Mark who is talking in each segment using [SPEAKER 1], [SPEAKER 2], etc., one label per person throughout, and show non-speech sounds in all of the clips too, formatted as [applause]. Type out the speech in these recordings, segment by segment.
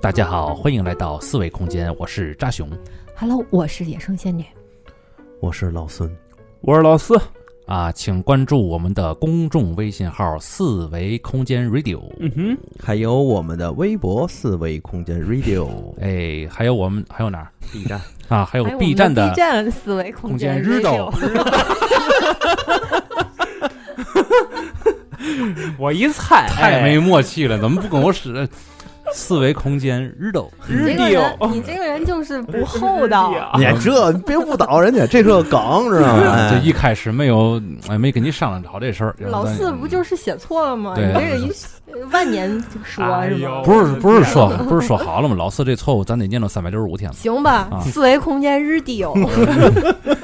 [SPEAKER 1] 大家好，欢迎来到四维空间，我是扎熊
[SPEAKER 2] Hello，我是野生仙女。
[SPEAKER 3] 我是老孙，
[SPEAKER 4] 我是老四，
[SPEAKER 1] 啊，请关注我们的公众微信号“四维空间 Radio”，
[SPEAKER 4] 嗯哼，
[SPEAKER 3] 还有我们的微博四维空间 Radio，
[SPEAKER 1] 哎，还有我们还有哪儿
[SPEAKER 3] B 站
[SPEAKER 1] 啊？还有
[SPEAKER 2] [laughs] 还有
[SPEAKER 1] B 站
[SPEAKER 2] 我们
[SPEAKER 1] 的
[SPEAKER 2] B 站思维
[SPEAKER 1] 空
[SPEAKER 2] 空
[SPEAKER 1] 间
[SPEAKER 2] 间
[SPEAKER 1] Radio，
[SPEAKER 4] 我一哎猜
[SPEAKER 1] 太哎没默契了，怎么不跟我使？四维空间
[SPEAKER 2] [laughs]
[SPEAKER 1] Radio，
[SPEAKER 2] 你这个
[SPEAKER 4] Radio
[SPEAKER 2] 人，你这个人就是不厚道。
[SPEAKER 1] 哎
[SPEAKER 3] 你这你别误
[SPEAKER 1] [laughs]
[SPEAKER 3] 导人家，这是个梗，
[SPEAKER 2] 嗯
[SPEAKER 3] 知道吗？
[SPEAKER 1] 啊这
[SPEAKER 3] 哎
[SPEAKER 1] 一开始没有哎没给你商量着这事儿，
[SPEAKER 2] 老四不就是写错了吗？
[SPEAKER 1] 啊对
[SPEAKER 2] 你这个一万年说
[SPEAKER 4] 哎
[SPEAKER 2] 是
[SPEAKER 4] 呦
[SPEAKER 2] 吗？
[SPEAKER 1] 不是不是说 [laughs] 不是说好了吗？老四这错误咱得念到三百六十五天了。
[SPEAKER 2] 行吧
[SPEAKER 1] 啊，
[SPEAKER 2] 四维空间哦 radio，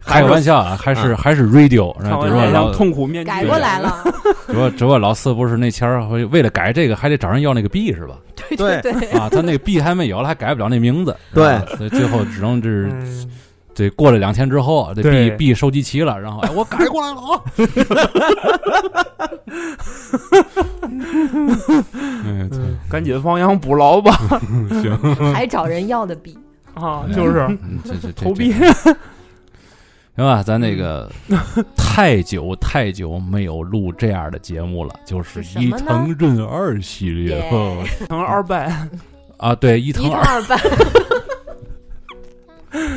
[SPEAKER 1] 开个玩笑啊，还
[SPEAKER 2] 嗯
[SPEAKER 1] 是还是 radio，然
[SPEAKER 4] 看
[SPEAKER 1] 后比
[SPEAKER 4] 完
[SPEAKER 1] 如说
[SPEAKER 4] 脸上
[SPEAKER 1] 老，
[SPEAKER 4] 痛苦面
[SPEAKER 2] [laughs]
[SPEAKER 4] 具，
[SPEAKER 2] 改过来了。
[SPEAKER 1] 只不过只不过老四不是那前儿会为了改这个还得找人要那个币是吧？
[SPEAKER 2] 对
[SPEAKER 3] 对
[SPEAKER 2] 对，
[SPEAKER 1] 啊，他那个币还没有了，还改不了那名字，
[SPEAKER 3] 对
[SPEAKER 1] 啊所以最后只能是
[SPEAKER 4] 嗯，
[SPEAKER 1] 对过了两天之后，啊这
[SPEAKER 4] 对
[SPEAKER 1] 币币收集齐了，然后哎我改过来了啊，嗯，
[SPEAKER 4] 嗯赶紧放羊捕牢吧
[SPEAKER 2] [laughs] 还找人要的币。
[SPEAKER 4] [laughs] 啊，就是
[SPEAKER 1] 嗯这这这
[SPEAKER 4] 投币
[SPEAKER 1] 这，行吧，咱那个太久太久没有录这样的节目了，就是
[SPEAKER 2] 是什
[SPEAKER 1] 伊
[SPEAKER 2] 么呢
[SPEAKER 1] 藤润二系列
[SPEAKER 2] 耶
[SPEAKER 1] 哦
[SPEAKER 4] 成二班，
[SPEAKER 1] 啊，对伊
[SPEAKER 2] 一
[SPEAKER 1] 藤
[SPEAKER 2] 乘
[SPEAKER 1] 二，
[SPEAKER 2] 二半，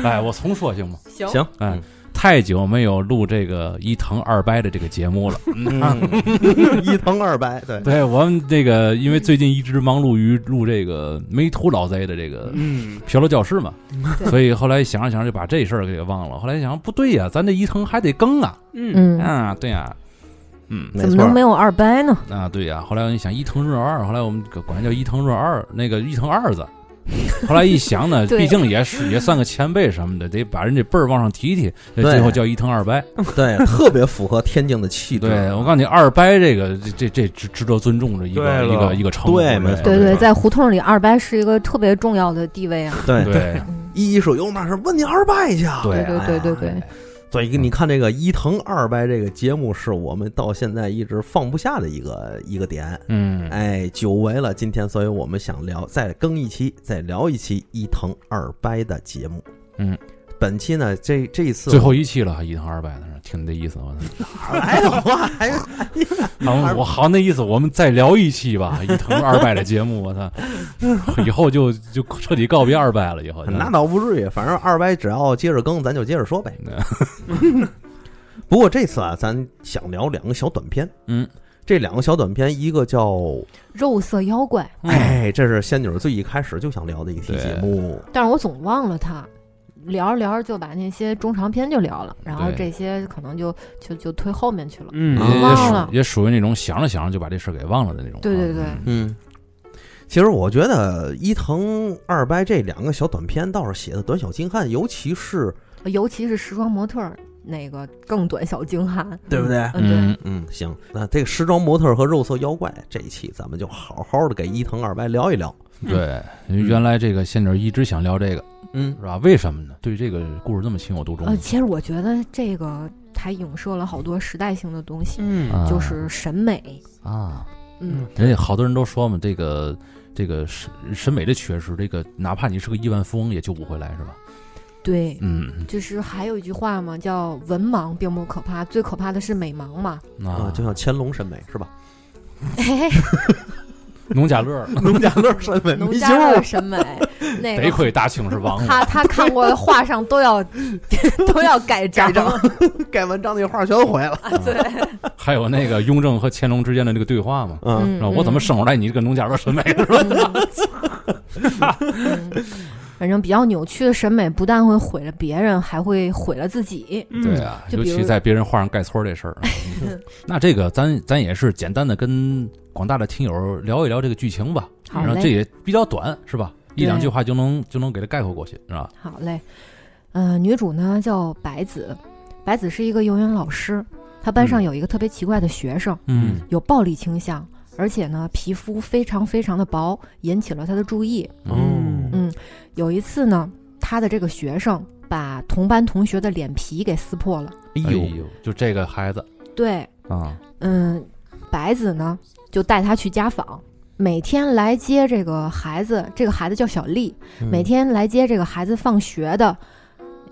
[SPEAKER 1] 哎，我重说行吗？
[SPEAKER 2] 行，
[SPEAKER 3] 行，
[SPEAKER 1] 哎，太久没有录这个伊藤二掰的这个节目了。
[SPEAKER 3] 嗯，一疼二白， [laughs] 对，
[SPEAKER 1] 对我们这个，因为最近一直忙碌于录这个梅图老贼的这个
[SPEAKER 4] 嗯，
[SPEAKER 1] 漂流教室嘛，
[SPEAKER 2] 对
[SPEAKER 1] 所以后来想着想着就把这事儿给忘了。后来想不对呀、咱这伊藤还得更啊，
[SPEAKER 2] 嗯
[SPEAKER 1] 啊，对呀、嗯
[SPEAKER 3] 没错，
[SPEAKER 2] 有二掰呢？
[SPEAKER 1] 啊，对呀、后来我一想伊藤润二，后来我们管他叫伊藤润二，那个伊藤二子。后来一想呢，
[SPEAKER 2] 对
[SPEAKER 1] 毕竟也是也算个前辈什么的，得把人这辈儿往上提提。
[SPEAKER 3] 对
[SPEAKER 1] 最后叫伊藤二掰，
[SPEAKER 3] 对，特别符合天津的气质。
[SPEAKER 1] 对我告诉你，二掰这个这这这值值得尊重的一个
[SPEAKER 4] 对了
[SPEAKER 1] 一个一个称呼，
[SPEAKER 3] 对没错
[SPEAKER 1] 对
[SPEAKER 3] 对对
[SPEAKER 2] 在胡同里二掰是一个特别重要的地位啊。
[SPEAKER 3] 对
[SPEAKER 1] 对对
[SPEAKER 3] 一一说有嘛事问你二白去啊。
[SPEAKER 1] 对
[SPEAKER 2] 对对对对
[SPEAKER 3] 所以你看这个一疼二白这个节目是我们到现在一直放不下的一个一个点。
[SPEAKER 1] 嗯，
[SPEAKER 3] 哎，久违了，今天，所以我们想聊，再更一期，再聊一期一疼二掰的节目。
[SPEAKER 1] 嗯，
[SPEAKER 3] 本期呢，这这一次
[SPEAKER 1] 最后一期了，还一堂二百呢，听你这意思，我操
[SPEAKER 3] 来的话，还
[SPEAKER 1] [laughs] 好，我好那意思，我们再聊一期吧，一堂二百的节目，我操，以后就就彻底告别二百了，以后就
[SPEAKER 3] 那倒不至于，反正二百只要接着更，咱就接着说呗。
[SPEAKER 1] 嗯 [laughs]
[SPEAKER 3] 不过这次啊，咱想聊两个小短片，
[SPEAKER 1] 嗯，
[SPEAKER 3] 这两个小短片，一个叫
[SPEAKER 2] 肉色妖怪，
[SPEAKER 1] 哎，
[SPEAKER 3] 哎，这是仙女最一开始就想聊的一期节目，
[SPEAKER 2] 但是我总忘了它。聊着聊着就把那些中长篇就聊了，然后
[SPEAKER 1] 对
[SPEAKER 2] 这些可能就就就推后面去了。
[SPEAKER 4] 嗯
[SPEAKER 1] 也
[SPEAKER 3] 啊
[SPEAKER 1] 也
[SPEAKER 2] 忘
[SPEAKER 1] 属
[SPEAKER 2] 了
[SPEAKER 1] 也属于那种想着想着就把这事儿给忘了的那种，
[SPEAKER 2] 对对对
[SPEAKER 1] 嗯
[SPEAKER 3] 嗯。其实我觉得伊藤二白这两个小短片倒是写的短小精悍，尤其是
[SPEAKER 2] 尤其是时装模特儿那个更短小精悍，
[SPEAKER 3] 对不对
[SPEAKER 2] 嗯，对，
[SPEAKER 1] 嗯，
[SPEAKER 3] 嗯，行，那这个时装模特和肉色妖怪这一期，咱们就好好的给伊藤二白聊一聊。
[SPEAKER 1] 对，因为嗯原来这个仙女一直想聊这个，
[SPEAKER 3] 嗯
[SPEAKER 1] 是吧？为什么呢？对这个故事这么情有独钟
[SPEAKER 2] 呃，，其实我觉得这个它影射了好多时代性的东西，
[SPEAKER 4] 嗯，
[SPEAKER 1] 啊
[SPEAKER 2] 呃就是审美，
[SPEAKER 1] 啊，
[SPEAKER 2] 嗯，
[SPEAKER 1] 人家好多人都说嘛，这个这个审审美的缺失，这个哪怕你是个亿万富翁也救不回来，是吧？
[SPEAKER 2] 对，
[SPEAKER 1] 嗯
[SPEAKER 2] 就是还有一句话嘛，叫文盲并不可怕，最可怕的是美盲
[SPEAKER 3] [laughs]
[SPEAKER 2] 嘛。
[SPEAKER 3] 啊，就像乾隆审美是吧？
[SPEAKER 2] 哎，
[SPEAKER 1] 农家乐
[SPEAKER 2] [laughs]
[SPEAKER 1] 儿
[SPEAKER 3] [laughs] 农家乐审美
[SPEAKER 2] 农
[SPEAKER 3] 没
[SPEAKER 2] 家乐
[SPEAKER 3] 救，
[SPEAKER 2] 审
[SPEAKER 3] [laughs]
[SPEAKER 2] 美，那个
[SPEAKER 1] 得亏大清是王八，
[SPEAKER 2] 他他看过的画上都要 [laughs] 都要改章
[SPEAKER 3] 盖章盖完章那画全毁了。
[SPEAKER 2] [laughs] 啊，对，
[SPEAKER 1] 还有那个雍正和乾隆之间的那个对话嘛，
[SPEAKER 3] 嗯，
[SPEAKER 1] 是吧？我怎么生出来你这个农家乐审美
[SPEAKER 2] [laughs]
[SPEAKER 1] 是吧？
[SPEAKER 3] [laughs]
[SPEAKER 2] 嗯嗯反正比较扭曲的审美，不但会毁了别人，还会毁了自己。
[SPEAKER 4] 嗯
[SPEAKER 1] 对啊，
[SPEAKER 2] 嗯就
[SPEAKER 1] 尤
[SPEAKER 2] 比如
[SPEAKER 1] 其在别人画上盖戳儿这事儿啊。
[SPEAKER 2] [laughs]
[SPEAKER 1] [laughs] 那这个咱咱也是简单的跟广大的听友聊一聊这个剧情吧，
[SPEAKER 2] 好
[SPEAKER 1] 然后
[SPEAKER 2] 嘞
[SPEAKER 1] 这也比较短是吧？一
[SPEAKER 2] 对
[SPEAKER 1] 两句话就能就能给它概括过去是吧？
[SPEAKER 2] 好嘞，呃，女主呢叫白子，白子是一个游泳老师，她班
[SPEAKER 3] 嗯
[SPEAKER 2] 上有一个特别奇怪的学生，
[SPEAKER 1] 嗯
[SPEAKER 2] 有暴力倾向，而且呢皮肤非常非常的薄，引起了她的注意。
[SPEAKER 4] 嗯
[SPEAKER 2] 嗯有一次呢，她的这个学生把同班同学的脸皮给撕破了，
[SPEAKER 1] 哎呦，就这个孩子
[SPEAKER 2] 对，
[SPEAKER 1] 啊，
[SPEAKER 2] 嗯，白子呢就带他去家访，每天来接这个孩子，这个孩子叫小丽，
[SPEAKER 1] 嗯
[SPEAKER 2] 每天来接这个孩子放学的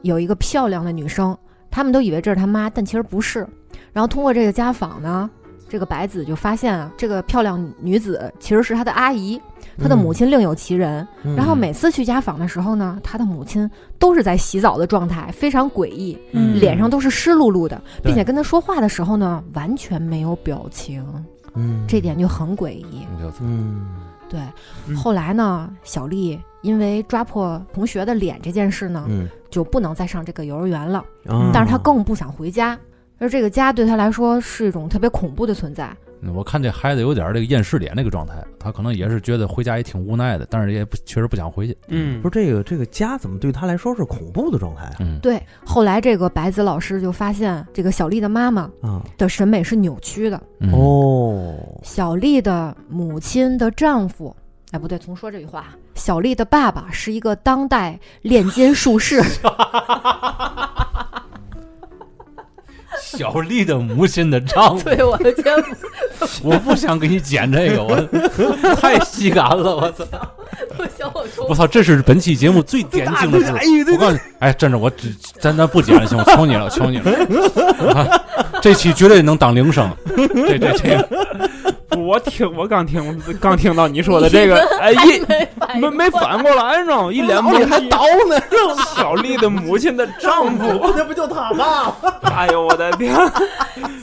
[SPEAKER 2] 有一个漂亮的女生，他们都以为这是他妈，但其实不是。然后通过这个家访呢，这个白子就发现啊，这个漂亮女子其实是他的阿姨，他的母亲另有其人。
[SPEAKER 3] 嗯，
[SPEAKER 2] 然后每次去家访的时候呢，他的母亲都是在洗澡的状态，非常诡异，
[SPEAKER 1] 嗯
[SPEAKER 2] 脸上都是湿漉漉的，
[SPEAKER 3] 对
[SPEAKER 2] 并且跟他说话的时候呢，完全没有表情，
[SPEAKER 3] 嗯
[SPEAKER 2] 这点就很诡异。
[SPEAKER 1] 我就
[SPEAKER 3] 嗯
[SPEAKER 2] 对，
[SPEAKER 4] 嗯
[SPEAKER 2] 后来呢，小丽因为抓破同学的脸这件事呢，
[SPEAKER 3] 嗯，
[SPEAKER 2] 就不能再上这个幼儿园了。
[SPEAKER 3] 啊
[SPEAKER 2] 嗯但是她更不想回家，而这个家对她来说是一种特别恐怖的存在。
[SPEAKER 1] 嗯我看这孩子有点这个厌世脸那个状态，他可能也是觉得回家也挺无奈的，但是也不确实不想回去。
[SPEAKER 4] 嗯
[SPEAKER 3] 不是这个这个家怎么对他来说是恐怖的状态啊
[SPEAKER 1] 嗯，
[SPEAKER 2] 对，后来这个白子老师就发现，这个小丽的妈妈
[SPEAKER 3] 啊？
[SPEAKER 2] 的审美是扭曲的。
[SPEAKER 1] 嗯，
[SPEAKER 3] 哦，
[SPEAKER 2] 小丽的母亲的丈夫，哎，不对，重说这句话啊。小丽的爸爸是一个当代炼金术士，
[SPEAKER 1] 小丽的母亲的丈 [laughs] 夫，
[SPEAKER 2] [laughs] 对我的天，
[SPEAKER 1] 我不想给你剪这个，我 [laughs] 太细感了，我操！
[SPEAKER 2] 我想我 [laughs]
[SPEAKER 1] 我操，这是本期节目最典型的事。
[SPEAKER 3] 哎呦，
[SPEAKER 1] 我告诉你，哎，真的，我只咱咱不剪了，行，我求你了，我求你了。 [laughs] 啊、这期绝对能当铃声，这这这个，
[SPEAKER 4] 不是我听我刚听刚听到你说的这个， [laughs] 哎，一没没反过来呢，一脸
[SPEAKER 3] 脑
[SPEAKER 4] 懵
[SPEAKER 3] 里还
[SPEAKER 4] 逼。
[SPEAKER 3] 倒呢，
[SPEAKER 4] 小丽的母亲的丈夫， [laughs]
[SPEAKER 3] 那不就他爸吗？
[SPEAKER 4] 哎呦我的天！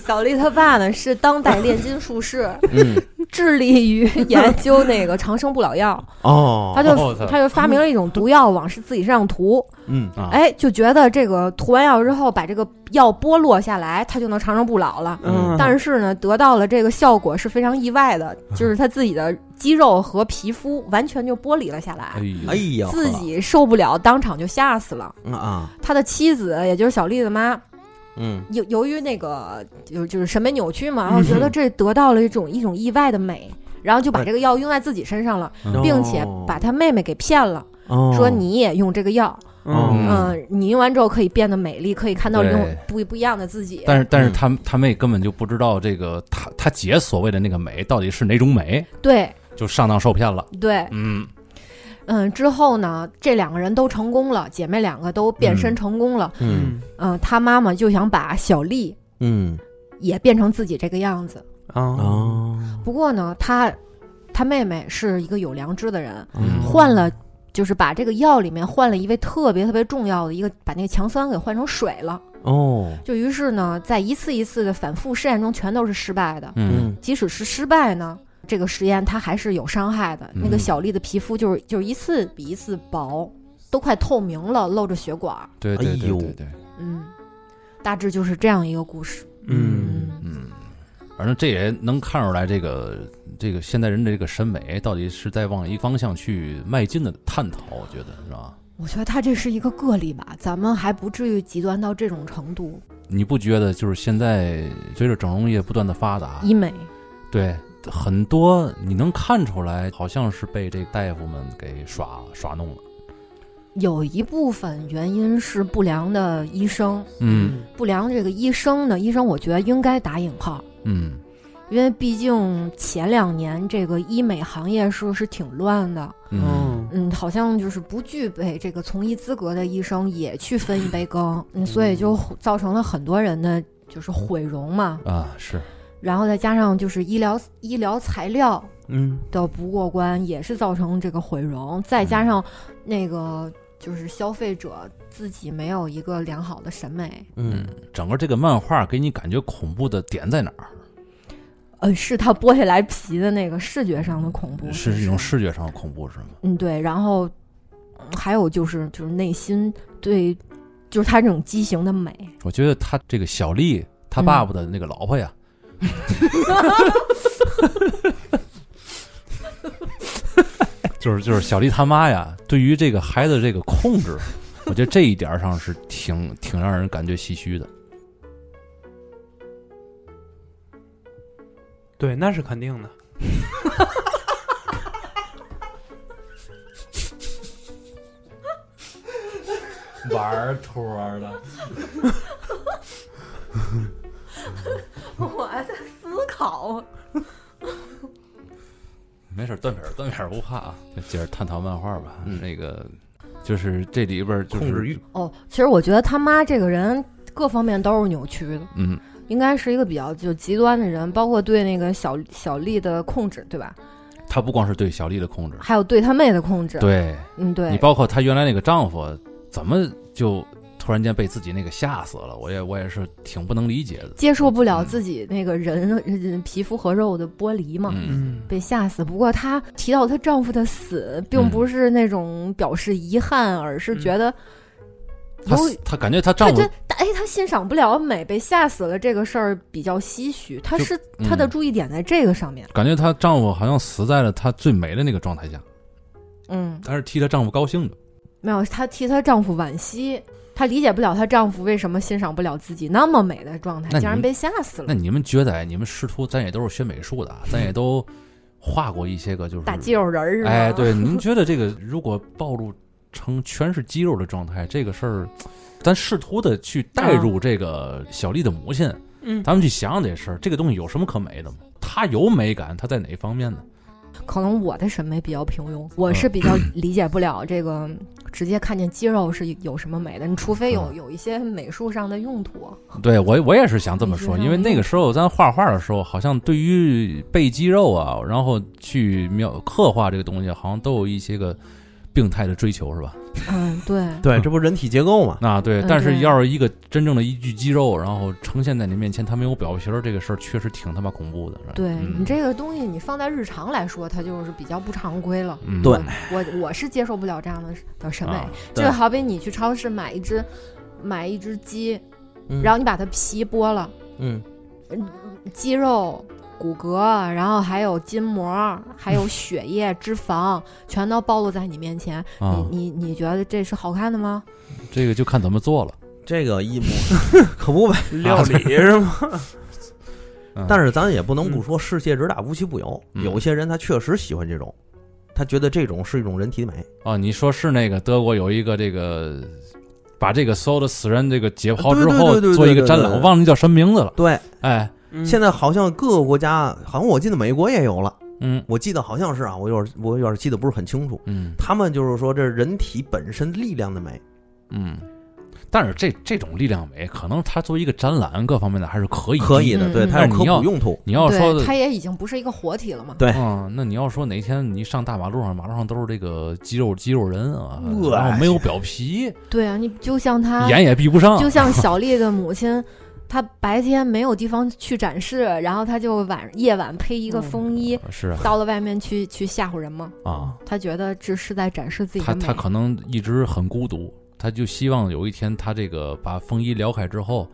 [SPEAKER 2] 小丽她爸呢是当代炼金术士，
[SPEAKER 3] 嗯，
[SPEAKER 2] [laughs] 致力于研究那个长生不老药，
[SPEAKER 3] 哦，
[SPEAKER 2] 他就、
[SPEAKER 1] 我操
[SPEAKER 2] 他就发明了一种毒药往是自己身上涂，
[SPEAKER 3] 嗯
[SPEAKER 1] 啊
[SPEAKER 2] 哎，就觉得这个涂完药之后把这个药剥落下来，他就能长生不老了。
[SPEAKER 4] 嗯，
[SPEAKER 2] 但是呢，得到了这个效果是非常意外
[SPEAKER 1] 嗯
[SPEAKER 2] 的，就是他自己的肌肉和皮肤完全就剥离了下
[SPEAKER 1] 哎
[SPEAKER 2] 来，
[SPEAKER 1] 呦，
[SPEAKER 3] 哎呀，
[SPEAKER 2] 自己受不了，当场就吓死了。
[SPEAKER 3] 啊啊，
[SPEAKER 2] 他的妻子，也就是小丽的妈，
[SPEAKER 3] 嗯
[SPEAKER 2] 由由于那个就就是审美扭曲嘛，
[SPEAKER 1] 嗯
[SPEAKER 2] 然后觉得这得到了一种一种意外的美，然后就把这个药用在自己身上了，
[SPEAKER 1] 哦
[SPEAKER 2] 并且把他妹妹给骗了，
[SPEAKER 3] 哦
[SPEAKER 2] 说你也用这个药，
[SPEAKER 1] 嗯
[SPEAKER 4] 嗯，
[SPEAKER 2] 嗯、你用完之后可以变得美丽，可以看到一种
[SPEAKER 1] 对
[SPEAKER 2] 不不一样的自己。
[SPEAKER 1] 但是但是他他妹根本就不知道这个他他姐所谓的那个美到底是哪种美，
[SPEAKER 2] 对
[SPEAKER 1] 就上当受骗了。
[SPEAKER 2] 对，
[SPEAKER 1] 嗯，
[SPEAKER 2] 嗯，之后呢，这两个人都成功了，姐妹两个都变身
[SPEAKER 1] 嗯
[SPEAKER 2] 成功了。
[SPEAKER 3] 嗯
[SPEAKER 2] 嗯，她妈妈就想把小丽
[SPEAKER 3] 嗯
[SPEAKER 2] 也变成自己这个样子，
[SPEAKER 4] 啊，
[SPEAKER 3] 哦，
[SPEAKER 2] 不过呢，她她妹妹是一个有良知的人，
[SPEAKER 1] 嗯
[SPEAKER 2] 换了，就是把这个药里面换了一味特别特别重要的一个，把那个强酸给换成水了。
[SPEAKER 3] 哦，
[SPEAKER 2] 就于是呢，在一次一次的反复试验中，全都是失败的。
[SPEAKER 1] 嗯，
[SPEAKER 2] 即使是失败呢，这个实验它还是有伤害的。那个
[SPEAKER 1] 嗯
[SPEAKER 2] 小丽的皮肤就是就是一次比一次薄，都快透明了，露着血管儿。
[SPEAKER 1] 对对
[SPEAKER 3] 哎
[SPEAKER 1] 对
[SPEAKER 3] 呦
[SPEAKER 1] 对对，
[SPEAKER 2] 嗯，大致就是这样一个故事。
[SPEAKER 4] 嗯，
[SPEAKER 2] 嗯，
[SPEAKER 1] 嗯，反正这也能看出来，这个这个现代人的这个审美到底是在往一方向去迈进的探讨，我觉得是吧？
[SPEAKER 2] 我觉得他这是一个个例吧，咱们还不至于极端到这种程度。
[SPEAKER 1] 你不觉得就是现在随着整容业不断的发达，
[SPEAKER 2] 医美，
[SPEAKER 1] 对很多你能看出来，好像是被这个大夫们给耍耍弄了。
[SPEAKER 2] 有一部分原因是不良的医生，
[SPEAKER 1] 嗯
[SPEAKER 2] 不良这个医生呢，医生我觉得应该打引号，
[SPEAKER 1] 嗯
[SPEAKER 2] 因为毕竟前两年这个医美行业是是挺乱的，
[SPEAKER 1] 嗯，
[SPEAKER 3] 哦
[SPEAKER 2] 嗯，好像就是不具备这个从医资格的医生也去分一杯羹，嗯，所以就造成了很多人的就是毁容嘛，
[SPEAKER 1] 啊是，
[SPEAKER 2] 然后再加上就是医疗医疗材料
[SPEAKER 3] 嗯
[SPEAKER 2] 的不过关，也是造成这个毁容，再
[SPEAKER 1] 嗯
[SPEAKER 2] 加上那个就是消费者自己没有一个良好的审美，
[SPEAKER 1] 嗯
[SPEAKER 3] 嗯，
[SPEAKER 1] 整个这个漫画给你感觉恐怖的点在哪儿？
[SPEAKER 2] 呃，是它剥下来皮的那个视觉上的恐怖，
[SPEAKER 1] 是一种视觉上的恐怖是吗？
[SPEAKER 2] 嗯对，然后嗯还有就是就是内心对，就是它这种畸形的美，
[SPEAKER 1] 我觉得他这个小丽，他
[SPEAKER 2] 嗯
[SPEAKER 1] 爸爸的那个老婆 [laughs] 呀，就是就是小丽他妈呀，对于这个孩子这个控制，我觉得这一点上是挺挺让人感觉唏嘘的。
[SPEAKER 4] 对，那是肯定的。
[SPEAKER 1] 玩托的，
[SPEAKER 2] 我还在思考，
[SPEAKER 1] 没没事，断片儿断片儿不怕啊。接着探讨漫画吧，
[SPEAKER 3] 嗯
[SPEAKER 1] 那个就是这里边、就是、
[SPEAKER 3] 控制欲，
[SPEAKER 2] 哦，其实我觉得他妈这个人各方面都是扭曲的，
[SPEAKER 1] 嗯，
[SPEAKER 2] 应该是一个比较就极端的人，包括对那个小小丽的控制，对吧？
[SPEAKER 1] 他不光是对小丽的控制，
[SPEAKER 2] 还有对他妹的控制。，
[SPEAKER 1] 对
[SPEAKER 2] 嗯，对
[SPEAKER 1] 你，包括她原来那个丈夫，怎么就突然间被自己那个吓死了？我也我也是挺不能理解的。
[SPEAKER 2] 接受不
[SPEAKER 1] 嗯
[SPEAKER 2] 了自己那个人、人皮肤和肉的剥离嘛。
[SPEAKER 1] 嗯，
[SPEAKER 4] 嗯，
[SPEAKER 2] 被吓死。不过她提到她丈夫的死，
[SPEAKER 1] 嗯
[SPEAKER 2] 并不是那种表示遗憾，而是觉得
[SPEAKER 1] 她
[SPEAKER 2] 有
[SPEAKER 1] 她感觉她
[SPEAKER 2] 她
[SPEAKER 1] 丈夫
[SPEAKER 2] 真哎，她欣赏不了美，被吓死了这个事儿比较唏嘘。她
[SPEAKER 1] 就是嗯
[SPEAKER 2] 她的注意点在这个上面。
[SPEAKER 1] 感觉她丈夫好像死在了她最美的那个状态下，
[SPEAKER 2] 嗯，
[SPEAKER 1] 她是替她丈夫高兴的。
[SPEAKER 2] 没有，她替她丈夫惋惜。她理解不了她丈夫为什么欣赏不了自己那么美的状态，
[SPEAKER 1] 那你
[SPEAKER 2] 竟然被吓死
[SPEAKER 1] 那
[SPEAKER 2] 了。
[SPEAKER 1] 你们觉得，你们师徒咱也都是学美术的啊，咱也都画过一些个就是
[SPEAKER 2] 打肌肉人儿是吧？
[SPEAKER 1] 哎，
[SPEAKER 2] [laughs]
[SPEAKER 1] 对，您觉得这个如果暴露成全是肌肉的状态，这个事儿，咱试图的去代
[SPEAKER 2] 啊
[SPEAKER 1] 入这个小丽的母亲，
[SPEAKER 4] 嗯
[SPEAKER 1] 咱们去想想这事儿，这个东西有什么可美的吗？它有美感，它在哪一方
[SPEAKER 2] [laughs]
[SPEAKER 1] 面呢？
[SPEAKER 2] 可能我的审美比较平庸，
[SPEAKER 1] 嗯
[SPEAKER 2] 我是比较理解不了这个直接看见肌肉是有什么美的，你除非有
[SPEAKER 1] 嗯
[SPEAKER 2] 有一些美术上的用
[SPEAKER 1] [laughs]
[SPEAKER 2] 途。
[SPEAKER 1] 对我，我也是想这么说，
[SPEAKER 2] 你觉得呢
[SPEAKER 1] 因为那个时候咱画画的时候，好像对于背肌肉啊，然后去描刻画这个东西，好像都有一些个病态的追求，是吧？
[SPEAKER 2] 嗯，对，
[SPEAKER 3] 对，这不人体结构嘛？
[SPEAKER 1] 啊，对，
[SPEAKER 2] 嗯
[SPEAKER 1] 但是
[SPEAKER 2] 对
[SPEAKER 1] 要是一个真正的一具肌肉，然后呈现在你面前，它没有表皮儿，这个事儿确实挺他妈恐怖的。是吧
[SPEAKER 2] 对、
[SPEAKER 1] 嗯、
[SPEAKER 2] 你这个东西，你放在日常来说，它就是比较不常规了。
[SPEAKER 1] 嗯
[SPEAKER 3] 对
[SPEAKER 2] 我我是接受不了这样的的审美，
[SPEAKER 1] 啊
[SPEAKER 2] 就好比你去超市买一只买一只鸡，
[SPEAKER 3] 嗯
[SPEAKER 2] 然后你把它皮剥了，
[SPEAKER 3] 嗯，
[SPEAKER 2] 肌肉、骨骼，然后还有筋膜，还有血液、脂肪，全都暴露在你面前，
[SPEAKER 1] 啊，
[SPEAKER 2] 你你你觉得这是好看的吗？
[SPEAKER 1] 这个就看怎么做了。
[SPEAKER 3] 这个 [laughs] 一模可不 [laughs] 呗。
[SPEAKER 4] 料理啊 [laughs] 是吗？
[SPEAKER 1] 嗯
[SPEAKER 3] 但是咱也不能不说，世界之大无奇不有，
[SPEAKER 1] 嗯
[SPEAKER 3] 有些人他确实喜欢这种，他觉得这种是一种人体美。
[SPEAKER 1] 哦，你说是那个德国有一个这个，把这个所有的死人这个解剖之后
[SPEAKER 3] 对对对对对
[SPEAKER 1] 做一个
[SPEAKER 3] 对对
[SPEAKER 1] 展览，
[SPEAKER 3] 对
[SPEAKER 1] 我忘了那叫什么名字了。
[SPEAKER 3] 对，
[SPEAKER 1] 哎，
[SPEAKER 4] 嗯
[SPEAKER 3] 现在好像各个国家，好像我记得美国也有了，
[SPEAKER 1] 嗯
[SPEAKER 3] 我记得好像是啊，我有点我有点记得不是很清楚。
[SPEAKER 1] 嗯
[SPEAKER 3] 他们就是说，这是人体本身力量的美，
[SPEAKER 1] 嗯，但是这这种力量美，可能它作为一个展览各方面的还是可以
[SPEAKER 3] 可以的，
[SPEAKER 2] 嗯
[SPEAKER 3] 对，
[SPEAKER 2] 嗯
[SPEAKER 3] 它有
[SPEAKER 1] 但是
[SPEAKER 3] 科
[SPEAKER 1] 你要
[SPEAKER 3] 普用途。
[SPEAKER 1] 你要说
[SPEAKER 2] 对，它也已经不是一个活体了嘛。
[SPEAKER 3] 对
[SPEAKER 1] 嗯，那你要说哪天你上大马路上，马路上都是这个肌肉肌肉人啊，
[SPEAKER 3] 我
[SPEAKER 1] 然后没有表皮，
[SPEAKER 2] 对 [laughs] 啊，你就像他，
[SPEAKER 1] 眼也闭不上
[SPEAKER 2] 就。像小丽的母亲，她白天没有地方去展示，然后她就晚夜晚披一个
[SPEAKER 1] 嗯
[SPEAKER 2] 风衣，
[SPEAKER 1] 是啊
[SPEAKER 2] 到了外面去去吓唬人嘛。
[SPEAKER 1] 啊，
[SPEAKER 2] 她觉得这是在展示自己
[SPEAKER 1] 他
[SPEAKER 2] 的美
[SPEAKER 1] 他。可能一直很孤独，他就希望有一天他这个把风衣撩开之后，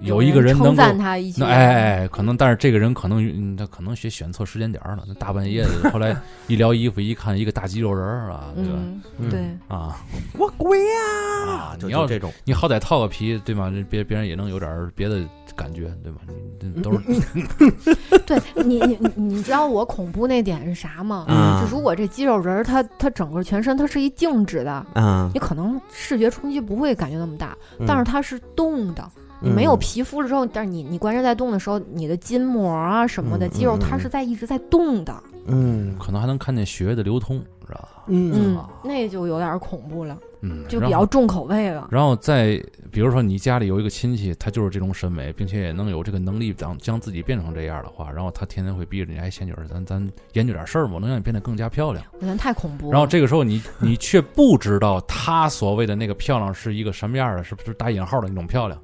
[SPEAKER 1] 有一个人能
[SPEAKER 2] 称
[SPEAKER 1] 够。
[SPEAKER 2] 赞她一句，
[SPEAKER 1] 那哎哎，可能，但是这个人可能，嗯他可能选选错时间点儿了。那大半夜的，后来一撩衣服一看，一个大肌肉人儿啊，对吧？
[SPEAKER 2] 嗯，
[SPEAKER 3] 嗯
[SPEAKER 2] 对，
[SPEAKER 1] 啊，
[SPEAKER 3] 我鬼
[SPEAKER 1] 啊
[SPEAKER 3] 啊！就
[SPEAKER 1] 你
[SPEAKER 3] 就
[SPEAKER 1] 要
[SPEAKER 3] 这种，
[SPEAKER 1] 你好歹套个皮，对吗？这别别人也能有点儿别的感觉，对吧？你这都是嗯
[SPEAKER 2] 对你你你你知道我恐怖那点是啥吗？
[SPEAKER 3] 嗯
[SPEAKER 2] 就如果这肌肉人儿，他他整个全身它是一静止的，
[SPEAKER 3] 啊，
[SPEAKER 2] 你可能视觉冲击不会感觉那么大，
[SPEAKER 3] 嗯
[SPEAKER 2] 但是它是动的。你没有皮肤了之后，但是你你关节在动的时候，你的筋膜啊什么的
[SPEAKER 3] 嗯
[SPEAKER 2] 肌肉，
[SPEAKER 3] 嗯
[SPEAKER 2] 它
[SPEAKER 3] 嗯
[SPEAKER 2] 是在一直在动的，
[SPEAKER 3] 嗯
[SPEAKER 1] 可能还能看见血液的流通，是吧？
[SPEAKER 3] 嗯
[SPEAKER 2] 嗯，那就有点恐怖了，
[SPEAKER 1] 嗯，
[SPEAKER 2] 就
[SPEAKER 1] 哦然
[SPEAKER 2] 比较
[SPEAKER 1] 后
[SPEAKER 2] 重口味了。
[SPEAKER 1] 然后再比如说你家里有一个亲戚，他就是这种审美，并且也能有这个能力将将自己变成这样的话，然后他天天会逼着你，哎，仙女儿，咱
[SPEAKER 2] 嗯
[SPEAKER 1] 咱研究点事儿嘛，能让你变得更加漂亮。
[SPEAKER 2] 我觉得太恐怖了。
[SPEAKER 1] 然后这个时候你你却不知道他所谓的那个漂亮是一个什么样的，是不是打引号的那种
[SPEAKER 2] [laughs]
[SPEAKER 1] 漂亮？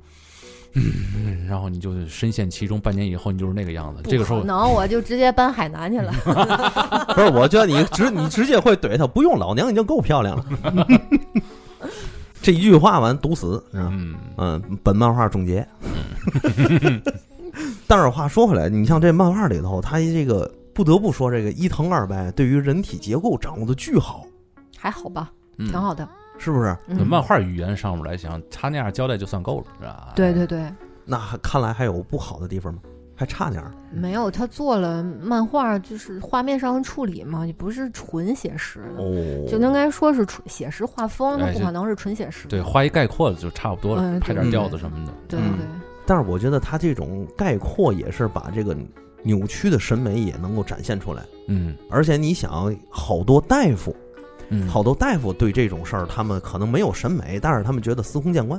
[SPEAKER 1] 嗯，然后你就深陷其中，半年以后你就是那个样子。
[SPEAKER 2] 不
[SPEAKER 1] 这个时候
[SPEAKER 2] 可，能我就直接搬海南
[SPEAKER 1] [laughs]
[SPEAKER 2] 去了。
[SPEAKER 3] 不是，我觉得你直你直接会怼他，不用老娘已经够漂亮了。
[SPEAKER 2] [laughs]
[SPEAKER 3] 这一句话完毒死，是吧
[SPEAKER 1] 嗯，
[SPEAKER 3] 嗯，本漫画终结。但是话说回来，你像这漫画里头，他这个不得不说，这个伊藤二白对于人体结构掌握的巨好，
[SPEAKER 2] 还好吧，
[SPEAKER 1] 嗯
[SPEAKER 2] 挺。好的。
[SPEAKER 3] 是不是？
[SPEAKER 1] 那
[SPEAKER 2] 嗯，
[SPEAKER 1] 漫画语言上面来讲，他那样交代就算够了，是吧？
[SPEAKER 2] 对对对，
[SPEAKER 3] 那还看来还有不好的地方吗？还差点儿。
[SPEAKER 2] 没有他做了漫画，就是画面上的处理嘛，也不是纯写实的，
[SPEAKER 3] 哦，
[SPEAKER 2] 就应该说是纯写实画风，它
[SPEAKER 1] 哎
[SPEAKER 2] 不
[SPEAKER 1] 这
[SPEAKER 2] 可能是纯写实。
[SPEAKER 1] 对，画一概括的就差不多了，
[SPEAKER 2] 嗯
[SPEAKER 1] 拍
[SPEAKER 2] 对
[SPEAKER 1] 点
[SPEAKER 3] 对
[SPEAKER 1] 调子
[SPEAKER 2] 对
[SPEAKER 1] 什么的。
[SPEAKER 2] 对
[SPEAKER 3] 嗯
[SPEAKER 2] 对对。
[SPEAKER 3] 但是我觉得他这种概括也是把这个扭曲的审美也能够展现出来。
[SPEAKER 1] 嗯
[SPEAKER 3] 而且你想，好多大夫，
[SPEAKER 1] 嗯，
[SPEAKER 3] 好多大夫对这种事儿，他们可能没有审美，但是他们觉得司空见惯。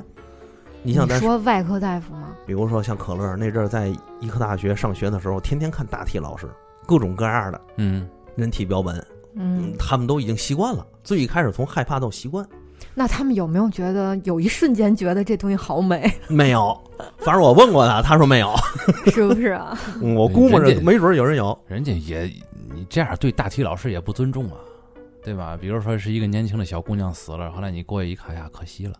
[SPEAKER 3] 你想，咱
[SPEAKER 2] 说外科大夫吗？
[SPEAKER 3] 比如说像可乐那阵儿在医科大学上学的时候，天天看大体老师各种各样的
[SPEAKER 1] 嗯
[SPEAKER 3] 人体标本，
[SPEAKER 2] 嗯，
[SPEAKER 3] 他们都已经习惯了。最一开始从害怕到习惯，
[SPEAKER 2] 那他们有没有觉得有一瞬间觉得这东西好美， [laughs]
[SPEAKER 3] 没有。反正我问过他，他说没有。
[SPEAKER 2] 是不是啊？
[SPEAKER 3] 嗯我估摸
[SPEAKER 1] 人
[SPEAKER 3] 着
[SPEAKER 1] 家
[SPEAKER 3] 没准儿有人有。
[SPEAKER 1] 人家也你这样对大体老师也不尊重啊，对吧？比如说是一个年轻的小姑娘死了，后来你过去一看哎呀，可惜了。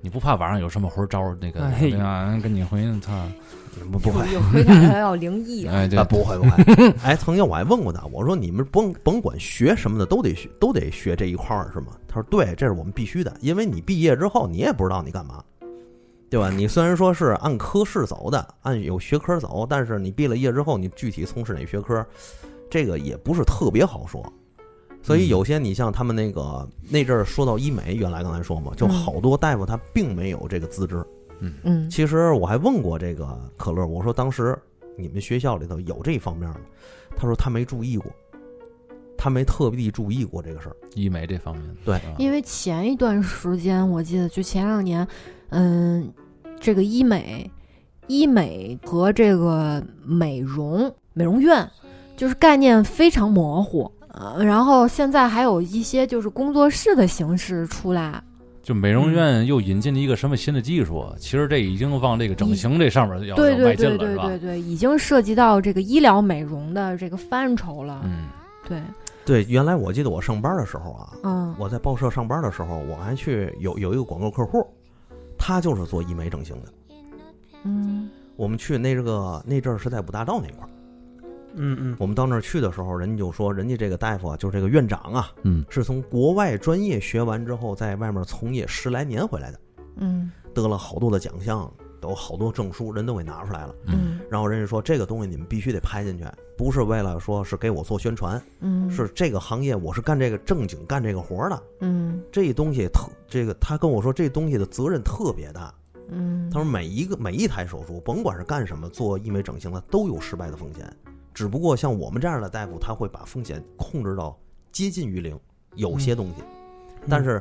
[SPEAKER 1] 你不怕晚上有什么活儿招儿那个
[SPEAKER 4] 哎
[SPEAKER 1] 对吧？跟你回去他
[SPEAKER 2] [laughs]
[SPEAKER 3] 不不会，
[SPEAKER 2] 有回答还要灵异啊！
[SPEAKER 1] 哎对
[SPEAKER 3] 啊，哎不会不会。哎，曾经我还问过他，我说你们甭甭管学什么的，都得学都得学这一块儿是吗？他说对，这是我们必须的，因为你毕业之后你也不知道你干嘛，对吧？你虽然说是按科室走的，按有学科走，但是你毕了业之后，你具体从事哪学科，这个也不是特别好说。所以有些你像他们那个那阵儿说到医美，原来刚才说嘛，就
[SPEAKER 2] 嗯
[SPEAKER 3] 好多大夫他并没有这个资质，
[SPEAKER 2] 嗯，
[SPEAKER 3] 其实我还问过这个可乐，我说当时你们学校里头有这方面吗？他说他没注意过，他没特地注意过这个事儿。
[SPEAKER 1] 医美这方面，
[SPEAKER 3] 对
[SPEAKER 1] 啊
[SPEAKER 2] 因为前一段时间我记得就前两年，嗯，这个医美、医美和这个美容、美容院，就是概念非常模糊。呃，然后现在还有一些就是工作室的形式出来，
[SPEAKER 1] 就美
[SPEAKER 2] 嗯
[SPEAKER 1] 容院又引进了一个什么新的技术，啊其实这已经往这个整形这上面要
[SPEAKER 2] 对
[SPEAKER 1] 要迈
[SPEAKER 2] 对
[SPEAKER 1] 进
[SPEAKER 2] 对
[SPEAKER 1] 了，
[SPEAKER 2] 对
[SPEAKER 1] 是
[SPEAKER 2] 对
[SPEAKER 1] 吧？
[SPEAKER 2] 对，已经涉及到这个医疗美容的这个范畴了。
[SPEAKER 1] 嗯，
[SPEAKER 2] 对，
[SPEAKER 3] 对，原来我记得我上班的时候啊，
[SPEAKER 2] 嗯
[SPEAKER 3] 我在报社上班的时候，我还去有有一个广告客户，他就是做医美整形的。
[SPEAKER 2] 嗯
[SPEAKER 3] 我们去那这个那阵儿是在五大道那块儿，
[SPEAKER 4] 嗯嗯
[SPEAKER 3] 我们到那儿去的时候，人家就说人家这个大夫啊，就是这个院长啊，
[SPEAKER 1] 嗯，
[SPEAKER 3] 是从国外专业学完之后，在外面从业十来年回来的，
[SPEAKER 2] 嗯
[SPEAKER 3] 得了好多的奖项，有好多证书，人都给拿出来了。
[SPEAKER 2] 嗯
[SPEAKER 3] 然后人家说这个东西你们必须得拍进去，不是为了说是给我做宣传，
[SPEAKER 2] 嗯，
[SPEAKER 3] 是这个行业我是干这个正经干这个活儿的，
[SPEAKER 2] 嗯
[SPEAKER 3] 这东西特这个他跟我说这东西的责任特别大，
[SPEAKER 2] 嗯，
[SPEAKER 3] 他说每一个每一台手术甭管是干什么，做医美整形的都有失败的风险，只不过像我们这样的大夫他会把风险控制到接近于零，有些东西，但是。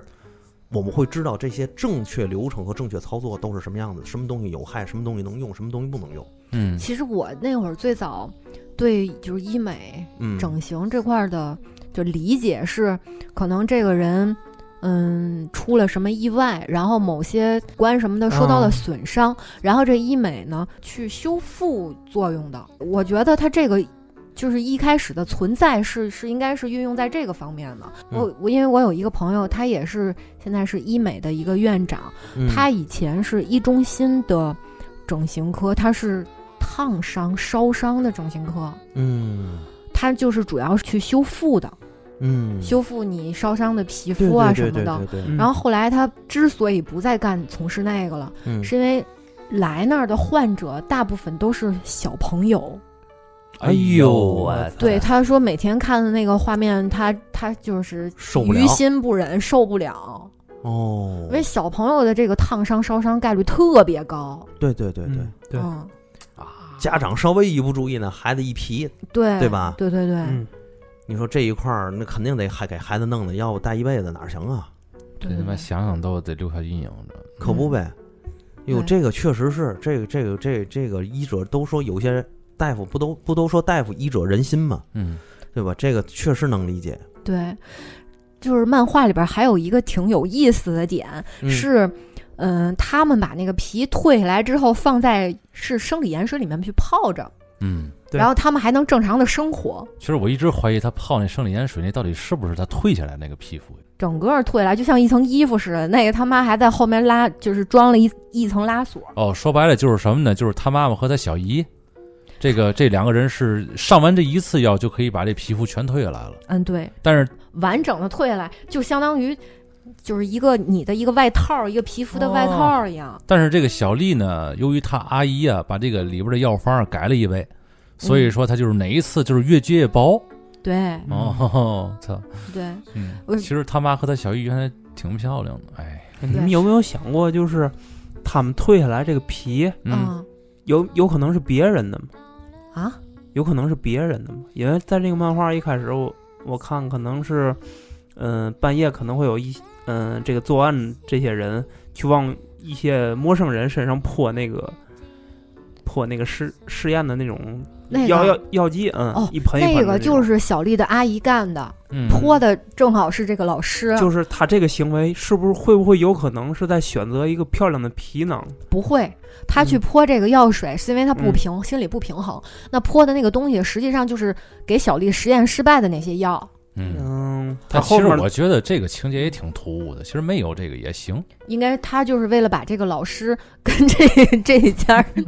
[SPEAKER 3] 我们会知道这些正确流程和正确操作都是什么样子，什么东西有害，什么东西能用，什么东西不能用。
[SPEAKER 1] 嗯，
[SPEAKER 2] 其实我那会儿最早对就是医美
[SPEAKER 3] 嗯，
[SPEAKER 2] 整形这块儿的就理解是，可能这个人嗯出了什么意外，然后某些关什么的受到了
[SPEAKER 4] 嗯
[SPEAKER 2] 损伤，然后这医美呢去修复作用的。我觉得它这个。就是一开始的存在是是应该是运用在这个方面的。
[SPEAKER 3] 嗯
[SPEAKER 2] 我我因为我有一个朋友，他也是现在是医美的一个院长，
[SPEAKER 3] 嗯
[SPEAKER 2] 他以前是一中心的整形科，他是烫伤、烧伤的整形科，
[SPEAKER 3] 嗯
[SPEAKER 2] 他就是主要是去修复的，
[SPEAKER 3] 嗯，
[SPEAKER 2] 修复你烧伤的皮
[SPEAKER 3] 对
[SPEAKER 2] 肤啊什么的。，
[SPEAKER 3] 对对对对
[SPEAKER 4] 嗯
[SPEAKER 2] 然后后来他之所以不再干从事那个了，
[SPEAKER 3] 嗯
[SPEAKER 2] 是因为来那儿的患者大部分都是小朋友。
[SPEAKER 1] 哎呦
[SPEAKER 4] 啊
[SPEAKER 1] 我，
[SPEAKER 2] 对，他说每天看的那个画面，他他就是
[SPEAKER 3] 受不了
[SPEAKER 2] 于心不忍，受不了。
[SPEAKER 3] 哦
[SPEAKER 2] 因，为小朋友的这个烫伤、烧伤概率特别高。
[SPEAKER 3] 对对对对
[SPEAKER 4] 嗯，对
[SPEAKER 2] 嗯，
[SPEAKER 3] 家长稍微一不注意呢，孩子一皮，
[SPEAKER 2] 对，
[SPEAKER 3] 对吧
[SPEAKER 2] 对对对，
[SPEAKER 4] 嗯
[SPEAKER 3] 你说这一块儿那肯定得还给孩子弄的，要不带一辈子哪儿行啊？
[SPEAKER 1] 这
[SPEAKER 2] 对
[SPEAKER 1] 他
[SPEAKER 2] 对
[SPEAKER 1] 妈
[SPEAKER 2] 对
[SPEAKER 1] 想想都得留下阴影的。
[SPEAKER 3] 可不呗。哟，这个确实是，这个这个这个这个医者都说有些大夫不都不都说大夫医者仁心嘛，
[SPEAKER 1] 嗯，
[SPEAKER 3] 对吧？这个确实能理解。
[SPEAKER 2] 对，就是漫画里边还有一个挺有意思的点、
[SPEAKER 3] 嗯
[SPEAKER 2] 是，嗯、他们把那个皮退下来之后，放在是生理盐水里面去泡着，
[SPEAKER 1] 嗯，
[SPEAKER 3] 对
[SPEAKER 2] 然后他们还能正常的生活。
[SPEAKER 1] 其实我一直怀疑他泡那生理盐水那到底是不是他退下来那个皮肤？
[SPEAKER 2] 整个退下来就像一层衣服似的，那个他妈还在后面拉，就是装了一一层拉锁。
[SPEAKER 1] 哦，说白了就是什么呢？就是他妈妈和他小姨，这个这两个人是上完这一次药就可以把这皮肤全退下来了，
[SPEAKER 2] 嗯，对，
[SPEAKER 1] 但是
[SPEAKER 2] 完整的退下来，就相当于就是一个你的一个外套，一个皮肤的外套一样。
[SPEAKER 1] 但是这个小丽呢，由于她阿姨啊把这个里边的药方改了一味，所以说她就是哪一次就是越接越薄。
[SPEAKER 2] 对
[SPEAKER 4] 嗯
[SPEAKER 1] 哦，操！
[SPEAKER 2] 对，
[SPEAKER 1] 嗯，
[SPEAKER 2] 我
[SPEAKER 1] 其实他妈和他小姨原来挺漂亮的，哎，
[SPEAKER 4] 你们有没有想过，就是他们退下来这个皮，
[SPEAKER 1] 嗯，
[SPEAKER 2] 嗯
[SPEAKER 4] 有有可能是别人的吗？
[SPEAKER 2] 啊，
[SPEAKER 4] 有可能是别人的嘛。因为在这个漫画一开始我我看可能是，嗯、半夜可能会有一嗯、这个作案这些人去往一些陌生人身上泼那个泼那个试试验的那种
[SPEAKER 2] 那个
[SPEAKER 4] 药药药剂，嗯，
[SPEAKER 2] 哦
[SPEAKER 4] 一盆一盆的
[SPEAKER 2] 那个就
[SPEAKER 4] 种
[SPEAKER 2] 是小丽的阿姨干的，
[SPEAKER 1] 嗯
[SPEAKER 2] 泼的正好是这个老师，
[SPEAKER 4] 就是他这个行为是不是会不会有可能是在选择一个漂亮的皮囊？
[SPEAKER 2] 不会，他去
[SPEAKER 4] 嗯
[SPEAKER 2] 泼这个药水是因为他不
[SPEAKER 4] 嗯
[SPEAKER 2] 平、心里不平衡，那泼的那个东西实际上就是给小丽实验失败的那些药，
[SPEAKER 1] 嗯。
[SPEAKER 4] 嗯，他
[SPEAKER 1] 但其
[SPEAKER 4] 后
[SPEAKER 1] 实
[SPEAKER 4] 面
[SPEAKER 1] 我觉得这个情节也挺突兀的，其实没有这个也
[SPEAKER 4] 嗯
[SPEAKER 1] 行。
[SPEAKER 2] 应该他就是为了把这个老师跟这这一家
[SPEAKER 1] 你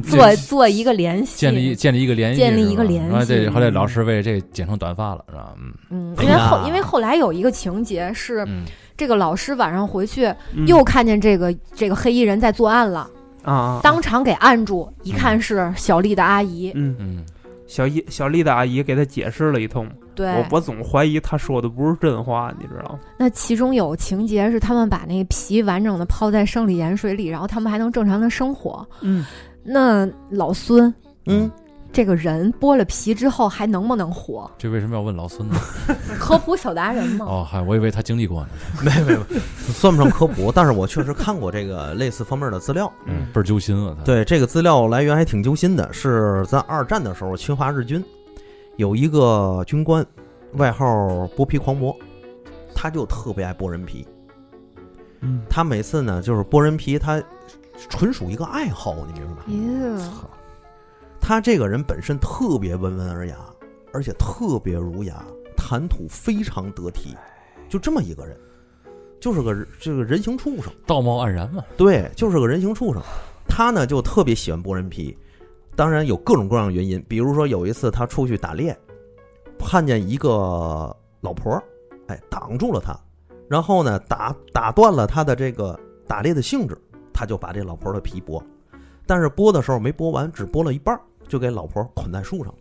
[SPEAKER 1] 这
[SPEAKER 2] 做做一个联系，
[SPEAKER 1] 建立建立一个联系，
[SPEAKER 2] 建立
[SPEAKER 1] 是
[SPEAKER 2] 一
[SPEAKER 1] 吧
[SPEAKER 2] 个联系
[SPEAKER 1] 然后这后来老师为这剪成短发了，是吧？嗯
[SPEAKER 2] 嗯，
[SPEAKER 3] 哎
[SPEAKER 2] 因为
[SPEAKER 3] 呀
[SPEAKER 2] 后因为后来有一个情节是
[SPEAKER 1] 嗯，
[SPEAKER 2] 这个老师晚上回去
[SPEAKER 4] 嗯
[SPEAKER 2] 又看见这个这个黑衣人在作案了，
[SPEAKER 4] 啊啊，
[SPEAKER 2] 当场给按住，一看是小丽的阿姨，
[SPEAKER 4] 嗯，
[SPEAKER 1] 嗯，
[SPEAKER 4] 小叶小丽的阿姨给他解释了一通，
[SPEAKER 2] 对
[SPEAKER 4] 我，我总怀疑他说的不是真话，你知道吗？
[SPEAKER 2] 那其中有情节是他们把那皮完整的泡在生理盐水里，然后他们还能正常的生活。
[SPEAKER 4] 嗯，
[SPEAKER 2] 那老孙
[SPEAKER 3] 嗯，
[SPEAKER 2] 这个人剥了皮之后还能不能活？
[SPEAKER 1] 这为什么要问老孙呢？
[SPEAKER 2] [laughs] 科普小达人嘛，
[SPEAKER 1] 哦，嗨，我以为他经历过呢，
[SPEAKER 3] 没没没， [laughs] 算不上科普，但是我确实看过这个类似方面的资料。
[SPEAKER 4] 嗯
[SPEAKER 1] 倍儿揪心啊，他。
[SPEAKER 3] 对这个资料来源还挺揪心的，是在二战的时候，侵华日军有一个军官，外号剥皮狂魔，他就特别爱剥人皮。
[SPEAKER 4] 嗯，
[SPEAKER 3] 他每次呢，就是剥人皮，他纯属一个爱好，你明白吗？
[SPEAKER 2] 耶，
[SPEAKER 1] 操，
[SPEAKER 3] 他这个人本身特别温文尔雅，而且特别儒雅，谈吐非常得体，就这么一个人，就是个这个人形畜生。
[SPEAKER 1] 道貌岸然嘛，
[SPEAKER 3] 对，就是个人形畜生。他呢就特别喜欢剥人皮，当然有各种各样的原因，比如说有一次他出去打猎，看见一个老婆儿，哎，挡住了他，然后呢打打断了他的这个打猎的兴致，他就把这老婆儿的皮剥，但是剥的时候没剥完，只剥了一半儿，就给老婆儿捆在树上了。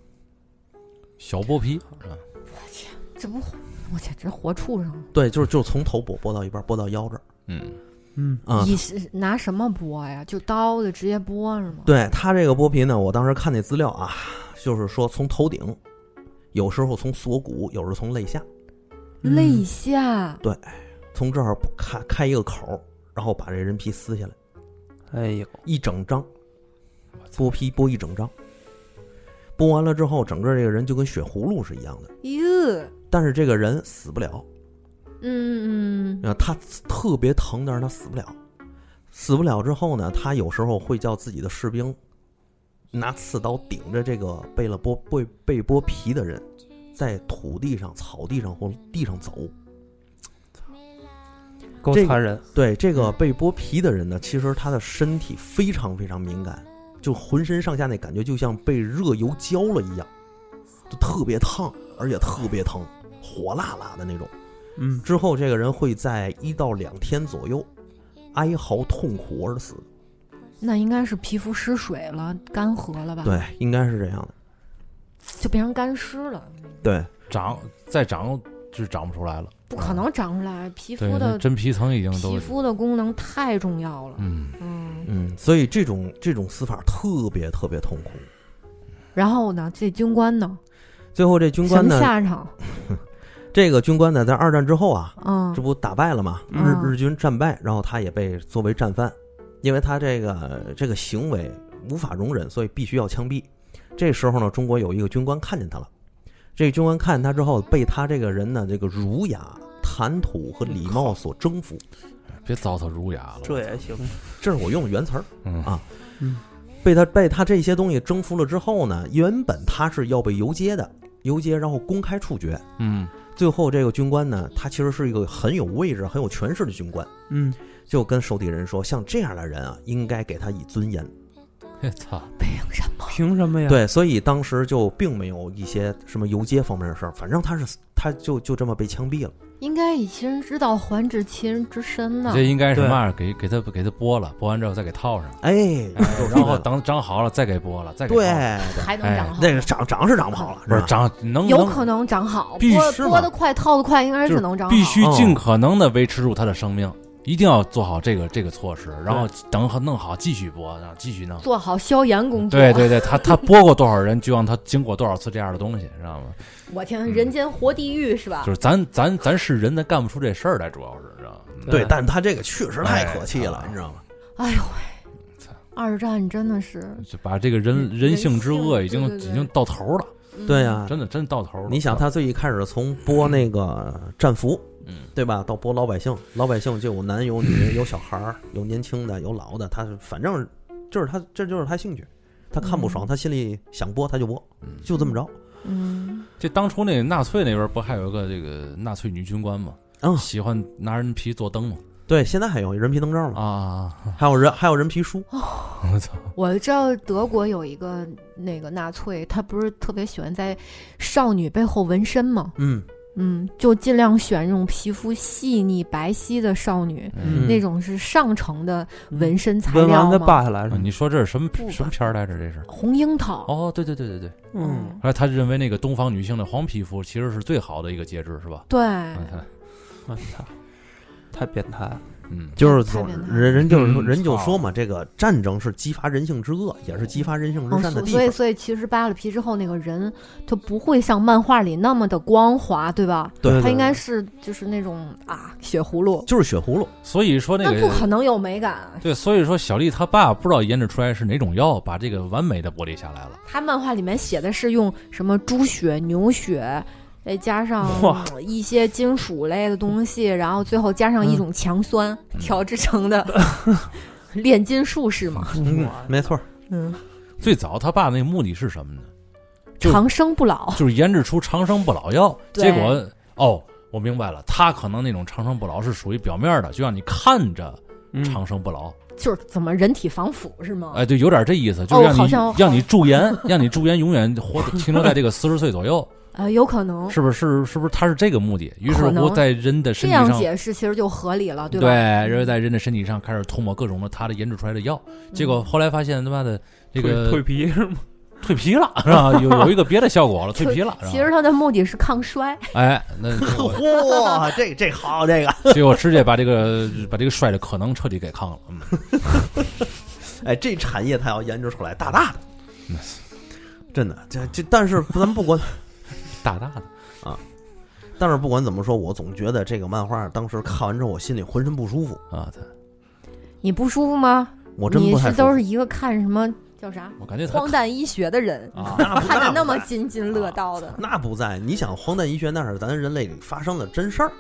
[SPEAKER 1] 小剥皮，是吧
[SPEAKER 2] 这不，我简直活畜生！
[SPEAKER 3] 对，就是就从头剥剥到一半儿，剥到腰这儿
[SPEAKER 1] 嗯，
[SPEAKER 4] 嗯，
[SPEAKER 3] 啊。
[SPEAKER 2] 你是拿什么剥呀？就刀子直接剥是吗？
[SPEAKER 3] 对他这个剥皮呢，我当时看那资料啊，就是说从头顶，有时候从锁骨，有时候从肋下，
[SPEAKER 4] 嗯
[SPEAKER 2] 肋下
[SPEAKER 3] 从这儿开开一个口儿，然后把这人皮撕下来
[SPEAKER 4] 哎呦，
[SPEAKER 3] 一整张，剥皮剥一整张，剥完了之后，整个这个人就跟血葫芦是一样的。
[SPEAKER 2] 哟，
[SPEAKER 3] 但是这个人死不了，
[SPEAKER 2] 嗯嗯，
[SPEAKER 3] 呃，他特别疼，但是他死不了。死不了之后呢，他有时候会叫自己的士兵拿刺刀顶着这个被了剥被被剥皮的人，在土地上、草地上或地上走。
[SPEAKER 4] 够
[SPEAKER 3] 这个
[SPEAKER 4] 残忍，
[SPEAKER 3] 对这个被剥皮的人呢，其实他的身体非常非常敏感，就浑身上下那感觉就像被热油浇了一样，就特别烫，而且特别疼，火辣辣的那种。
[SPEAKER 4] 嗯，
[SPEAKER 3] 之后，这个人会在一到两天左右哀嚎痛苦而死。
[SPEAKER 2] 那应该是皮肤失水了，干涸了吧？，
[SPEAKER 3] 对，应该是这样的。
[SPEAKER 2] 就变成干尸了，
[SPEAKER 3] 对，
[SPEAKER 1] 长再长就长不出来了，
[SPEAKER 2] 不可能长出来。皮
[SPEAKER 1] 嗯对
[SPEAKER 2] 肤，的
[SPEAKER 1] 那真皮层已经
[SPEAKER 2] 皮
[SPEAKER 1] 都，
[SPEAKER 2] 肤的功能太重要了。
[SPEAKER 1] 嗯，
[SPEAKER 2] 嗯，
[SPEAKER 3] 嗯，所以这种这种死法特别特别痛苦。
[SPEAKER 2] 然后呢，这军官呢，
[SPEAKER 3] 最后，这军
[SPEAKER 2] 什
[SPEAKER 3] 官
[SPEAKER 2] 么
[SPEAKER 3] 呢，
[SPEAKER 2] 下场？
[SPEAKER 3] 这个军官呢，在二战之后啊，
[SPEAKER 2] 嗯
[SPEAKER 3] 这，不打败了吗？
[SPEAKER 4] 嗯
[SPEAKER 3] 日日军战败，然后他也被作为战犯，因为他这个这个行为无法容忍，所以必须要枪毙。这时候呢，中国有一个军官看见他了，这个军官看见他之后，被他这个人呢这个儒雅、谈吐和礼貌所征服。
[SPEAKER 1] 别糟蹋儒雅了，
[SPEAKER 4] 这也行，
[SPEAKER 3] 这是我用的原词儿。
[SPEAKER 1] 嗯
[SPEAKER 3] 啊
[SPEAKER 4] 嗯
[SPEAKER 3] 被他被他这些东西征服了之后呢，原本他是要被游街的，游街然后公开处决。
[SPEAKER 1] 嗯，
[SPEAKER 3] 最后这个军官呢，他其实是一个很有位置、很有权势的军官。
[SPEAKER 4] 嗯，
[SPEAKER 3] 就跟手底人说，像这样的人啊，应该给他以尊严。
[SPEAKER 1] [laughs] 嘿操，
[SPEAKER 2] 凭什么？
[SPEAKER 4] 凭什么呀？，
[SPEAKER 3] 对，所以当时就并没有一些什么游街方面的事儿，反正他是他就就这么被枪毙了。
[SPEAKER 2] 应该以其人之道还治其人之身呢
[SPEAKER 1] 这。应该是
[SPEAKER 4] 对
[SPEAKER 1] 嘛儿？给给他给他剥了，剥完之后再给套上，
[SPEAKER 3] 哎，
[SPEAKER 1] 然后等长好了再给剥了，再给
[SPEAKER 3] 对
[SPEAKER 1] 套上，
[SPEAKER 2] 还能
[SPEAKER 1] 哎
[SPEAKER 2] 长好？
[SPEAKER 3] 那个长长是长不好了，
[SPEAKER 1] 不是
[SPEAKER 3] 吧
[SPEAKER 1] 长能
[SPEAKER 2] 有
[SPEAKER 1] 能
[SPEAKER 2] 可能长好，
[SPEAKER 1] 必
[SPEAKER 2] 剥
[SPEAKER 3] 是嘛
[SPEAKER 2] 剥的快，套的快，应该
[SPEAKER 1] 就是
[SPEAKER 2] 能长好。
[SPEAKER 1] 必须
[SPEAKER 3] 哦
[SPEAKER 1] 尽可能的维持住他的生命，一定要做好这个这个措施，然后等好弄好继续播，然后继续弄。
[SPEAKER 2] 做好消炎工作。
[SPEAKER 1] 对，对对，他他播过多少人，就让他经过多少次这样的东西，知道吗？
[SPEAKER 2] 我天，人间活地狱是吧
[SPEAKER 1] 就？是咱咱咱是人，咱干不出这事儿来，主要是知道吗？嗯
[SPEAKER 3] 对
[SPEAKER 4] 对，
[SPEAKER 3] 但是嗯他这个确实太可气了
[SPEAKER 1] 哎，
[SPEAKER 3] 你知道吗？
[SPEAKER 2] 哎呦喂
[SPEAKER 1] 操，
[SPEAKER 2] 二战真的是，
[SPEAKER 1] 就把这个人人性之恶已经
[SPEAKER 2] 人性对对对
[SPEAKER 1] 已经到头了，
[SPEAKER 2] 嗯
[SPEAKER 3] 对啊呀，
[SPEAKER 1] 真的真到头了。
[SPEAKER 3] 你想，他最一开始从播那个战俘，
[SPEAKER 1] 嗯，
[SPEAKER 3] 对吧？到播老百姓，老百姓就有男有女，有小孩儿，有年轻的，有老的，他是反正就是他，这就是他兴趣。他看不爽，他心里想播他就播，
[SPEAKER 1] 嗯
[SPEAKER 3] 就这么着。
[SPEAKER 2] 嗯，
[SPEAKER 1] 这当初那纳粹那边不还有一个这个纳粹女军官吗？
[SPEAKER 3] 嗯
[SPEAKER 1] 喜欢拿人皮做灯嘛？
[SPEAKER 3] 对，现在还有人皮灯罩嘛，
[SPEAKER 1] 啊，
[SPEAKER 3] 还有人还有人皮书，
[SPEAKER 2] 哦
[SPEAKER 1] 我操！
[SPEAKER 2] 我知道德国有一个那个纳粹，他不是特别喜欢在少女背后纹身吗？
[SPEAKER 3] 嗯，
[SPEAKER 2] 嗯，就尽量选那种皮肤细腻白皙的少女，
[SPEAKER 3] 嗯
[SPEAKER 2] 那种是上乘的纹身材
[SPEAKER 4] 闻
[SPEAKER 2] 料
[SPEAKER 4] 完再
[SPEAKER 2] 吗？
[SPEAKER 4] 扒下来是
[SPEAKER 1] 啊
[SPEAKER 4] 吗？嗯
[SPEAKER 1] 你说这是什么
[SPEAKER 2] 不吧
[SPEAKER 1] 什么片儿来着？这是
[SPEAKER 2] 红樱桃，
[SPEAKER 1] 哦，对对对对对。
[SPEAKER 4] 嗯，
[SPEAKER 1] 而他认为那个东方女性的黄皮肤其实是最好的一个介质，是吧？
[SPEAKER 2] 对，
[SPEAKER 4] 我操，太变态了。
[SPEAKER 1] 嗯，
[SPEAKER 3] 就是
[SPEAKER 2] 太
[SPEAKER 3] 总
[SPEAKER 2] 变态了
[SPEAKER 3] 人人就是说
[SPEAKER 1] 嗯
[SPEAKER 3] 人就
[SPEAKER 1] 操
[SPEAKER 3] 说嘛，这个战争是激发人性之恶，也是激发人性
[SPEAKER 2] 哦
[SPEAKER 3] 之善的
[SPEAKER 2] 所
[SPEAKER 3] 地
[SPEAKER 2] 所以
[SPEAKER 3] 方。
[SPEAKER 2] 所以其实扒了皮之后，那个人他不会像漫画里那么的光滑，对吧？
[SPEAKER 3] 对，
[SPEAKER 2] 他应该
[SPEAKER 4] 是
[SPEAKER 2] 是就是那种啊血葫芦，
[SPEAKER 3] 就是血葫芦，
[SPEAKER 1] 所以说那
[SPEAKER 2] 那不
[SPEAKER 1] 个
[SPEAKER 2] 可能有美感。啊
[SPEAKER 1] 对，所以说小丽她爸不知道研制出来是哪种药，把这个完美的剥离下来了。
[SPEAKER 2] 他漫画里面写的是用什么猪血、牛血，再加上
[SPEAKER 4] 哇
[SPEAKER 2] 一些金属类的东西，然后最后加上一种强酸、调制成的炼金术士嘛。
[SPEAKER 3] 嗯，没错儿，
[SPEAKER 2] 嗯，
[SPEAKER 1] 最早他爸那目的是什么呢？就
[SPEAKER 2] 长生不老。
[SPEAKER 1] 就是研制出长生不老药。
[SPEAKER 2] 对
[SPEAKER 1] 结果哦，我明白了，他可能那种长生不老是属于表面的，就让你看着
[SPEAKER 2] 嗯
[SPEAKER 4] 嗯
[SPEAKER 1] 长生不老。
[SPEAKER 2] 就是怎么人体防腐是吗？
[SPEAKER 1] 哎，对，有点这意思，就是让
[SPEAKER 2] 哦好
[SPEAKER 1] 你、
[SPEAKER 2] 像
[SPEAKER 1] 让你驻颜，让你驻颜永远活停留在这个四十岁左
[SPEAKER 2] [laughs]
[SPEAKER 1] 右，
[SPEAKER 2] 呃，有可能
[SPEAKER 1] 是不是？是不是他是这个目的？于是
[SPEAKER 2] 可能
[SPEAKER 1] 乎，在人的
[SPEAKER 2] 这
[SPEAKER 1] 身体
[SPEAKER 2] 样
[SPEAKER 1] 上。
[SPEAKER 2] 解释其实就合理了，
[SPEAKER 1] 对，
[SPEAKER 2] 吧？
[SPEAKER 1] 然后在人的身体上开始涂抹各种的他的研制出来的药，
[SPEAKER 2] 嗯
[SPEAKER 1] 结果后来发现他妈的这个
[SPEAKER 4] 蜕皮是吗？
[SPEAKER 1] 蜕皮了， [laughs] 是吧？有有一个别的效果了，
[SPEAKER 2] 蜕
[SPEAKER 1] 蜕皮了。是吧
[SPEAKER 2] 其实它的目的是抗衰，
[SPEAKER 1] 哎，那结
[SPEAKER 2] [laughs]
[SPEAKER 1] 果
[SPEAKER 3] 嚯，这这好，这个，
[SPEAKER 1] 结果直接把这个把这个衰的可能彻底给抗了。嗯，
[SPEAKER 3] 哎，这产业它要研制出来，大大的，真的，这这，但是咱不管，
[SPEAKER 1] 大大的，
[SPEAKER 3] 但是不管怎么说，我总觉得这个漫画当时看完之后，我心里浑身不舒服，
[SPEAKER 1] [laughs] 啊，他
[SPEAKER 2] 你不舒服吗？
[SPEAKER 3] 我真不
[SPEAKER 2] 你
[SPEAKER 3] 太
[SPEAKER 2] 是
[SPEAKER 3] 舒
[SPEAKER 2] 都是
[SPEAKER 3] 服。
[SPEAKER 2] 一个看什么叫啥
[SPEAKER 1] 我感觉他
[SPEAKER 2] 荒诞医学的人，
[SPEAKER 1] 啊，
[SPEAKER 3] 那
[SPEAKER 2] [laughs]
[SPEAKER 3] 不
[SPEAKER 2] 看的那么
[SPEAKER 3] 不在
[SPEAKER 2] 津津乐道的。
[SPEAKER 3] 那不在，你想荒诞医学那是咱人类里发生的真事儿，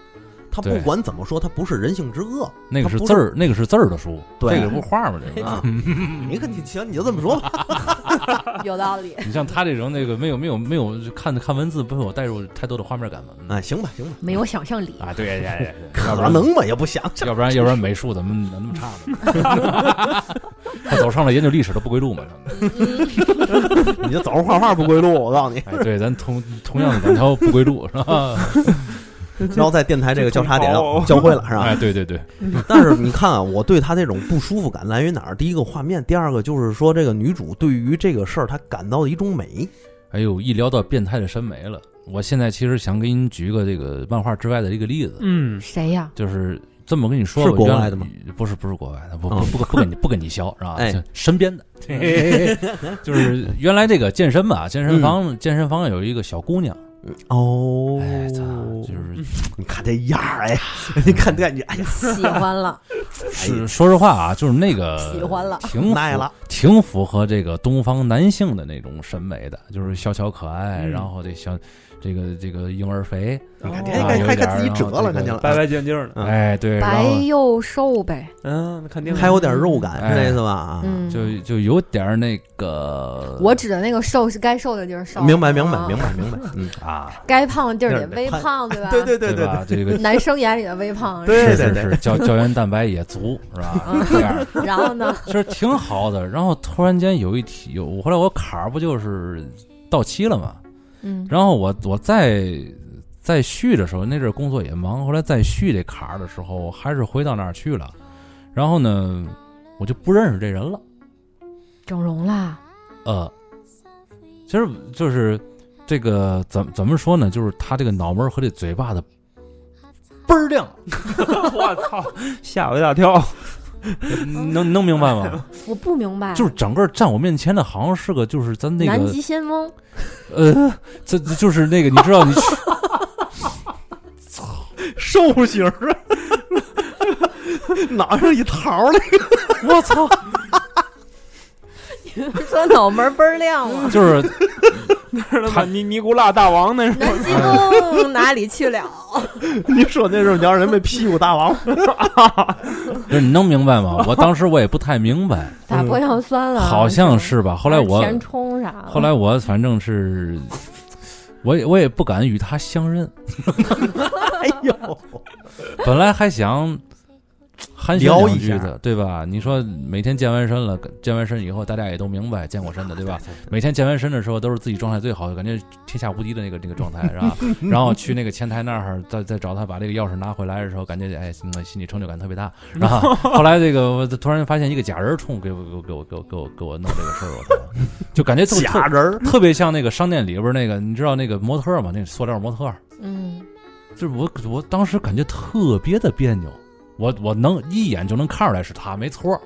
[SPEAKER 3] 它不
[SPEAKER 1] 对
[SPEAKER 3] 管怎么说，它不是人性
[SPEAKER 1] [laughs]
[SPEAKER 3] 之恶，
[SPEAKER 1] 那个
[SPEAKER 3] 它
[SPEAKER 1] 是
[SPEAKER 3] 不
[SPEAKER 1] 字儿，那个是字儿的书，
[SPEAKER 3] 对
[SPEAKER 1] 这个不是画吗？这
[SPEAKER 2] [laughs]
[SPEAKER 1] 个
[SPEAKER 3] 啊，你看你行，你就这么
[SPEAKER 1] [laughs]
[SPEAKER 3] 说吧，
[SPEAKER 2] 有道理。
[SPEAKER 1] 你像他这种那个没有没有没有看看文字不会有带入太多的画面感嘛？嗯
[SPEAKER 3] 哎，行吧，行吧，
[SPEAKER 2] 没有想象力，
[SPEAKER 1] 啊，对对对 [laughs] 对， [laughs] 要不
[SPEAKER 3] 可
[SPEAKER 1] 然
[SPEAKER 3] 能吧，也不想， [laughs]
[SPEAKER 1] 要不然要不然美术怎么那么差呢？ [laughs] 他走上了研究历史的不归路嘛？
[SPEAKER 3] 你就走着画画不归路，我告
[SPEAKER 1] [laughs]
[SPEAKER 3] 诉你。
[SPEAKER 1] 哎，对，咱同同样的两条不归路是吧？
[SPEAKER 3] 然后在电台这个交叉点
[SPEAKER 1] [laughs]
[SPEAKER 4] 这同胞
[SPEAKER 3] 交汇了， [laughs] 是吧？啊
[SPEAKER 1] 哎，对对对，
[SPEAKER 3] [laughs] 但是你看啊，我对他这种不舒服感来源于哪儿？第一个画面，第二个就是说这个女主对于这个事儿她感到的一
[SPEAKER 1] [laughs]
[SPEAKER 3] 种美。
[SPEAKER 1] 哎呦，一聊到变态的审美了，我现在其实想给你举一个这个漫画之外的一个例子，
[SPEAKER 4] [laughs] 嗯，
[SPEAKER 2] 谁呀？
[SPEAKER 1] 就是这么跟你说吧，
[SPEAKER 3] 是国
[SPEAKER 1] 原来
[SPEAKER 3] 外的吗？
[SPEAKER 1] 不是，不是国外的，不
[SPEAKER 3] 嗯
[SPEAKER 1] 不不不跟你不跟你削是吧？
[SPEAKER 3] 哎
[SPEAKER 1] 就身边的，
[SPEAKER 3] [laughs]
[SPEAKER 1] 就是原来这个健身吧，健身房、健身房有一个小姑娘，
[SPEAKER 3] 嗯哦嗯
[SPEAKER 1] 哎操，就是
[SPEAKER 3] 你看这样儿，哎呀，你看这你哎呀，
[SPEAKER 2] 喜欢了，
[SPEAKER 1] 是说实话啊，就是那个
[SPEAKER 2] 喜欢了
[SPEAKER 1] 挺符
[SPEAKER 3] 耐了，
[SPEAKER 1] 挺符合这个东方男性的那种审美的，就是小巧可爱，
[SPEAKER 4] 嗯
[SPEAKER 1] 然后这小这个这个婴儿肥，
[SPEAKER 3] 你看
[SPEAKER 4] 哦
[SPEAKER 3] 这
[SPEAKER 1] 啊
[SPEAKER 3] 还
[SPEAKER 1] 有
[SPEAKER 3] 还
[SPEAKER 1] 点儿
[SPEAKER 3] 看自己折
[SPEAKER 1] 然后
[SPEAKER 3] 了，看
[SPEAKER 1] 这
[SPEAKER 3] 见
[SPEAKER 1] 个
[SPEAKER 3] 了，
[SPEAKER 4] 白白净净的，
[SPEAKER 3] 嗯
[SPEAKER 1] 哎， [laughs] 对，然
[SPEAKER 2] 白
[SPEAKER 1] 后
[SPEAKER 2] 又瘦呗，
[SPEAKER 4] 嗯，那肯定的
[SPEAKER 3] 还有点肉感，
[SPEAKER 1] 哎
[SPEAKER 3] 是这意思吧？啊，
[SPEAKER 2] 嗯，
[SPEAKER 1] 就就有点儿那个
[SPEAKER 2] 我指的那个瘦是该瘦的地儿瘦，
[SPEAKER 3] 明白明白
[SPEAKER 2] 啊
[SPEAKER 3] 明白明白，嗯，
[SPEAKER 1] 啊，
[SPEAKER 2] 该胖的地儿也
[SPEAKER 3] 那儿得
[SPEAKER 2] 微
[SPEAKER 3] 胖
[SPEAKER 2] 胖，哦对吧？
[SPEAKER 3] 对 [laughs] 对对
[SPEAKER 1] [laughs] 对
[SPEAKER 3] 对，
[SPEAKER 1] 吧？这个
[SPEAKER 2] 男生眼里的微胖，
[SPEAKER 3] 对
[SPEAKER 1] 是是是，胶胶原蛋白也足，是吧
[SPEAKER 2] 嗯？
[SPEAKER 1] 这样
[SPEAKER 2] 然
[SPEAKER 1] [laughs]
[SPEAKER 2] 后呢？
[SPEAKER 1] 其实挺好的。然后突然间有一天，有我后来我卡儿不就是到期了嘛？
[SPEAKER 2] 嗯，
[SPEAKER 1] 然后我我再再续的时候，那阵儿工作也忙，后来再续这卡儿的时候，我还是回到那儿去了。然后呢，我就不认识这人了。
[SPEAKER 2] 整容啦，
[SPEAKER 1] 呃，其实就是这个怎怎么说呢？就是他这个脑门儿和这嘴巴子
[SPEAKER 5] 倍儿亮。
[SPEAKER 4] [laughs] 我操，吓我一大跳。
[SPEAKER 1] 能能明白吗？
[SPEAKER 2] 我不明白，
[SPEAKER 1] 就是整个站我面前的，好像是个就是咱那
[SPEAKER 2] 南
[SPEAKER 1] 个
[SPEAKER 2] 极仙翁， [laughs]
[SPEAKER 1] 呃，这这就是那个你知道你去
[SPEAKER 5] 兽形儿，
[SPEAKER 3] 啊 [laughs] 脑上一桃来，
[SPEAKER 1] 我操，
[SPEAKER 2] 说脑门倍儿亮了。
[SPEAKER 1] 就是
[SPEAKER 4] 他尼尼古拉大王那是
[SPEAKER 2] 南极
[SPEAKER 1] [laughs]
[SPEAKER 2] 宫哪里去了？
[SPEAKER 3] 你说那时候你要让人被屁股大王，
[SPEAKER 1] 就是你能明白吗？我当时我也不太明白，
[SPEAKER 2] 打玻尿酸了，
[SPEAKER 1] 嗯
[SPEAKER 2] 嗯
[SPEAKER 1] 好像 [laughs] 是吧？后来我
[SPEAKER 2] 填充啥的？
[SPEAKER 1] 后来我反正是，我也我也不敢与他相 [laughs] 认。
[SPEAKER 3] 哎呦，
[SPEAKER 1] 本来还想寒暄
[SPEAKER 3] 聊
[SPEAKER 1] 两
[SPEAKER 3] 一
[SPEAKER 1] 句
[SPEAKER 3] 下
[SPEAKER 1] 的，对吧？你说每天健完身了，健完身以后大家也都明白健过身的，啊对吧？每天健完身的时候都是自己状态最好，感觉天下无敌的那个那个状态，是 [laughs] 吧？然后去那个前台那儿再再找他把这个钥匙拿回来的时候，感觉哎心心里成就感特别大。 [laughs] 然后后来这个我突然发现一个假人冲给我给我给我给我给我弄这个事儿，我操！就感觉特别特
[SPEAKER 3] 假人儿，
[SPEAKER 1] 特别像那个商店里边那个，你知道那个模特吗？那塑料模特儿，
[SPEAKER 2] 嗯，
[SPEAKER 1] 就是我我当时感觉特别的别扭，我我能一眼就能看出来是他，没错儿。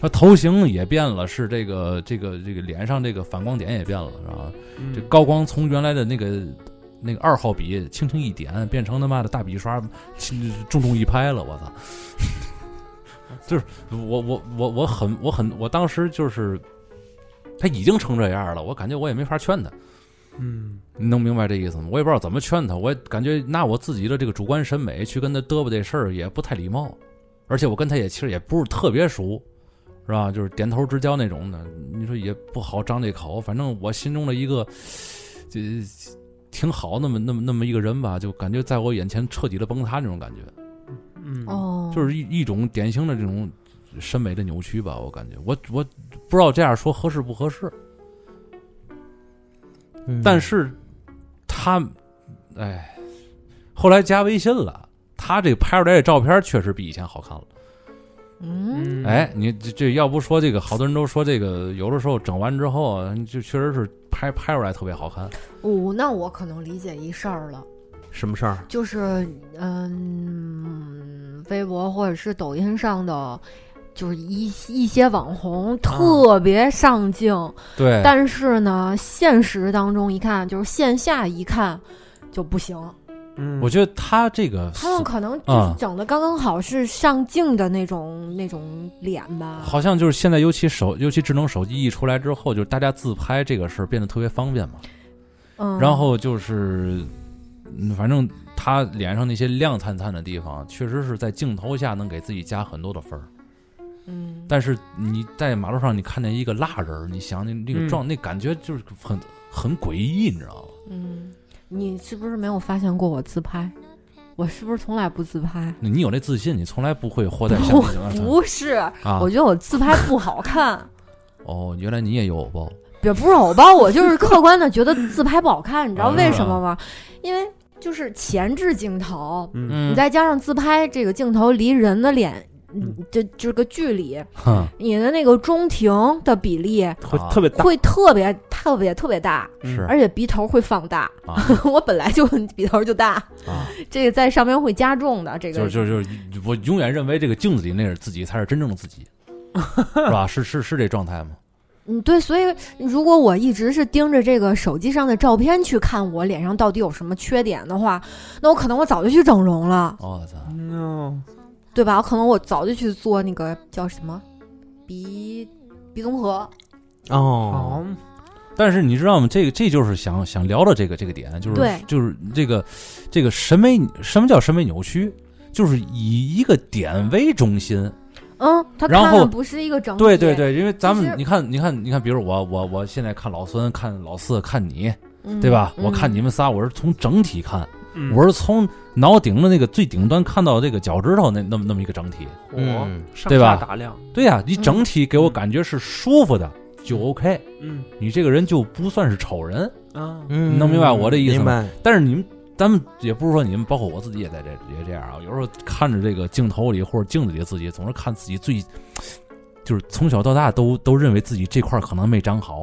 [SPEAKER 1] 他头型也变了，是这个这个这个脸上这个反光点也变了，是吧？
[SPEAKER 4] 嗯
[SPEAKER 1] 这高光从原来的那个那个二号笔轻轻一点，变成他妈的大笔刷，轻重重一拍了，我操！就是我我我我很我很我当时就是他已经成这样了，我感觉我也没法劝他。
[SPEAKER 4] 嗯，
[SPEAKER 1] 你能明白这意思吗？我也不知道怎么劝他，我也感觉拿我自己的这个主观审美去跟他嘚啵这事儿也不太礼貌，而且我跟他也其实也不是特别熟，是吧？就是点头之交那种的，你说也不好张这口。反正我心中的一个，这挺好那么那么那么一个人吧，就感觉在我眼前彻底的崩塌那种感觉，
[SPEAKER 4] 嗯，
[SPEAKER 2] 哦，
[SPEAKER 1] 就是一一种典型的这种审美的扭曲吧，我感觉我我不知道这样说合适不合适。
[SPEAKER 4] 嗯
[SPEAKER 1] 但是他，哎，后来加微信了，他这拍出来的照片确实比以前好看了。
[SPEAKER 2] 嗯，
[SPEAKER 1] 哎，你这这要不说这个，好多人都说这个，有的时候整完之后啊，就确实是拍拍出来特别好看。
[SPEAKER 2] 哦，那我可能理解一事儿了，
[SPEAKER 3] 什么事
[SPEAKER 1] 啊
[SPEAKER 3] 儿？
[SPEAKER 2] 就是嗯，微博或者是抖音上的。就是一一些网红特别上镜，
[SPEAKER 1] 啊对，
[SPEAKER 2] 但是呢，现实当中一看，就是线下一看就不行。
[SPEAKER 4] 嗯，
[SPEAKER 1] 我觉得他这个
[SPEAKER 2] 他们可能就是
[SPEAKER 1] 啊
[SPEAKER 2] 整的刚刚好是上镜的那种、那种脸吧。
[SPEAKER 1] 好像就是现在，尤其手，尤其智能手机一出来之后，就是大家自拍这个事儿变得特别方便嘛。
[SPEAKER 2] 嗯，
[SPEAKER 1] 然后就是，嗯反正他脸上那些亮灿灿的地方，确实是在镜头下能给自己加很多的分儿。
[SPEAKER 2] 嗯，
[SPEAKER 1] 但是你在马路上你看见一个蜡人儿，你想那那个
[SPEAKER 4] 嗯
[SPEAKER 1] 状、那感觉就是很很诡异，你知道吗？
[SPEAKER 2] 嗯，你是不是没有发现过我自拍？我是不是从来不自拍？
[SPEAKER 1] 你有那自信，你从来不会活在相
[SPEAKER 2] 不
[SPEAKER 1] 机前面
[SPEAKER 2] 不是，
[SPEAKER 1] 啊
[SPEAKER 2] 我！觉得我自拍不好
[SPEAKER 1] [laughs]
[SPEAKER 2] 看，
[SPEAKER 1] 哦，原来你也有偶包，
[SPEAKER 2] 也不是偶包，我就是客观的觉得自拍不好看，你知道
[SPEAKER 1] 啊
[SPEAKER 2] 为什么吗？因为就是前置镜头，
[SPEAKER 4] 嗯，
[SPEAKER 2] 你再加上自拍这个镜头离人的脸
[SPEAKER 4] 嗯
[SPEAKER 2] 这这个距离，
[SPEAKER 1] 哼
[SPEAKER 2] 你的那个中庭的比例
[SPEAKER 4] 会
[SPEAKER 1] 啊
[SPEAKER 4] 特别大，
[SPEAKER 2] 会特别特别特别大，
[SPEAKER 4] 嗯
[SPEAKER 1] 是
[SPEAKER 2] 而且鼻头会放大。
[SPEAKER 1] 啊
[SPEAKER 2] [laughs] 我本来就鼻头就大，
[SPEAKER 1] 啊，
[SPEAKER 2] [laughs] 这个在上面会加重的。这个
[SPEAKER 1] 就是就是就是，我永远认为这个镜子里那是自己才是真正的自
[SPEAKER 2] [laughs]
[SPEAKER 1] 己，是吧？是是是这状态吗？
[SPEAKER 2] 嗯，对，所以如果我一直是盯着这个手机上的照片去看我脸上到底有什么缺点的话，那我可能我早就去整容了，
[SPEAKER 1] 我操！
[SPEAKER 4] 嗯哦
[SPEAKER 2] 对吧？我可能我早就去做那个叫什么鼻鼻综合。
[SPEAKER 3] 哦，
[SPEAKER 4] 好，
[SPEAKER 1] 但是你知道吗？这个这就是想想聊的这个这个点，就是
[SPEAKER 2] 对
[SPEAKER 1] 就是这个这个审美，什么叫审美扭曲？就是以一个点为中心，
[SPEAKER 2] 嗯，他
[SPEAKER 1] 然
[SPEAKER 2] 看的
[SPEAKER 1] 后
[SPEAKER 2] 不是一个整体。
[SPEAKER 1] 对对，对，因为咱
[SPEAKER 2] 其实
[SPEAKER 1] 们你看，你看，你看，比如我，我，我现在看老孙，看老四，看你，
[SPEAKER 2] 嗯、
[SPEAKER 1] 对吧？我看
[SPEAKER 2] 嗯
[SPEAKER 1] 你们仨，我是从整体看，
[SPEAKER 4] 嗯
[SPEAKER 1] 我是从脑顶的那个最顶端看到这个脚趾头那那么那么一个整体。
[SPEAKER 4] 我
[SPEAKER 3] 嗯
[SPEAKER 4] 上
[SPEAKER 1] 对吧
[SPEAKER 4] 下打量，
[SPEAKER 1] 对呀、你整体给我
[SPEAKER 4] 嗯
[SPEAKER 1] 感觉是舒服的，就 OK，
[SPEAKER 4] 嗯
[SPEAKER 1] 你这个人就不算是丑人。
[SPEAKER 4] 啊，
[SPEAKER 3] 嗯
[SPEAKER 1] 你能明白我的意思
[SPEAKER 3] 明
[SPEAKER 1] 吗
[SPEAKER 3] 白，
[SPEAKER 1] 但是你们，咱们也不是说你们，包括我自己也在这也这样啊。有时候看着这个镜头里或者镜子里的自己，总是看自己最，就是从小到大都都认为自己这块儿可能没长好，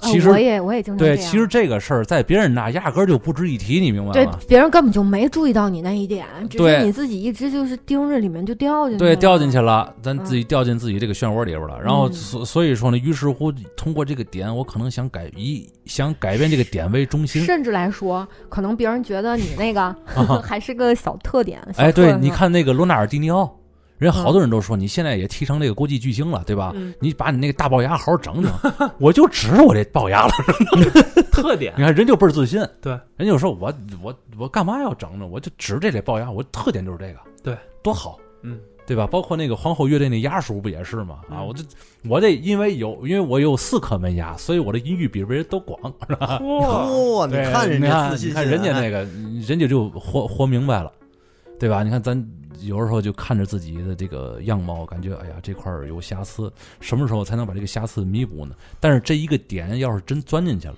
[SPEAKER 2] 呃
[SPEAKER 1] 其实
[SPEAKER 2] 我也我也经常
[SPEAKER 1] 对，
[SPEAKER 2] 这样
[SPEAKER 1] 其实这个事儿在别人那压根儿就不值一提，你明白
[SPEAKER 2] 对
[SPEAKER 1] 吗？
[SPEAKER 2] 别人根本就没注意到你那一点，只是
[SPEAKER 1] 对
[SPEAKER 2] 你自己一直就是盯着里面就掉进去了，
[SPEAKER 1] 对，掉进去了，咱自己掉进自己这个漩涡里边了。然后
[SPEAKER 2] 嗯
[SPEAKER 1] 所所以说呢，于是乎通过这个点，我可能想改以想改变这个点为中心。
[SPEAKER 2] 甚至来说，可能别人觉得你那个 [laughs] 还是个小特点。小
[SPEAKER 1] 啊哎，对
[SPEAKER 2] 特，色
[SPEAKER 1] 你，看那个罗纳尔迪尼奥，人家好
[SPEAKER 2] 嗯
[SPEAKER 1] 多人都说你现在也踢成这个国际巨星了，对吧？
[SPEAKER 4] 嗯
[SPEAKER 1] 你把你那个大龅牙好好整整，我就指着我这龅牙了。
[SPEAKER 4] 特点
[SPEAKER 1] 你看人就倍儿自信，
[SPEAKER 4] 对，
[SPEAKER 1] 人就说我我我干嘛要整呢？我就指这这龅牙，我特点就是这个，
[SPEAKER 4] 对，
[SPEAKER 1] 多好，
[SPEAKER 4] 嗯，
[SPEAKER 1] 对吧？包括那个皇后乐队那牙叔不也是吗？啊，
[SPEAKER 4] 嗯
[SPEAKER 1] 我这我这因为有因为我有四颗门牙，所以我的音域比别人都广，是
[SPEAKER 4] [laughs]
[SPEAKER 1] 吧？
[SPEAKER 4] 嗯啊哇，
[SPEAKER 3] 哇，你
[SPEAKER 1] 对
[SPEAKER 3] 看人
[SPEAKER 1] 你
[SPEAKER 3] 家
[SPEAKER 1] 看
[SPEAKER 3] 哎自信
[SPEAKER 1] 你
[SPEAKER 3] 心，
[SPEAKER 1] 看人家
[SPEAKER 3] 哎
[SPEAKER 1] 那个，人家就活活明白了，对吧？你看咱有时候就看着自己的这个样貌，感觉哎呀这块儿有瑕疵，什么时候才能把这个瑕疵弥补呢？但是这一个点要是真钻进去了，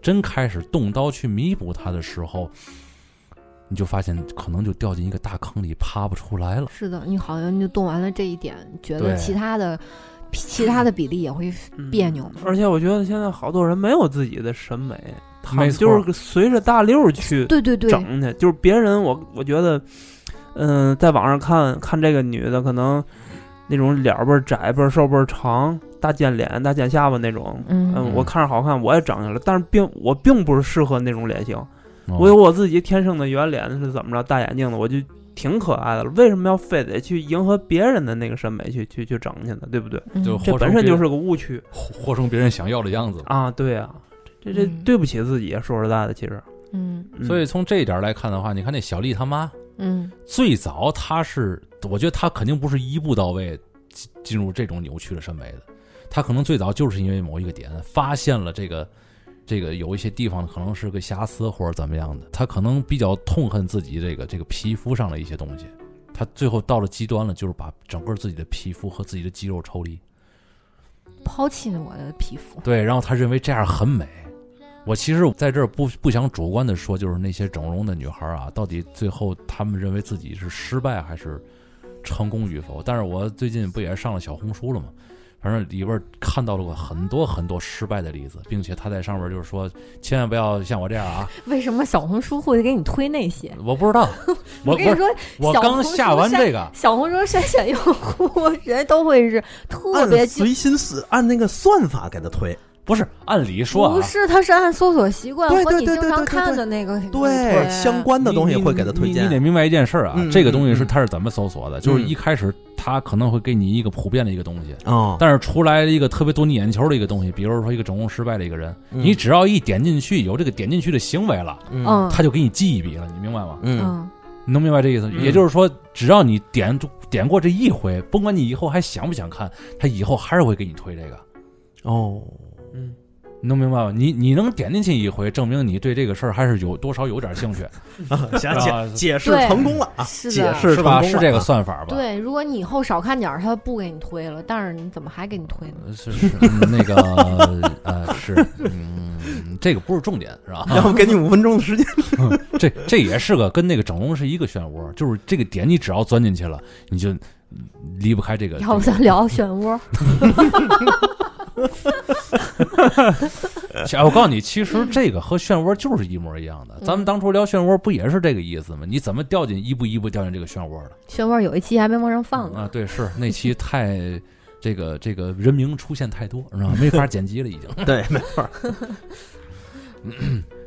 [SPEAKER 1] 真开始动刀去弥补它的时候，你就发现可能就掉进一个大坑里，爬不出来了。
[SPEAKER 2] 是的，你好像就动完了这一点，觉得
[SPEAKER 1] 对
[SPEAKER 2] 其他的其他的比例也会
[SPEAKER 4] 嗯
[SPEAKER 2] 别扭嘛。
[SPEAKER 4] 而且我觉得现在好多人没有自己的审美，他
[SPEAKER 1] 没
[SPEAKER 4] 们
[SPEAKER 1] 错
[SPEAKER 4] 就是随着大溜儿去
[SPEAKER 2] 对对对，
[SPEAKER 4] 整去，就是别人我我觉得，嗯、在网上看看这个女的，可能那种脸儿倍儿窄、倍儿瘦、倍儿长、大尖脸、大尖下巴那种。
[SPEAKER 2] 嗯
[SPEAKER 4] 嗯，我看着好看，我也整去了，但是并我并不是适合那种脸型。
[SPEAKER 1] 哦
[SPEAKER 4] 我有我自己天生的圆脸是怎么着，大眼睛的，我就挺可爱的了。为什么要非得去迎合别人的那个审美去去去整去呢？对不对？
[SPEAKER 2] 嗯
[SPEAKER 1] 就
[SPEAKER 4] 这
[SPEAKER 1] 活成
[SPEAKER 4] 本身
[SPEAKER 1] 别
[SPEAKER 4] 就
[SPEAKER 1] 人
[SPEAKER 4] 是个误区
[SPEAKER 1] 活成别人想要的样子了。
[SPEAKER 4] 啊！对啊，这这
[SPEAKER 2] 嗯
[SPEAKER 4] 对不起自己啊，说实在的，其实。
[SPEAKER 2] 嗯
[SPEAKER 4] 嗯
[SPEAKER 1] 所以从这一点来看的话，你看那小丽她妈，
[SPEAKER 2] 嗯
[SPEAKER 1] 最早他是，我觉得他肯定不是一步到位进进入这种扭曲的审美的，他可能最早就是因为某一个点发现了这个这个有一些地方可能是个瑕疵或者怎么样的，他可能比较痛恨自己这个这个皮肤上的一些东西，他最后到了极端了，就是把整个自己的皮肤和自己的肌肉抽离，
[SPEAKER 2] 抛弃我的皮肤，
[SPEAKER 1] 对，然后他认为这样很美。我其实在这儿不不想主观的说，就是那些整容的女孩啊，到底最后她们认为自己是失败还是成功与否？但是我最近不也上了小红书了吗？反正里边儿看到了我很多很多失败的例子，并且她在上面就是说，千万不要像我这样啊！
[SPEAKER 4] 嗯
[SPEAKER 2] 为什么小红书会给你推那些？
[SPEAKER 1] 我不知道，
[SPEAKER 2] [laughs]
[SPEAKER 1] 我
[SPEAKER 2] 跟你说，
[SPEAKER 1] 我我
[SPEAKER 2] 小红
[SPEAKER 1] 刚
[SPEAKER 2] 书
[SPEAKER 1] 下完
[SPEAKER 2] 上
[SPEAKER 1] 这个，
[SPEAKER 2] 小红书筛选用户，人都会是特别
[SPEAKER 3] 按
[SPEAKER 2] 精
[SPEAKER 3] 随心思，按那个算法给他推，
[SPEAKER 1] 不是按理说啊，
[SPEAKER 2] 不是，它是按搜索习惯
[SPEAKER 3] 对
[SPEAKER 2] 和
[SPEAKER 3] 对
[SPEAKER 2] 你
[SPEAKER 3] 对
[SPEAKER 2] 经
[SPEAKER 3] 对
[SPEAKER 2] 常
[SPEAKER 3] 对对
[SPEAKER 2] 看
[SPEAKER 3] 对
[SPEAKER 2] 的那个给你
[SPEAKER 3] 对
[SPEAKER 2] 推
[SPEAKER 3] 相关的东西会给他推
[SPEAKER 1] 你你你
[SPEAKER 3] 荐
[SPEAKER 1] 得。明白一件事儿啊，
[SPEAKER 3] 嗯
[SPEAKER 1] 这个东西是
[SPEAKER 3] 嗯嗯
[SPEAKER 1] 它是怎么搜索的？就是一开始它可能会给你一个普遍的一个东西，
[SPEAKER 3] 哦，
[SPEAKER 1] 但是出来一个特别夺你眼球的一个东西，比如说一个整容失败的一个人，
[SPEAKER 3] 嗯
[SPEAKER 1] 你只要一点进去，有这个点进去的行为了，
[SPEAKER 2] 嗯
[SPEAKER 1] 他就给你记一笔了，你明白吗？
[SPEAKER 3] 嗯
[SPEAKER 2] 嗯
[SPEAKER 1] 你能明白这意思？
[SPEAKER 4] 嗯
[SPEAKER 1] 也就是说，只要你点点过这一回，甭管你以后还想不想看，他以后还是会给你推这个。
[SPEAKER 3] 哦，
[SPEAKER 4] 嗯，
[SPEAKER 1] 你能明白吗？你你能点进去一回，证明你对这个事儿还是有多少有点兴趣，
[SPEAKER 3] 想
[SPEAKER 1] 啊
[SPEAKER 3] 解解释
[SPEAKER 2] 对
[SPEAKER 3] 成功了啊，
[SPEAKER 2] 是的
[SPEAKER 3] 解释
[SPEAKER 1] 是
[SPEAKER 3] 成
[SPEAKER 1] 吧？
[SPEAKER 3] 功了
[SPEAKER 1] 是这个
[SPEAKER 3] 啊
[SPEAKER 1] 算法吧？
[SPEAKER 2] 对，如果你以后少看点儿，他不给你推了，但是你怎么还给你推呢？
[SPEAKER 1] 呃是是嗯那个 [laughs] 呃是嗯，这个不是重点是吧？ [laughs]
[SPEAKER 3] 然后给你五分钟的时间。
[SPEAKER 1] 这这也是个跟那个整容是一个漩涡，就是这个点你只要钻进去了，你就嗯离不开这个。
[SPEAKER 2] 要不
[SPEAKER 1] 呃这
[SPEAKER 2] 咱聊漩涡？
[SPEAKER 1] 个其实我告诉你，其实这个和漩涡就是一模一样的。
[SPEAKER 2] 嗯
[SPEAKER 1] 咱们当初聊漩涡不也是这个意思吗？你怎么掉进一步一步掉进这个漩涡的？
[SPEAKER 2] 漩涡有一期还没往上放呢。 [laughs]
[SPEAKER 1] 啊，对，是那期太这个这个人名出现太多，是吧？没法剪辑了已
[SPEAKER 3] [laughs]
[SPEAKER 1] 经。
[SPEAKER 3] 对，没错儿。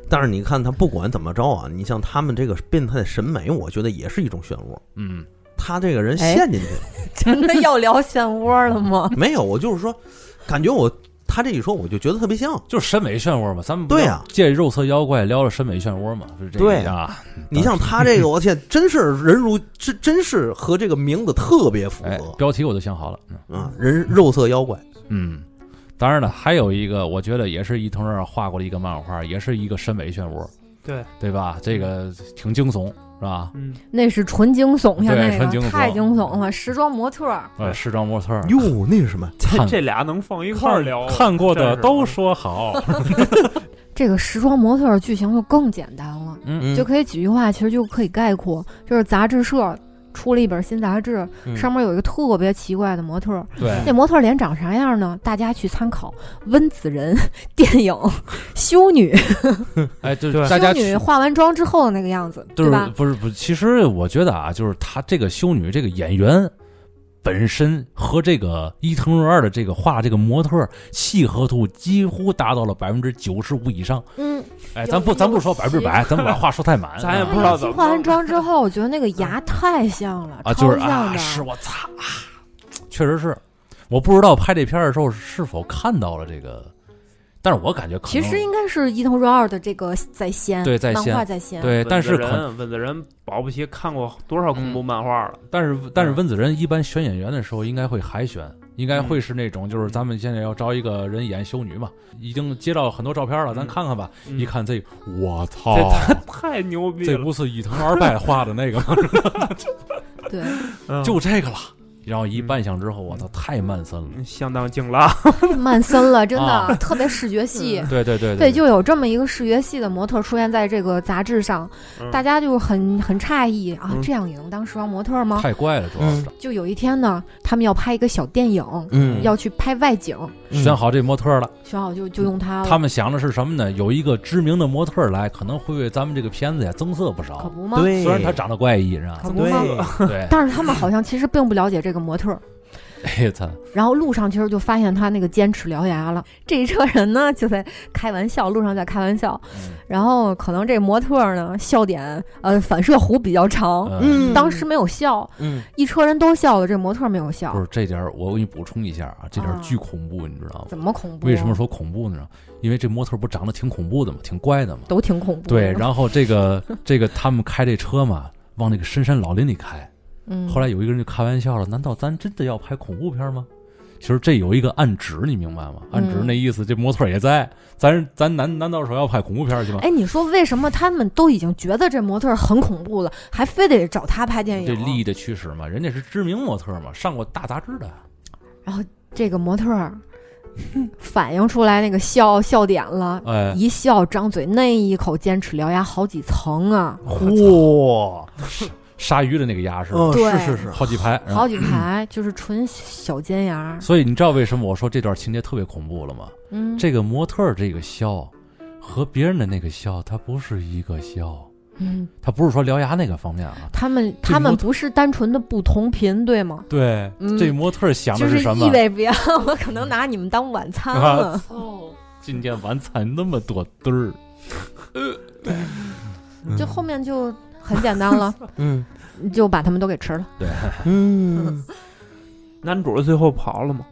[SPEAKER 3] 但是你看他不管怎么着啊，你像他们这个变态的审美，我觉得也是一种漩涡。
[SPEAKER 1] 嗯，
[SPEAKER 3] 他这个人
[SPEAKER 2] 哎
[SPEAKER 3] 陷进去了、
[SPEAKER 2] 真的要聊漩涡了吗？
[SPEAKER 3] 没有？我就是说，感觉我他这一说，我就觉得特别像。
[SPEAKER 1] 就是审美漩涡嘛，咱们不
[SPEAKER 3] 对
[SPEAKER 1] 聊
[SPEAKER 3] 啊
[SPEAKER 1] 借肉色妖怪聊了审美漩涡嘛，就是这个
[SPEAKER 3] 对
[SPEAKER 1] 意思啊。
[SPEAKER 3] 你像他这个，我天，真是人如真真是和这个名字特别符
[SPEAKER 1] 哎，
[SPEAKER 3] 合、
[SPEAKER 1] 标题我都想好了。嗯
[SPEAKER 3] 啊！人肉色妖怪，
[SPEAKER 1] 嗯，当然了，还有一个我觉得也是伊藤润二画过的一个漫画，也是一个审美漩涡，
[SPEAKER 4] 对，
[SPEAKER 1] 对吧？这个挺惊悚，是吧？
[SPEAKER 4] 嗯，
[SPEAKER 2] 那是纯惊悚呀，
[SPEAKER 1] 对
[SPEAKER 2] 那
[SPEAKER 1] 纯惊
[SPEAKER 2] 个
[SPEAKER 1] 悚
[SPEAKER 2] 太惊悚了，时装模特儿。
[SPEAKER 1] 呃，时装模特儿，
[SPEAKER 3] 哟，那是什么？
[SPEAKER 1] 看
[SPEAKER 4] 这这俩能放一块儿聊，
[SPEAKER 1] 看过的
[SPEAKER 4] 哦这是
[SPEAKER 1] 都说好，
[SPEAKER 2] 这个时装模特儿剧情就更简单了，
[SPEAKER 1] 嗯
[SPEAKER 3] 嗯
[SPEAKER 2] 就可以几句话，其实就可以概括，就是杂志社出了一本新杂志，
[SPEAKER 3] 嗯
[SPEAKER 2] 上面有一个特别奇怪的模特儿，
[SPEAKER 1] 对
[SPEAKER 2] 那模特儿脸长啥样呢？大家去参考温子仁 [laughs] 电影《修女》，
[SPEAKER 1] 哎，就是
[SPEAKER 4] 对
[SPEAKER 1] 大家
[SPEAKER 2] 修女
[SPEAKER 1] 去
[SPEAKER 2] 化完妆之后的那个样子，
[SPEAKER 1] 就是
[SPEAKER 2] 对吧？
[SPEAKER 1] 不是不是，其实我觉得啊，就是她这个修女这个演员本身和这个伊藤润二的这个画这个模特契合度几乎达到了百分之九十五以上。
[SPEAKER 2] 嗯，
[SPEAKER 1] 哎，
[SPEAKER 2] 有
[SPEAKER 1] 咱不咱不说百分之百，咱把话说太满，
[SPEAKER 4] [laughs] 咱也
[SPEAKER 1] 啊
[SPEAKER 4] 不知道怎么嗯
[SPEAKER 2] 化完妆之后，我觉得那个牙太像了，
[SPEAKER 1] 啊，
[SPEAKER 2] 超
[SPEAKER 1] 就是
[SPEAKER 2] 像
[SPEAKER 1] 啊，
[SPEAKER 2] 的。
[SPEAKER 1] 是我操啊，确实是，我不知道拍这片儿的时候是否看到了这个，但是我感觉可
[SPEAKER 2] 其
[SPEAKER 1] 能
[SPEAKER 2] 实应该是伊藤润二的这个在先，
[SPEAKER 1] 对在
[SPEAKER 2] 漫
[SPEAKER 1] 先
[SPEAKER 2] 画在先，
[SPEAKER 1] 对， [laughs] 但是
[SPEAKER 4] 温子
[SPEAKER 1] 可嗯
[SPEAKER 4] 仁，温子仁保不齐看过多少恐怖漫画了，
[SPEAKER 1] 但是但
[SPEAKER 4] 嗯
[SPEAKER 1] 是温子仁一般选演员的时候应该会海选，应该
[SPEAKER 4] 嗯
[SPEAKER 1] 会是那种就是咱们现在要招一个人演修女嘛，已经接到很多照片了，咱
[SPEAKER 4] 嗯
[SPEAKER 1] 看看吧。
[SPEAKER 4] 嗯
[SPEAKER 1] 一看这个，我操，
[SPEAKER 4] 这太太牛逼
[SPEAKER 1] 哦这
[SPEAKER 4] 了，
[SPEAKER 1] 不是伊藤二拜画的那个吗？ [laughs]
[SPEAKER 2] 对
[SPEAKER 4] 嗯
[SPEAKER 1] 就这个了。 [laughs] 然后一扮相之后，我操，太慢森了。
[SPEAKER 4] 嗯相当劲辣，
[SPEAKER 2] 曼森了，真的、
[SPEAKER 1] 啊
[SPEAKER 2] 特别视觉系。
[SPEAKER 4] 嗯
[SPEAKER 1] 对对对
[SPEAKER 2] 对，就有这么一个视觉系的模特出现在这个杂志上，
[SPEAKER 4] 嗯
[SPEAKER 2] 大家就很很诧异啊，
[SPEAKER 3] 嗯
[SPEAKER 2] 这样也能当时装模特吗？
[SPEAKER 1] 太怪了，主要是
[SPEAKER 2] 就有一天呢，他们要拍一个小电影，
[SPEAKER 3] 嗯
[SPEAKER 2] 要去拍外景，
[SPEAKER 1] 选好这模特了。
[SPEAKER 2] 选好就就用它了。
[SPEAKER 1] 他们想的是什么呢？有一个知名的模特来，可能会为咱们这个片子呀增色不
[SPEAKER 2] 可
[SPEAKER 1] 少。
[SPEAKER 2] 不吗？
[SPEAKER 3] 对，
[SPEAKER 1] 虽然他长得怪异，是吧
[SPEAKER 2] 可？不吗？
[SPEAKER 3] 对，
[SPEAKER 1] [laughs] 对，
[SPEAKER 2] 但是他们好像其实并不了解这个模特，
[SPEAKER 1] 哎操，
[SPEAKER 2] 然后路上其实就发现他那个尖齿獠牙了。 [laughs] 这一车人呢就在开玩笑，路上在开玩笑，
[SPEAKER 1] 嗯
[SPEAKER 2] 然后可能这模特呢笑点呃反射弧比较长，
[SPEAKER 1] 嗯
[SPEAKER 2] [laughs] 当时没有笑，
[SPEAKER 3] 嗯
[SPEAKER 2] 一车人都笑了，这模特没有笑
[SPEAKER 1] 不，是这点儿，我给你补充一下啊，这点儿
[SPEAKER 2] 啊
[SPEAKER 1] 巨恐怖，你知道吗？
[SPEAKER 2] 怎么恐怖？啊
[SPEAKER 1] 为什么说恐怖呢？因为这模特儿不长得挺恐怖的嘛，挺怪的嘛。
[SPEAKER 2] 都挺恐怖的？
[SPEAKER 1] 对，然后这个这个他们开这车嘛，往那个深山老林里开。
[SPEAKER 2] 嗯，
[SPEAKER 1] 后来有一个人就开玩笑了：“难道咱真的要拍恐怖片吗？”其实这有一个暗指，你明白吗？暗指
[SPEAKER 2] 嗯
[SPEAKER 1] 那意思，这模特儿也在，咱咱难难道说要拍恐怖片儿去吗？
[SPEAKER 2] 哎，你说为什么他们都已经觉得这模特很恐怖了，还非得找他拍电
[SPEAKER 1] 这利益
[SPEAKER 2] 影？
[SPEAKER 1] 的驱使嘛，人家是知名模特儿嘛，上过大杂志的。
[SPEAKER 2] 这个模特儿 [laughs] 反映出来那个笑笑点了，
[SPEAKER 1] 哎，
[SPEAKER 2] 一笑张嘴那一口尖齿獠牙好几层啊，
[SPEAKER 3] 嚯，
[SPEAKER 1] [laughs] 鲨鱼的那个牙是吧
[SPEAKER 3] 哦，
[SPEAKER 2] 对
[SPEAKER 3] 是是是，
[SPEAKER 1] 好几排，然后
[SPEAKER 2] 好几排就是纯小尖牙。
[SPEAKER 1] 所以你知道为什么我说这段情节特别恐怖了吗？
[SPEAKER 2] 嗯，
[SPEAKER 1] 这个模特儿这个笑和别人的那个笑，它不是一个笑，
[SPEAKER 2] 嗯，
[SPEAKER 1] 它不是说獠牙那个方面啊。
[SPEAKER 2] 他们
[SPEAKER 1] 这
[SPEAKER 2] 他们
[SPEAKER 1] 模特
[SPEAKER 2] 不是单纯的不同频，对吗？
[SPEAKER 1] 对，
[SPEAKER 2] 嗯
[SPEAKER 1] 这模特儿想
[SPEAKER 2] 就
[SPEAKER 1] 的
[SPEAKER 2] 是
[SPEAKER 1] 什
[SPEAKER 2] 意
[SPEAKER 1] 么？
[SPEAKER 2] 味不一样，我可能拿你们当晚餐
[SPEAKER 1] 啊
[SPEAKER 2] 了。
[SPEAKER 1] 操！今天晚餐那么多堆儿，
[SPEAKER 2] 就后面就很简单 [laughs] 了，
[SPEAKER 3] 嗯
[SPEAKER 2] 你就把他们都给吃了。
[SPEAKER 1] 对，
[SPEAKER 2] [laughs]
[SPEAKER 3] 嗯
[SPEAKER 4] [laughs] 男主最后跑了嘛，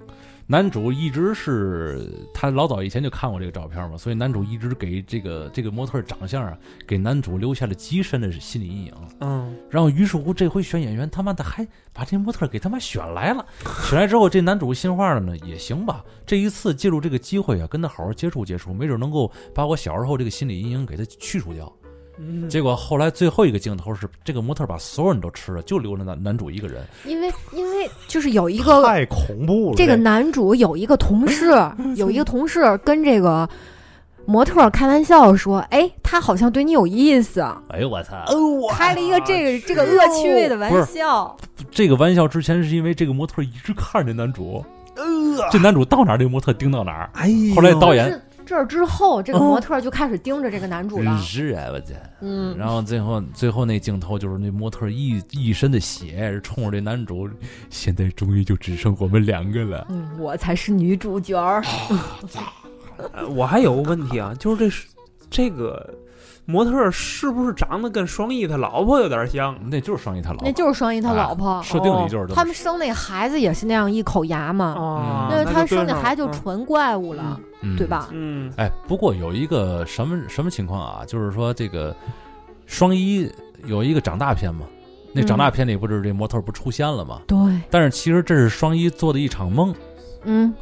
[SPEAKER 1] 男主一直是他老早以前就看过这个照片嘛，所以男主一直给这个这个模特儿长相啊，给男主留下了极深的心理阴影。
[SPEAKER 4] 嗯，
[SPEAKER 1] 然后于是乎这回选演员他妈的还把这模特儿给他妈选来了，选来之后这男主心话了呢，也行吧，这一次借助这个机会啊，跟他好好接触接触，没准能够把我小时候这个心理阴影给他去除掉。
[SPEAKER 4] 嗯
[SPEAKER 1] 结果后来最后一个镜头是这个模特儿把所有人都吃了，就留了男男主一个人。
[SPEAKER 2] 因为因为就是有一个
[SPEAKER 3] 太恐怖了，
[SPEAKER 2] 这个男主有一个同 [laughs] 事，有一个同事跟这个模特儿开玩笑说：“哎，他好像对你有意思。
[SPEAKER 1] 哎呦我操”
[SPEAKER 3] 呃
[SPEAKER 2] 开了一个这个这个恶趣味的玩笑，
[SPEAKER 1] 这个玩笑之前是因为这个模特儿一直看着这男主，
[SPEAKER 2] 啊
[SPEAKER 1] 这男主到哪儿这个模特儿盯到哪儿。
[SPEAKER 3] 呃哎呦，
[SPEAKER 1] 后来导演
[SPEAKER 2] 这这之后，这个模特儿就开始盯着这个男主了。
[SPEAKER 1] 是啊，我操！
[SPEAKER 2] 嗯，
[SPEAKER 1] 然后最后最后那镜头就是那模特一一身的血，冲着这男主，现在终于就只剩我们两个了。
[SPEAKER 2] 嗯，我才是女主角儿。
[SPEAKER 4] 呃我还有个问题啊，就是这是这个模特儿是不是长得跟双翼他老婆有点像？
[SPEAKER 1] 那就是双一他老婆，
[SPEAKER 2] 那就是双姨他老婆。
[SPEAKER 1] 啊
[SPEAKER 2] 哦
[SPEAKER 1] 设定里就是这
[SPEAKER 2] 他
[SPEAKER 1] 么哦
[SPEAKER 2] 们生那孩子也是那样一口牙嘛，
[SPEAKER 4] 啊，
[SPEAKER 2] 那他
[SPEAKER 4] 就
[SPEAKER 2] 生
[SPEAKER 4] 对
[SPEAKER 2] 那
[SPEAKER 4] 上了
[SPEAKER 2] 孩子就纯怪物了，
[SPEAKER 1] 嗯
[SPEAKER 2] 对？吧？
[SPEAKER 4] 嗯，
[SPEAKER 1] 哎，不过有一个什么什么情况啊？就是说这个双一有一个长大片嘛，那长
[SPEAKER 2] 嗯
[SPEAKER 1] 大片里不是这模特不出现了吗？
[SPEAKER 2] 对，
[SPEAKER 1] 但是其实这是双一做的一场梦，
[SPEAKER 2] 嗯，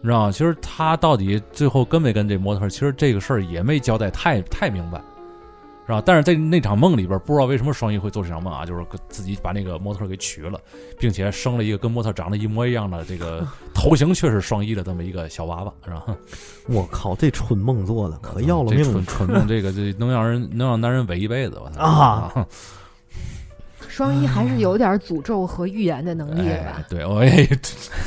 [SPEAKER 1] 你知道吗？其实他到底最后跟没跟这模特儿，其实这个事儿也没交代太太明白，是吧？但是在那场梦里边，不知道为什么双一会做这场梦啊，就是自己把那个模特儿给娶了，并且生了一个跟模特长得一模一样的这个头型却是双一的这么一个小娃娃，是
[SPEAKER 3] [laughs]
[SPEAKER 1] 吧？
[SPEAKER 3] 我靠，这春梦做的可要了命
[SPEAKER 1] 嗯这
[SPEAKER 3] 了
[SPEAKER 1] [laughs] 蠢蠢梦，这个这能让人能让男人萎一辈子，我操
[SPEAKER 3] 啊！
[SPEAKER 2] 双一还是有点诅咒和预言的能力的
[SPEAKER 1] 哎
[SPEAKER 2] 吧？
[SPEAKER 1] 对，我也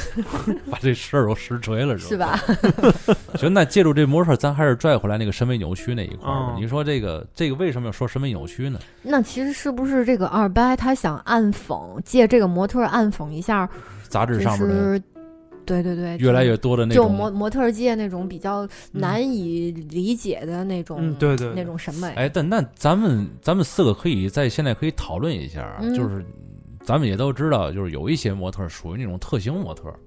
[SPEAKER 1] [laughs] 把这事儿都实锤了，
[SPEAKER 2] 是
[SPEAKER 1] 吧？
[SPEAKER 2] 吧？
[SPEAKER 3] [laughs]
[SPEAKER 1] 行，那借助这模式，咱还是拽回来那个审美扭曲那一块儿吧。
[SPEAKER 4] 哦
[SPEAKER 1] 你说这个这个为什么要说审美扭曲呢？
[SPEAKER 2] 那其实是不是这个二掰他想暗讽，借这个模特儿暗讽一下，
[SPEAKER 1] 杂
[SPEAKER 2] 就
[SPEAKER 1] 志上面的
[SPEAKER 2] 是对对对，
[SPEAKER 1] 越来越多的那
[SPEAKER 2] 就模
[SPEAKER 1] 种，
[SPEAKER 2] 模特儿界那种比较难以理解的那种，
[SPEAKER 4] 嗯对对对
[SPEAKER 2] 那种审美。
[SPEAKER 1] 哎，但那咱们咱们四个可以在现在可以讨论一下，
[SPEAKER 2] 嗯
[SPEAKER 1] 就是咱们也都知道，就是有一些模特儿属于那种特型模特儿，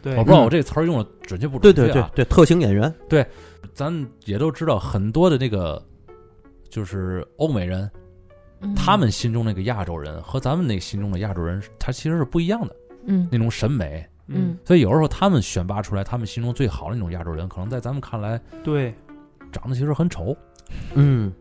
[SPEAKER 4] 对，
[SPEAKER 1] 我不知道我这个词儿用的准确不
[SPEAKER 3] 对
[SPEAKER 1] 准确、啊
[SPEAKER 3] 嗯对对对，特型演员，
[SPEAKER 1] 咱也都知道很多的那个就是欧美人，
[SPEAKER 2] 嗯
[SPEAKER 1] 他们心中那个亚洲人和咱们那心中的亚洲人，他其实是不一样的
[SPEAKER 2] 嗯
[SPEAKER 1] 那种审美。
[SPEAKER 2] 嗯，
[SPEAKER 1] 所以有时候他们选拔出来他们心中最好的那种亚洲人，可能在咱们看来
[SPEAKER 4] 嗯对，
[SPEAKER 1] 长得其实很丑，
[SPEAKER 3] 嗯，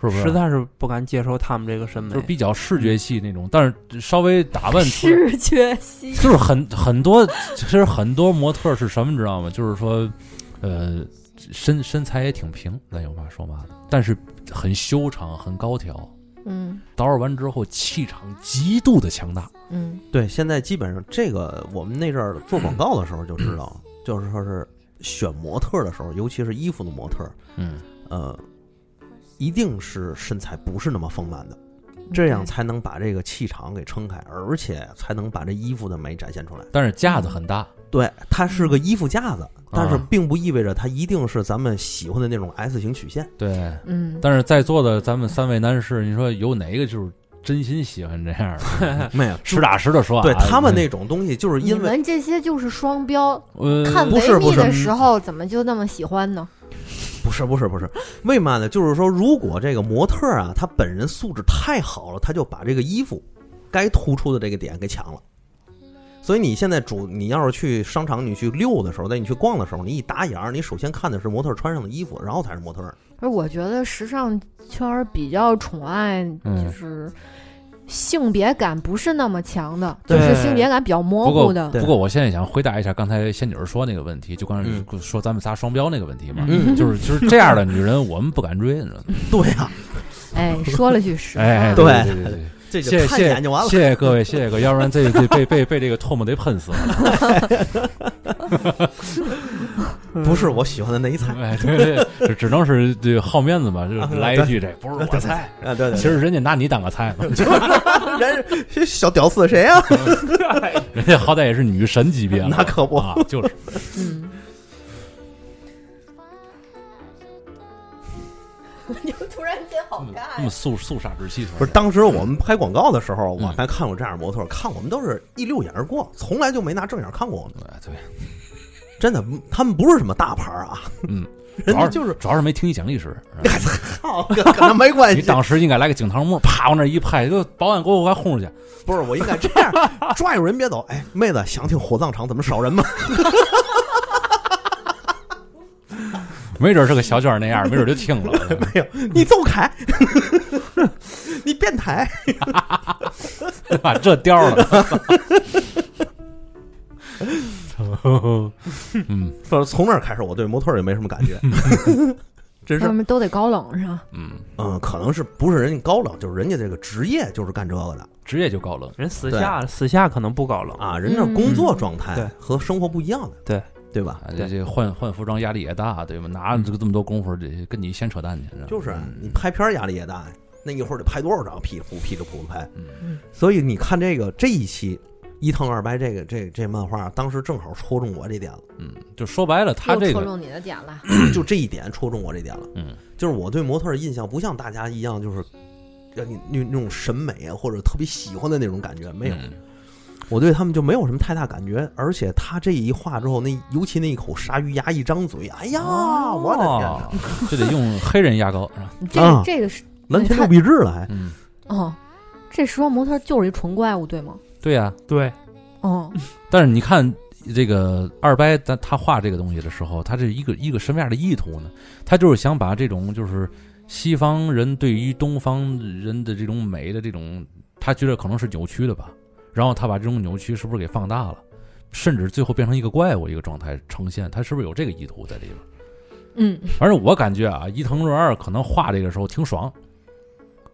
[SPEAKER 1] 是不是？
[SPEAKER 4] 实在是不敢接受他们这个审美
[SPEAKER 1] 就是，比较视觉系那种，但是稍微打扮出来
[SPEAKER 2] 视觉系
[SPEAKER 1] 就是很很多，其实很多模特是什么，你知道吗？就是说，呃，身身材也挺平，咱有嘛说嘛的，但是很修长，很高挑。
[SPEAKER 2] 嗯
[SPEAKER 1] 捯饬完之后，气场极度的强大。
[SPEAKER 2] 嗯
[SPEAKER 3] 对，现在基本上这个我们那阵儿做广告的时候就知道，就是说是选模特的时候，尤其是衣服的模特，
[SPEAKER 1] 嗯，
[SPEAKER 3] 呃，一定是身材不是那么丰满的，
[SPEAKER 2] 嗯
[SPEAKER 3] 这样才能把这个气场给撑开，而且才能把这衣服的美展现出来。
[SPEAKER 1] 但是架子很大，啊
[SPEAKER 3] 对，嗯啊它是个衣服架子，但是并不意味着它一定是咱们喜欢的那种 S 型曲线。
[SPEAKER 1] 对。
[SPEAKER 2] 嗯，
[SPEAKER 1] 但是在座的咱们三位男士，你说有哪一个就是真心喜欢这样的？
[SPEAKER 3] 哎没有，
[SPEAKER 1] 实打实的说啊，
[SPEAKER 3] 对他们那种东西，就是
[SPEAKER 2] 你
[SPEAKER 3] 因为
[SPEAKER 2] 们这些就是双标，
[SPEAKER 1] 呃，
[SPEAKER 2] 看
[SPEAKER 3] 不是
[SPEAKER 2] 维密
[SPEAKER 3] 不是
[SPEAKER 2] 的时候怎么就那么喜欢呢？
[SPEAKER 3] 不是不是不是，为嘛呢？就是说，如果这个模特儿啊，他本人素质太好了，他就把这个衣服该突出的这个点给抢了。所以你现在主，你要是去商场，你去溜的时候，在你去逛的时候，你一打眼儿，你首先看的是模特儿穿上的衣服，然后才是模特儿。 [laughs]
[SPEAKER 2] 而我觉得时尚圈儿比较宠爱
[SPEAKER 1] 嗯
[SPEAKER 2] 就是性别感不是那么强的，就
[SPEAKER 4] 对
[SPEAKER 2] 是性别感比较模
[SPEAKER 1] 不
[SPEAKER 2] 糊
[SPEAKER 1] 过
[SPEAKER 2] 的。
[SPEAKER 3] 对
[SPEAKER 1] 不过我现在想回答一下刚才仙女儿说那个问题，就刚才
[SPEAKER 3] 嗯
[SPEAKER 1] 说咱们仨双标那个问题嘛，
[SPEAKER 3] 嗯
[SPEAKER 1] 就是就是这样的女人我们不敢追，你知道吗？
[SPEAKER 3] 对呀、啊，
[SPEAKER 2] 哎，说了句实
[SPEAKER 1] [laughs]
[SPEAKER 2] 话，
[SPEAKER 1] 哎，
[SPEAKER 3] 对
[SPEAKER 1] 对对对，
[SPEAKER 3] 这
[SPEAKER 1] 谢
[SPEAKER 3] 就
[SPEAKER 1] 谢
[SPEAKER 3] 看一眼就完了。
[SPEAKER 1] 谢谢各位，谢谢各位，要不然这这被被被这个唾沫得喷死了。
[SPEAKER 3] 不是我喜欢的那一菜
[SPEAKER 1] 哎，对对，对只能是这个好面子嘛，就是
[SPEAKER 3] 啊
[SPEAKER 1] 来一句这不是我的
[SPEAKER 3] 对
[SPEAKER 1] 菜，
[SPEAKER 3] 啊！对
[SPEAKER 1] 嗯其
[SPEAKER 3] 对，
[SPEAKER 1] 实人家拿你当个菜嘛，
[SPEAKER 3] 人家小屌丝谁呀、
[SPEAKER 1] 人家好歹也是女神级别了，
[SPEAKER 3] 那可不
[SPEAKER 1] 啊，就是
[SPEAKER 2] 嗯。 [laughs] 你们突然间好尬
[SPEAKER 1] 那么肃肃杀之气。
[SPEAKER 3] 不是，当时我们拍广告的时候，我
[SPEAKER 1] 嗯
[SPEAKER 3] 还看过这样的模特儿，看我们都是一溜眼而过，从来就没拿正眼儿看过我们。
[SPEAKER 1] 哎对，
[SPEAKER 3] 真的，他们不是什么大牌儿啊， [laughs]
[SPEAKER 1] 嗯，主
[SPEAKER 3] 人
[SPEAKER 1] 要
[SPEAKER 3] 家就是
[SPEAKER 1] 主要是没听你讲历史，
[SPEAKER 3] 操，跟跟他没关
[SPEAKER 1] 你
[SPEAKER 3] 系。
[SPEAKER 1] 当时应该来个景堂木，啪往那一拍，就保安给我快轰出去。
[SPEAKER 3] 不是我应该这样，抓住人别走。哎，妹子，想听火葬场怎么烧人 [laughs] 吗？
[SPEAKER 1] 没准是个小娟儿那样，没准就听了。
[SPEAKER 3] [laughs] 没有，你走开， [laughs] 你变态。
[SPEAKER 1] 把啊这调儿了。嗯
[SPEAKER 3] 说从那儿开始，我对模特儿也没什么感 [laughs] 觉，真
[SPEAKER 2] 他
[SPEAKER 3] 是。
[SPEAKER 2] 们都得高冷是吧？
[SPEAKER 1] 嗯，
[SPEAKER 3] 嗯，可能是不是人家高冷，就是人家这个职业就是干这个的
[SPEAKER 1] 职业就高冷。
[SPEAKER 4] 人私下私下可能不高冷，
[SPEAKER 3] 啊，人家工作状
[SPEAKER 4] 嗯对
[SPEAKER 3] 态和生活不一样的，
[SPEAKER 4] 对
[SPEAKER 3] 对嗯吧？
[SPEAKER 1] 啊，这这换换服装压力也大，对吧？拿这个这么多功夫，这跟你先扯淡去。
[SPEAKER 3] 就是啊你
[SPEAKER 1] 嗯
[SPEAKER 3] 拍片儿压力也大，那一会儿得拍多少张，噼里扑噼里扑的拍。
[SPEAKER 1] 嗯
[SPEAKER 3] 所以你看这个这一期伊藤二白这个这这漫画，当时正好戳中我这点了，
[SPEAKER 1] 嗯，就说白了，他这
[SPEAKER 2] 又戳
[SPEAKER 1] 个
[SPEAKER 2] 中你的点了。
[SPEAKER 3] 就这一点戳中我这点了。
[SPEAKER 1] 嗯，
[SPEAKER 3] 就是我对模特儿印象不像大家一样，就是呃你那那种审美啊，或者特别喜欢的那种感觉，没有，
[SPEAKER 1] 嗯
[SPEAKER 3] 我对他们就没有什么太大感觉。而且他这一画之后，那尤其那一口鲨鱼牙一张嘴，哎呀，我的天哪，
[SPEAKER 1] 哦， [laughs] 就得用黑人牙膏是吧？
[SPEAKER 2] 这
[SPEAKER 3] 啊
[SPEAKER 2] 个这个是
[SPEAKER 3] 完全
[SPEAKER 2] 他
[SPEAKER 3] 六必治
[SPEAKER 1] [laughs]
[SPEAKER 3] 了，还
[SPEAKER 1] 嗯，
[SPEAKER 2] 哦，这时候模特就是一纯怪物，对吗？
[SPEAKER 1] 对啊呀、
[SPEAKER 4] 对，
[SPEAKER 2] 哦，
[SPEAKER 1] 但是你看这个二掰，他他画这个东西的时候，他这一个一个什么样的意图呢？他就是想把这种就是西方人对于东方人的这种美的这种，他觉得可能是扭曲的吧，然后他把这种扭曲是不是给放大了？甚至最后变成一个怪物一个状态呈现，他是不是有这个意图在里边？
[SPEAKER 2] 嗯
[SPEAKER 1] 反正我感觉啊，伊藤润二可能画这个时候挺爽，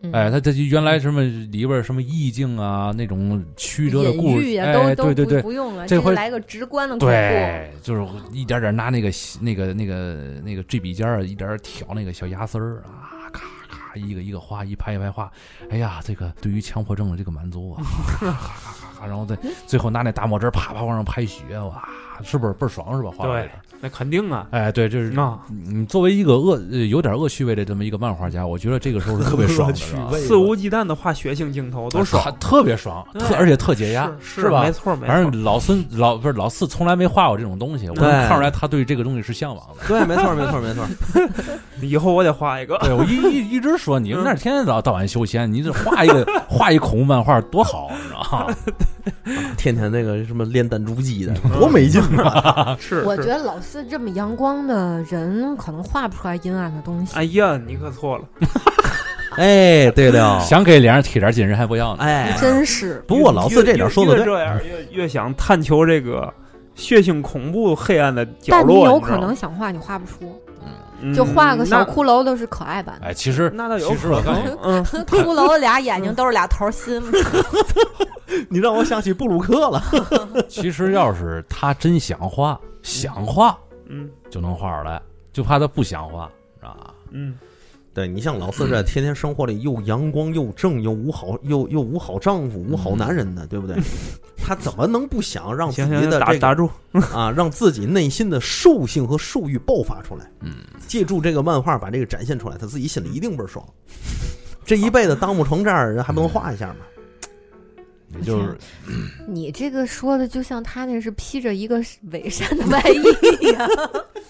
[SPEAKER 2] 嗯
[SPEAKER 1] 哎，他这就原来什么里边儿什么意境啊，那种曲折的故
[SPEAKER 2] 隐喻
[SPEAKER 1] 事，
[SPEAKER 2] 啊
[SPEAKER 1] 哎，
[SPEAKER 2] 都
[SPEAKER 1] 对
[SPEAKER 2] 都
[SPEAKER 1] 对
[SPEAKER 2] 不
[SPEAKER 1] 对，
[SPEAKER 2] 不用了，
[SPEAKER 1] 这
[SPEAKER 2] 这
[SPEAKER 1] 回
[SPEAKER 2] 就来个直观的恐怖，
[SPEAKER 1] 对，就是一点点拿那个那个那个那个这笔尖儿啊，一点点挑那个小牙丝儿啊，咔咔一个一个画，一拍一拍画。哎呀，这个对于强迫症的这个满足啊，咔咔咔咔咔，然后
[SPEAKER 4] 嗯
[SPEAKER 1] 再最后拿那大墨汁儿啪啪往上拍血，哇，是不是倍儿爽是吧？画的
[SPEAKER 4] 对，那肯定啊，
[SPEAKER 1] 哎，对，就是
[SPEAKER 4] 啊，
[SPEAKER 1] 嗯，作为一个恶呃有点恶趣味的这么一个漫画家，我觉得这个时候是嗯特别爽的，是吧
[SPEAKER 4] 肆无忌惮的画血腥镜头，多爽，
[SPEAKER 1] 特特别啊爽，
[SPEAKER 4] 对
[SPEAKER 1] 特而且特解压，
[SPEAKER 4] 是
[SPEAKER 1] 吧？
[SPEAKER 4] 没错，没
[SPEAKER 1] 反
[SPEAKER 4] 错，
[SPEAKER 1] 正老孙老不是老四从来没画过这种东西，我
[SPEAKER 3] 对
[SPEAKER 1] 能看出来他对这个东西是向往的。
[SPEAKER 3] 对，没错，没错，没错。 [laughs]
[SPEAKER 4] 以后我得画一个。
[SPEAKER 1] 对我一一一直 [laughs] 说你们
[SPEAKER 4] 嗯
[SPEAKER 1] 那儿天天早到晚修仙，你这画一个画一恐怖漫画多好，你知道吗？
[SPEAKER 3] 天天那个什么练弹珠
[SPEAKER 1] [laughs]
[SPEAKER 3] 机的，多没劲啊！
[SPEAKER 4] 是，
[SPEAKER 2] 我
[SPEAKER 4] 是
[SPEAKER 2] 觉得老四这么阳光的人，可能画不出来阴暗的东西。
[SPEAKER 4] 哎呀，你可错了，
[SPEAKER 3] 哎，对
[SPEAKER 1] [laughs]
[SPEAKER 3] 了，
[SPEAKER 1] 想给脸上贴点金人还不要呢。
[SPEAKER 3] 哎，
[SPEAKER 2] 真是，
[SPEAKER 3] 不过老四这点说的
[SPEAKER 4] 越
[SPEAKER 3] 对，
[SPEAKER 4] 这样越越想探求这个血腥恐怖黑暗的角
[SPEAKER 2] 但
[SPEAKER 4] 落，
[SPEAKER 2] 你有
[SPEAKER 4] 你知
[SPEAKER 2] 可
[SPEAKER 4] 道吗
[SPEAKER 2] 能想画，你画不出，
[SPEAKER 4] 嗯
[SPEAKER 2] 就画个小
[SPEAKER 4] 那
[SPEAKER 2] 骷髅都是可爱版
[SPEAKER 1] [laughs]
[SPEAKER 2] 的，
[SPEAKER 1] 哎，其实
[SPEAKER 4] 那倒有
[SPEAKER 1] 其实
[SPEAKER 4] 可
[SPEAKER 1] 我告诉你
[SPEAKER 4] 能，嗯，
[SPEAKER 2] [laughs] 骷髅俩眼睛都是俩
[SPEAKER 1] [laughs]
[SPEAKER 2] 头心，
[SPEAKER 3] 你让我想起布鲁克了。
[SPEAKER 1] 其实要是他真想画，想画
[SPEAKER 4] 嗯
[SPEAKER 1] 就能画出来，就怕他不想画，是吧？
[SPEAKER 4] 嗯，
[SPEAKER 3] 对你像老四这天天生活里又阳光又正又无好又又无好丈夫无好男人的，对不对？他怎么能不想让自
[SPEAKER 4] 行
[SPEAKER 3] 己
[SPEAKER 4] 行，
[SPEAKER 3] 的
[SPEAKER 4] 打
[SPEAKER 3] 这个
[SPEAKER 4] 打住，
[SPEAKER 3] 啊，让自己内心的兽性和兽欲爆发出来？
[SPEAKER 1] 嗯，
[SPEAKER 3] 借助这个漫画把这个展现出来，他自己心里一定倍儿爽。这一辈子当不成这样的人，还不能画一下吗？
[SPEAKER 1] 也就是
[SPEAKER 2] 你这个说的就像他那是披着一个伪善的外
[SPEAKER 1] [laughs]
[SPEAKER 2] 衣一样，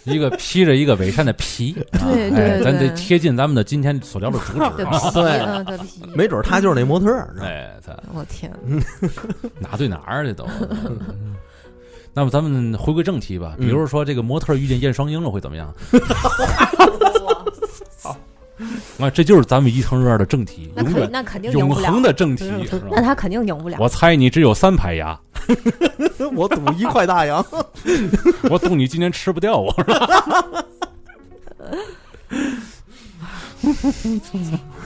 [SPEAKER 1] 一个披着一个伪善的皮，啊
[SPEAKER 2] [laughs] 对对
[SPEAKER 1] 哎，咱得
[SPEAKER 2] 对
[SPEAKER 1] 贴近咱们的今天所聊的主旨
[SPEAKER 2] [laughs] 的
[SPEAKER 1] 啊。
[SPEAKER 2] 皮，嗯的皮，
[SPEAKER 3] 没准儿他就是那模特儿，你知道吗
[SPEAKER 1] 哎，咱
[SPEAKER 2] [laughs] 我天，
[SPEAKER 1] 哪对哪儿
[SPEAKER 3] [laughs]
[SPEAKER 1] 去都。那么咱们回归正题吧，
[SPEAKER 3] 嗯
[SPEAKER 1] 比如说这个模特遇见燕双鹰了会怎么样？ [laughs] 啊，这就是咱们伊藤润二的正题，
[SPEAKER 2] 那
[SPEAKER 1] 永
[SPEAKER 2] 肯
[SPEAKER 1] 远
[SPEAKER 2] 那肯定赢
[SPEAKER 1] 永
[SPEAKER 2] 不
[SPEAKER 1] 恒
[SPEAKER 2] 了，嗯
[SPEAKER 1] 的正题。是
[SPEAKER 2] 那
[SPEAKER 1] 吧
[SPEAKER 2] 他肯定赢不了。
[SPEAKER 1] 我猜你只有三排
[SPEAKER 2] [laughs]
[SPEAKER 1] 牙，
[SPEAKER 3] 我赌一块大洋。
[SPEAKER 1] 我赌你今天吃不掉啊我。
[SPEAKER 3] [laughs]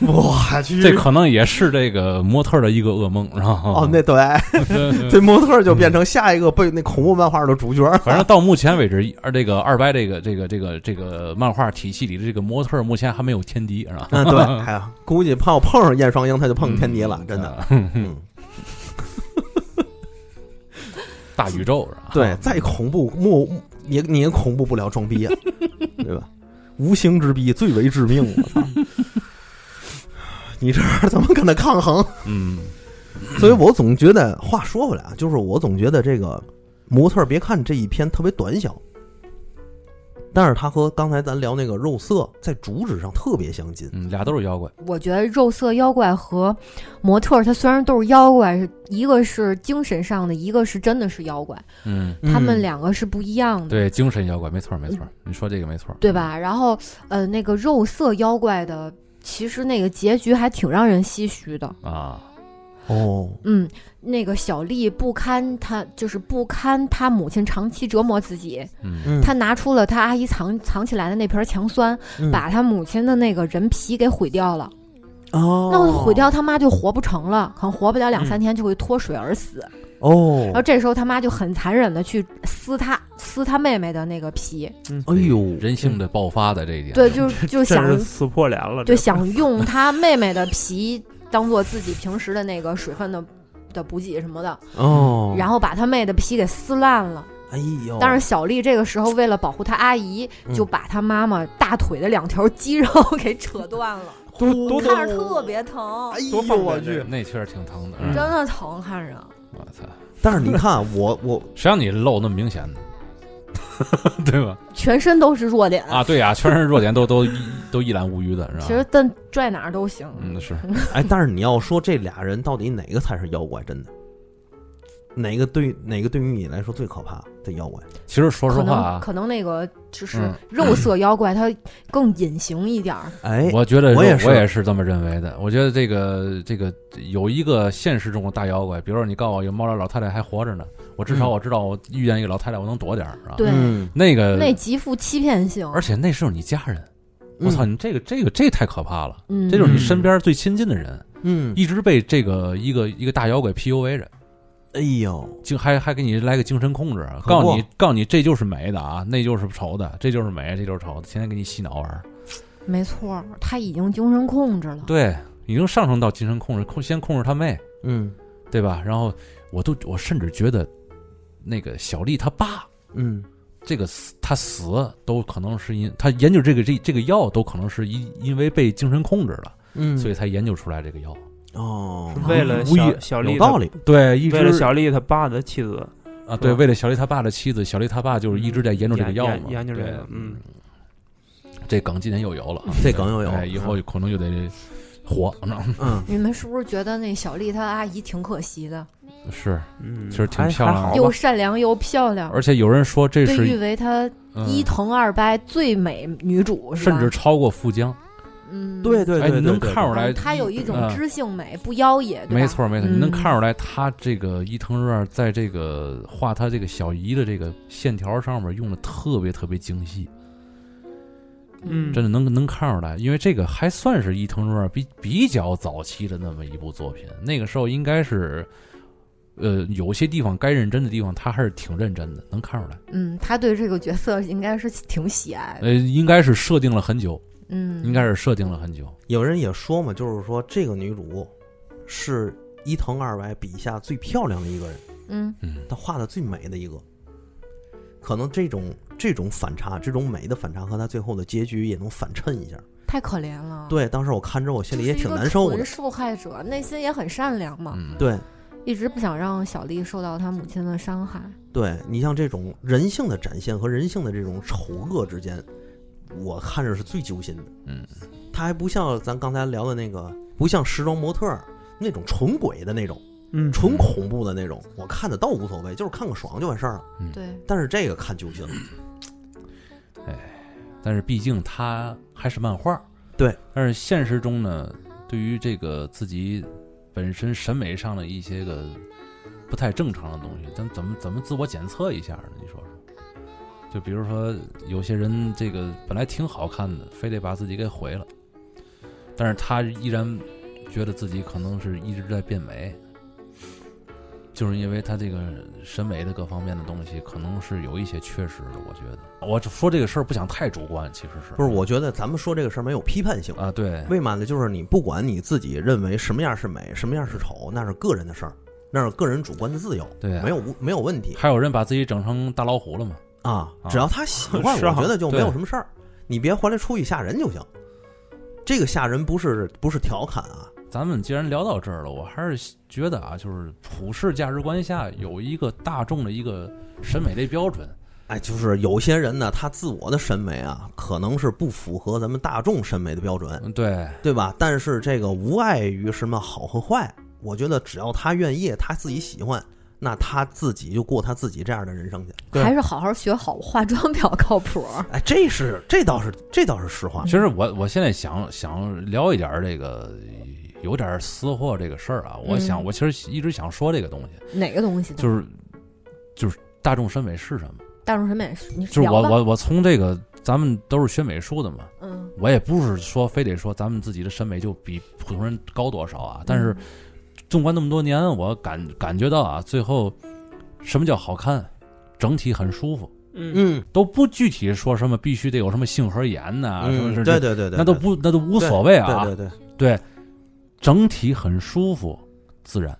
[SPEAKER 3] 我去
[SPEAKER 1] 这可能也是这个模特的一个噩梦，是吧？
[SPEAKER 3] 哦，那 [laughs] 对，
[SPEAKER 1] [laughs] 对对
[SPEAKER 3] 这嗯模特儿就变成下一个被那恐怖漫画的主角儿。
[SPEAKER 1] 反正到目前为止，二这个二白这个这个这个这个漫画体系里的这个模特，目前还没有天敌，是吧？
[SPEAKER 3] 啊，
[SPEAKER 1] [laughs]
[SPEAKER 3] 对，还有估计怕我碰上燕双鹰，他就 [laughs] 碰天敌了，真的。
[SPEAKER 1] 嗯，
[SPEAKER 3] 嗯，
[SPEAKER 1] [laughs] 大宇宙是吧？
[SPEAKER 3] 对，再恐怖莫也你也恐怖不了
[SPEAKER 1] [laughs]
[SPEAKER 3] 装逼啊，对吧？无形之逼最为致命，我操！ [laughs] 你这玩意儿怎么跟他
[SPEAKER 1] [laughs]
[SPEAKER 3] 抗衡？
[SPEAKER 1] 嗯，
[SPEAKER 3] 所以我总觉得，话说回来啊，就是我总觉得这个模特，别看这一篇特别短小，但是它和刚才咱聊那个肉色在主旨上特别相近。
[SPEAKER 1] 嗯，俩都是妖怪。
[SPEAKER 2] 我觉得肉色妖怪和模特儿，他虽然都是妖怪，是一个是精神上的，一个是真的是妖怪，
[SPEAKER 1] 嗯，
[SPEAKER 2] 他们两个是不一样的，
[SPEAKER 1] 对，精神妖怪，没错儿没错儿，你说这个没错，
[SPEAKER 2] 嗯对？吧？然后，呃，那个肉色妖怪的，其实那个结局还挺让人唏嘘的。
[SPEAKER 1] 啊，
[SPEAKER 3] 哦，
[SPEAKER 2] 嗯，那个小丽不堪她就是不堪她母亲长期折磨自己，
[SPEAKER 1] 嗯，
[SPEAKER 3] 嗯
[SPEAKER 2] 她拿出了她阿姨藏藏起来的那瓶强酸，
[SPEAKER 3] 嗯
[SPEAKER 2] 把她母亲的那个人皮给毁掉了。
[SPEAKER 3] 哦，
[SPEAKER 2] 那我毁掉他妈就活不成了，可能活不了两
[SPEAKER 4] 嗯
[SPEAKER 2] 三天就会脱水而死。
[SPEAKER 3] 哦
[SPEAKER 2] 然后，这时候他妈就很残忍的去撕他撕他妹妹的那个
[SPEAKER 3] [laughs]
[SPEAKER 2] 皮，
[SPEAKER 3] 哎呦，
[SPEAKER 1] 人性的爆发在这一点，
[SPEAKER 2] 对，就就
[SPEAKER 4] 真是
[SPEAKER 2] 想
[SPEAKER 4] 撕破脸了，
[SPEAKER 2] 就
[SPEAKER 4] 这
[SPEAKER 2] 想用他妹妹的皮当做自己平时的那个水分的的补给什么的，
[SPEAKER 3] 哦，
[SPEAKER 2] 然后把他妹的皮给撕烂了。
[SPEAKER 3] 哎
[SPEAKER 1] 哦
[SPEAKER 3] 呦，
[SPEAKER 2] 但是小丽这个时候为了保护她阿姨，
[SPEAKER 3] 嗯
[SPEAKER 2] 就把她妈妈大腿的两条肌肉 [laughs] 给扯断了，
[SPEAKER 4] 多多多
[SPEAKER 2] 看着特别疼
[SPEAKER 3] 哎，呦
[SPEAKER 4] 多放
[SPEAKER 3] 我
[SPEAKER 4] 点这
[SPEAKER 3] 去
[SPEAKER 4] 个！
[SPEAKER 1] 那确实挺疼的。
[SPEAKER 4] 嗯
[SPEAKER 2] 真
[SPEAKER 1] 是吧
[SPEAKER 2] 的疼，看着。
[SPEAKER 1] 我操，
[SPEAKER 3] 但是你看啊，我我
[SPEAKER 1] 谁让你露那么明显呢？ [laughs] 对吧？
[SPEAKER 2] 全身都是弱点
[SPEAKER 1] 啊，对呀，全是弱点都都一都一览无余的，是吧？
[SPEAKER 2] 其实，但拽哪儿都行。
[SPEAKER 1] 嗯，是
[SPEAKER 3] 哎，但是你要说这俩人到底哪个才是妖怪？真的，哪个对哪个对于你来说最可怕？这妖怪
[SPEAKER 1] 其实说实
[SPEAKER 2] 可
[SPEAKER 1] 话
[SPEAKER 2] 能
[SPEAKER 1] 啊，
[SPEAKER 2] 可能那个就是
[SPEAKER 1] 嗯呃
[SPEAKER 2] 肉色妖怪，它更隐形一点儿。
[SPEAKER 3] 哎，
[SPEAKER 1] 我觉得
[SPEAKER 3] 我也
[SPEAKER 1] 是
[SPEAKER 3] 是
[SPEAKER 1] 我也是这么认为的。我觉得这个这个有一个现实中的大妖怪，比如说你告诉我有猫脸老太太还活着呢，我至少
[SPEAKER 3] 嗯
[SPEAKER 1] 我知道我遇见一个老太太我能躲点儿，是吧？
[SPEAKER 2] 对，
[SPEAKER 3] 嗯
[SPEAKER 1] 那个
[SPEAKER 2] 那极富欺骗性。
[SPEAKER 1] 而且那是你家人，我
[SPEAKER 3] 嗯
[SPEAKER 1] 操，你这个这个这太可怕了！
[SPEAKER 2] 嗯，
[SPEAKER 1] 这就是你
[SPEAKER 4] 嗯
[SPEAKER 1] 身边最亲近的人，
[SPEAKER 3] 嗯，
[SPEAKER 1] 一直被这个一个一个大摇鬼 PUA 着，
[SPEAKER 3] 哎呦，
[SPEAKER 1] 精还还给你来个精神控制，啊
[SPEAKER 3] 可不
[SPEAKER 1] 告诉你告诉你这就是美的啊，那就是丑的，这就是美，这就是丑的，天天给你洗脑玩儿。
[SPEAKER 2] 没错儿，他已经精神控制了。
[SPEAKER 1] 对，已经上升到精神控制，控先控制他妹，
[SPEAKER 3] 嗯
[SPEAKER 1] 对吧？然后我都我甚至觉得，那个小丽她爸
[SPEAKER 3] 嗯，
[SPEAKER 1] 这个死他死都可能是因他研究这个这这个药都可能是因因为被精神控制了，
[SPEAKER 3] 嗯，
[SPEAKER 1] 所以才研究出来这个药。
[SPEAKER 3] 哦，
[SPEAKER 4] 为了
[SPEAKER 1] 无意
[SPEAKER 4] 小小丽
[SPEAKER 3] 有
[SPEAKER 4] 的
[SPEAKER 3] 道，理，
[SPEAKER 1] 对，一直
[SPEAKER 4] 为了小丽他爸的妻子，
[SPEAKER 1] 啊，对，
[SPEAKER 4] 嗯
[SPEAKER 1] 为了小丽他爸的妻子，小丽他爸就是一直在研究这个药嘛，
[SPEAKER 4] 研研研究这
[SPEAKER 1] 对
[SPEAKER 4] 个嗯，
[SPEAKER 1] 这梗今年又有了啊，
[SPEAKER 3] 嗯这梗又有
[SPEAKER 1] 哎，以后可能就得火，
[SPEAKER 3] [laughs] 嗯，
[SPEAKER 2] 你们是不是觉得那小丽她阿姨挺可惜的，
[SPEAKER 1] 是，
[SPEAKER 4] 嗯，
[SPEAKER 1] 其实挺
[SPEAKER 4] 还
[SPEAKER 1] 漂亮的
[SPEAKER 4] 还好吧
[SPEAKER 2] 又善良又漂亮，
[SPEAKER 1] 而且有人说这
[SPEAKER 2] 被誉
[SPEAKER 1] 是
[SPEAKER 2] 为她
[SPEAKER 1] 嗯
[SPEAKER 2] 一疼二掰最美女主，是吧
[SPEAKER 1] 甚至超过富江，
[SPEAKER 2] 嗯，
[SPEAKER 3] 对对
[SPEAKER 1] 哎，
[SPEAKER 3] 对，
[SPEAKER 1] 你
[SPEAKER 3] 对
[SPEAKER 1] 能
[SPEAKER 3] 对
[SPEAKER 1] 看出来，
[SPEAKER 2] 她有一种
[SPEAKER 1] 嗯
[SPEAKER 2] 知性美，不妖冶，对吧
[SPEAKER 1] 没，错没错，你能
[SPEAKER 2] 嗯
[SPEAKER 1] 看出来他这个伊藤润二在这个画他这个小姨的这个线条上面用的特别特别精细，
[SPEAKER 4] 嗯
[SPEAKER 1] 真的能能看出来，因为这个还算是伊藤润二比比较早期的那么一部作品，那个时候应该是，呃，有些地方该认真的地方他还是挺认真的，能看出来，
[SPEAKER 2] 嗯，她对这个角色应该是挺喜爱的，
[SPEAKER 1] 呃，应该是设定了很久，
[SPEAKER 2] 哎嗯，
[SPEAKER 1] 应该是设定了很久，
[SPEAKER 3] 有人也说嘛，就是说这个女主是伊藤二白笔下最漂亮的一个人，
[SPEAKER 2] 嗯
[SPEAKER 1] 嗯，
[SPEAKER 3] 她画的最美的一个。可能这种这种反差，这种美的反差和她最后的结局也能反衬一下。
[SPEAKER 2] 太可怜了，
[SPEAKER 3] 对，当时我看着我心
[SPEAKER 2] 哦就
[SPEAKER 3] 里
[SPEAKER 2] 是
[SPEAKER 3] 也
[SPEAKER 2] 一个
[SPEAKER 3] 挺
[SPEAKER 2] 纯
[SPEAKER 3] 难受的。
[SPEAKER 2] 受害者内心也很善良嘛，
[SPEAKER 1] 嗯，
[SPEAKER 3] 对
[SPEAKER 2] 一直不想让小丽受到她母亲的伤害。
[SPEAKER 3] 对，你像这种人性的展现和人性的这种丑恶之间，我看着是最揪心的。
[SPEAKER 1] 嗯，
[SPEAKER 3] 她还不像咱刚才聊的那个，不像时装模特儿那种纯鬼的那种。
[SPEAKER 4] 嗯
[SPEAKER 3] 纯恐怖的那种，我看的倒无所谓，就是看个爽就完事儿了。
[SPEAKER 1] 嗯，
[SPEAKER 2] 对，
[SPEAKER 3] 但是这个看揪心了，
[SPEAKER 1] 但是毕竟他还是漫画，
[SPEAKER 3] 对，
[SPEAKER 1] 但是现实中呢，对于这个自己本身审美上的一些个不太正常的东西，咱怎么怎么自我检测一下呢？你说说。就比如说，有些人这个本来挺好看的，非得把自己给毁了，但是他依然觉得自己可能是一直在变美，就是因为他这个审美的各方面的东西可能是有一些缺失的。我觉得，我说这个事儿不想太主观，其实是
[SPEAKER 3] 不是？我觉得咱嘛说这个事儿没有批判性，
[SPEAKER 1] 啊，对，
[SPEAKER 3] 为嘛呢？就是你不管你自己认为什么样是美，什么样是丑，那是个人的事儿，那是个人主观的自由，
[SPEAKER 1] 对啊
[SPEAKER 3] 没有无没有问题
[SPEAKER 1] 还有人把自己整成大老虎了嘛？
[SPEAKER 3] 啊
[SPEAKER 1] 啊。
[SPEAKER 3] 只要他喜欢，我
[SPEAKER 4] 是啊
[SPEAKER 3] 觉得就没有
[SPEAKER 1] 对
[SPEAKER 3] 什么事儿。你别回来出去吓人就行。这个吓人不是不是调侃啊，
[SPEAKER 1] 咱们既然聊到这儿了，我还是觉得啊，就是普世价值观下有一个大众的一个审美类标准，
[SPEAKER 3] 哎，就是有些人呢，他自我的审美啊，可能是不符合咱们大众审美的标准。
[SPEAKER 1] 嗯，对，
[SPEAKER 3] 对吧？但是这个无碍于什么好和坏，我觉得只要他愿意，他自己喜欢，那他自己就过他自己这样的人生去。
[SPEAKER 4] 对
[SPEAKER 2] 还是好好学好化妆比较靠谱。
[SPEAKER 1] [laughs]
[SPEAKER 3] 哎，这是这倒是这倒是实话
[SPEAKER 1] 其。实我我现在想想聊一点儿这个有点儿私货这个事儿啊，我想
[SPEAKER 2] 嗯
[SPEAKER 1] 我其实一直想说这个东西，
[SPEAKER 2] 哪个东西呢？
[SPEAKER 1] 就是就是大众审美是什么？
[SPEAKER 2] 大众审美，你
[SPEAKER 1] 就是
[SPEAKER 2] 聊
[SPEAKER 1] 我
[SPEAKER 2] 吧
[SPEAKER 1] 我我从这个咱们都是学美术的嘛，
[SPEAKER 2] 嗯，
[SPEAKER 1] 我也不是说非得说咱们自己的审美就比普通人高多少啊，但是纵观那么多年，我感感觉到啊，最后什么叫好看，整体很舒服，
[SPEAKER 4] 嗯
[SPEAKER 3] 嗯
[SPEAKER 1] 都不具体说什么必须得有什么性和颜呐、什么
[SPEAKER 3] 嗯，
[SPEAKER 1] 啊是
[SPEAKER 3] 对对对对，对
[SPEAKER 1] 那都不那都无所谓啊，
[SPEAKER 3] 对对对，
[SPEAKER 1] 对整体很舒服，自然，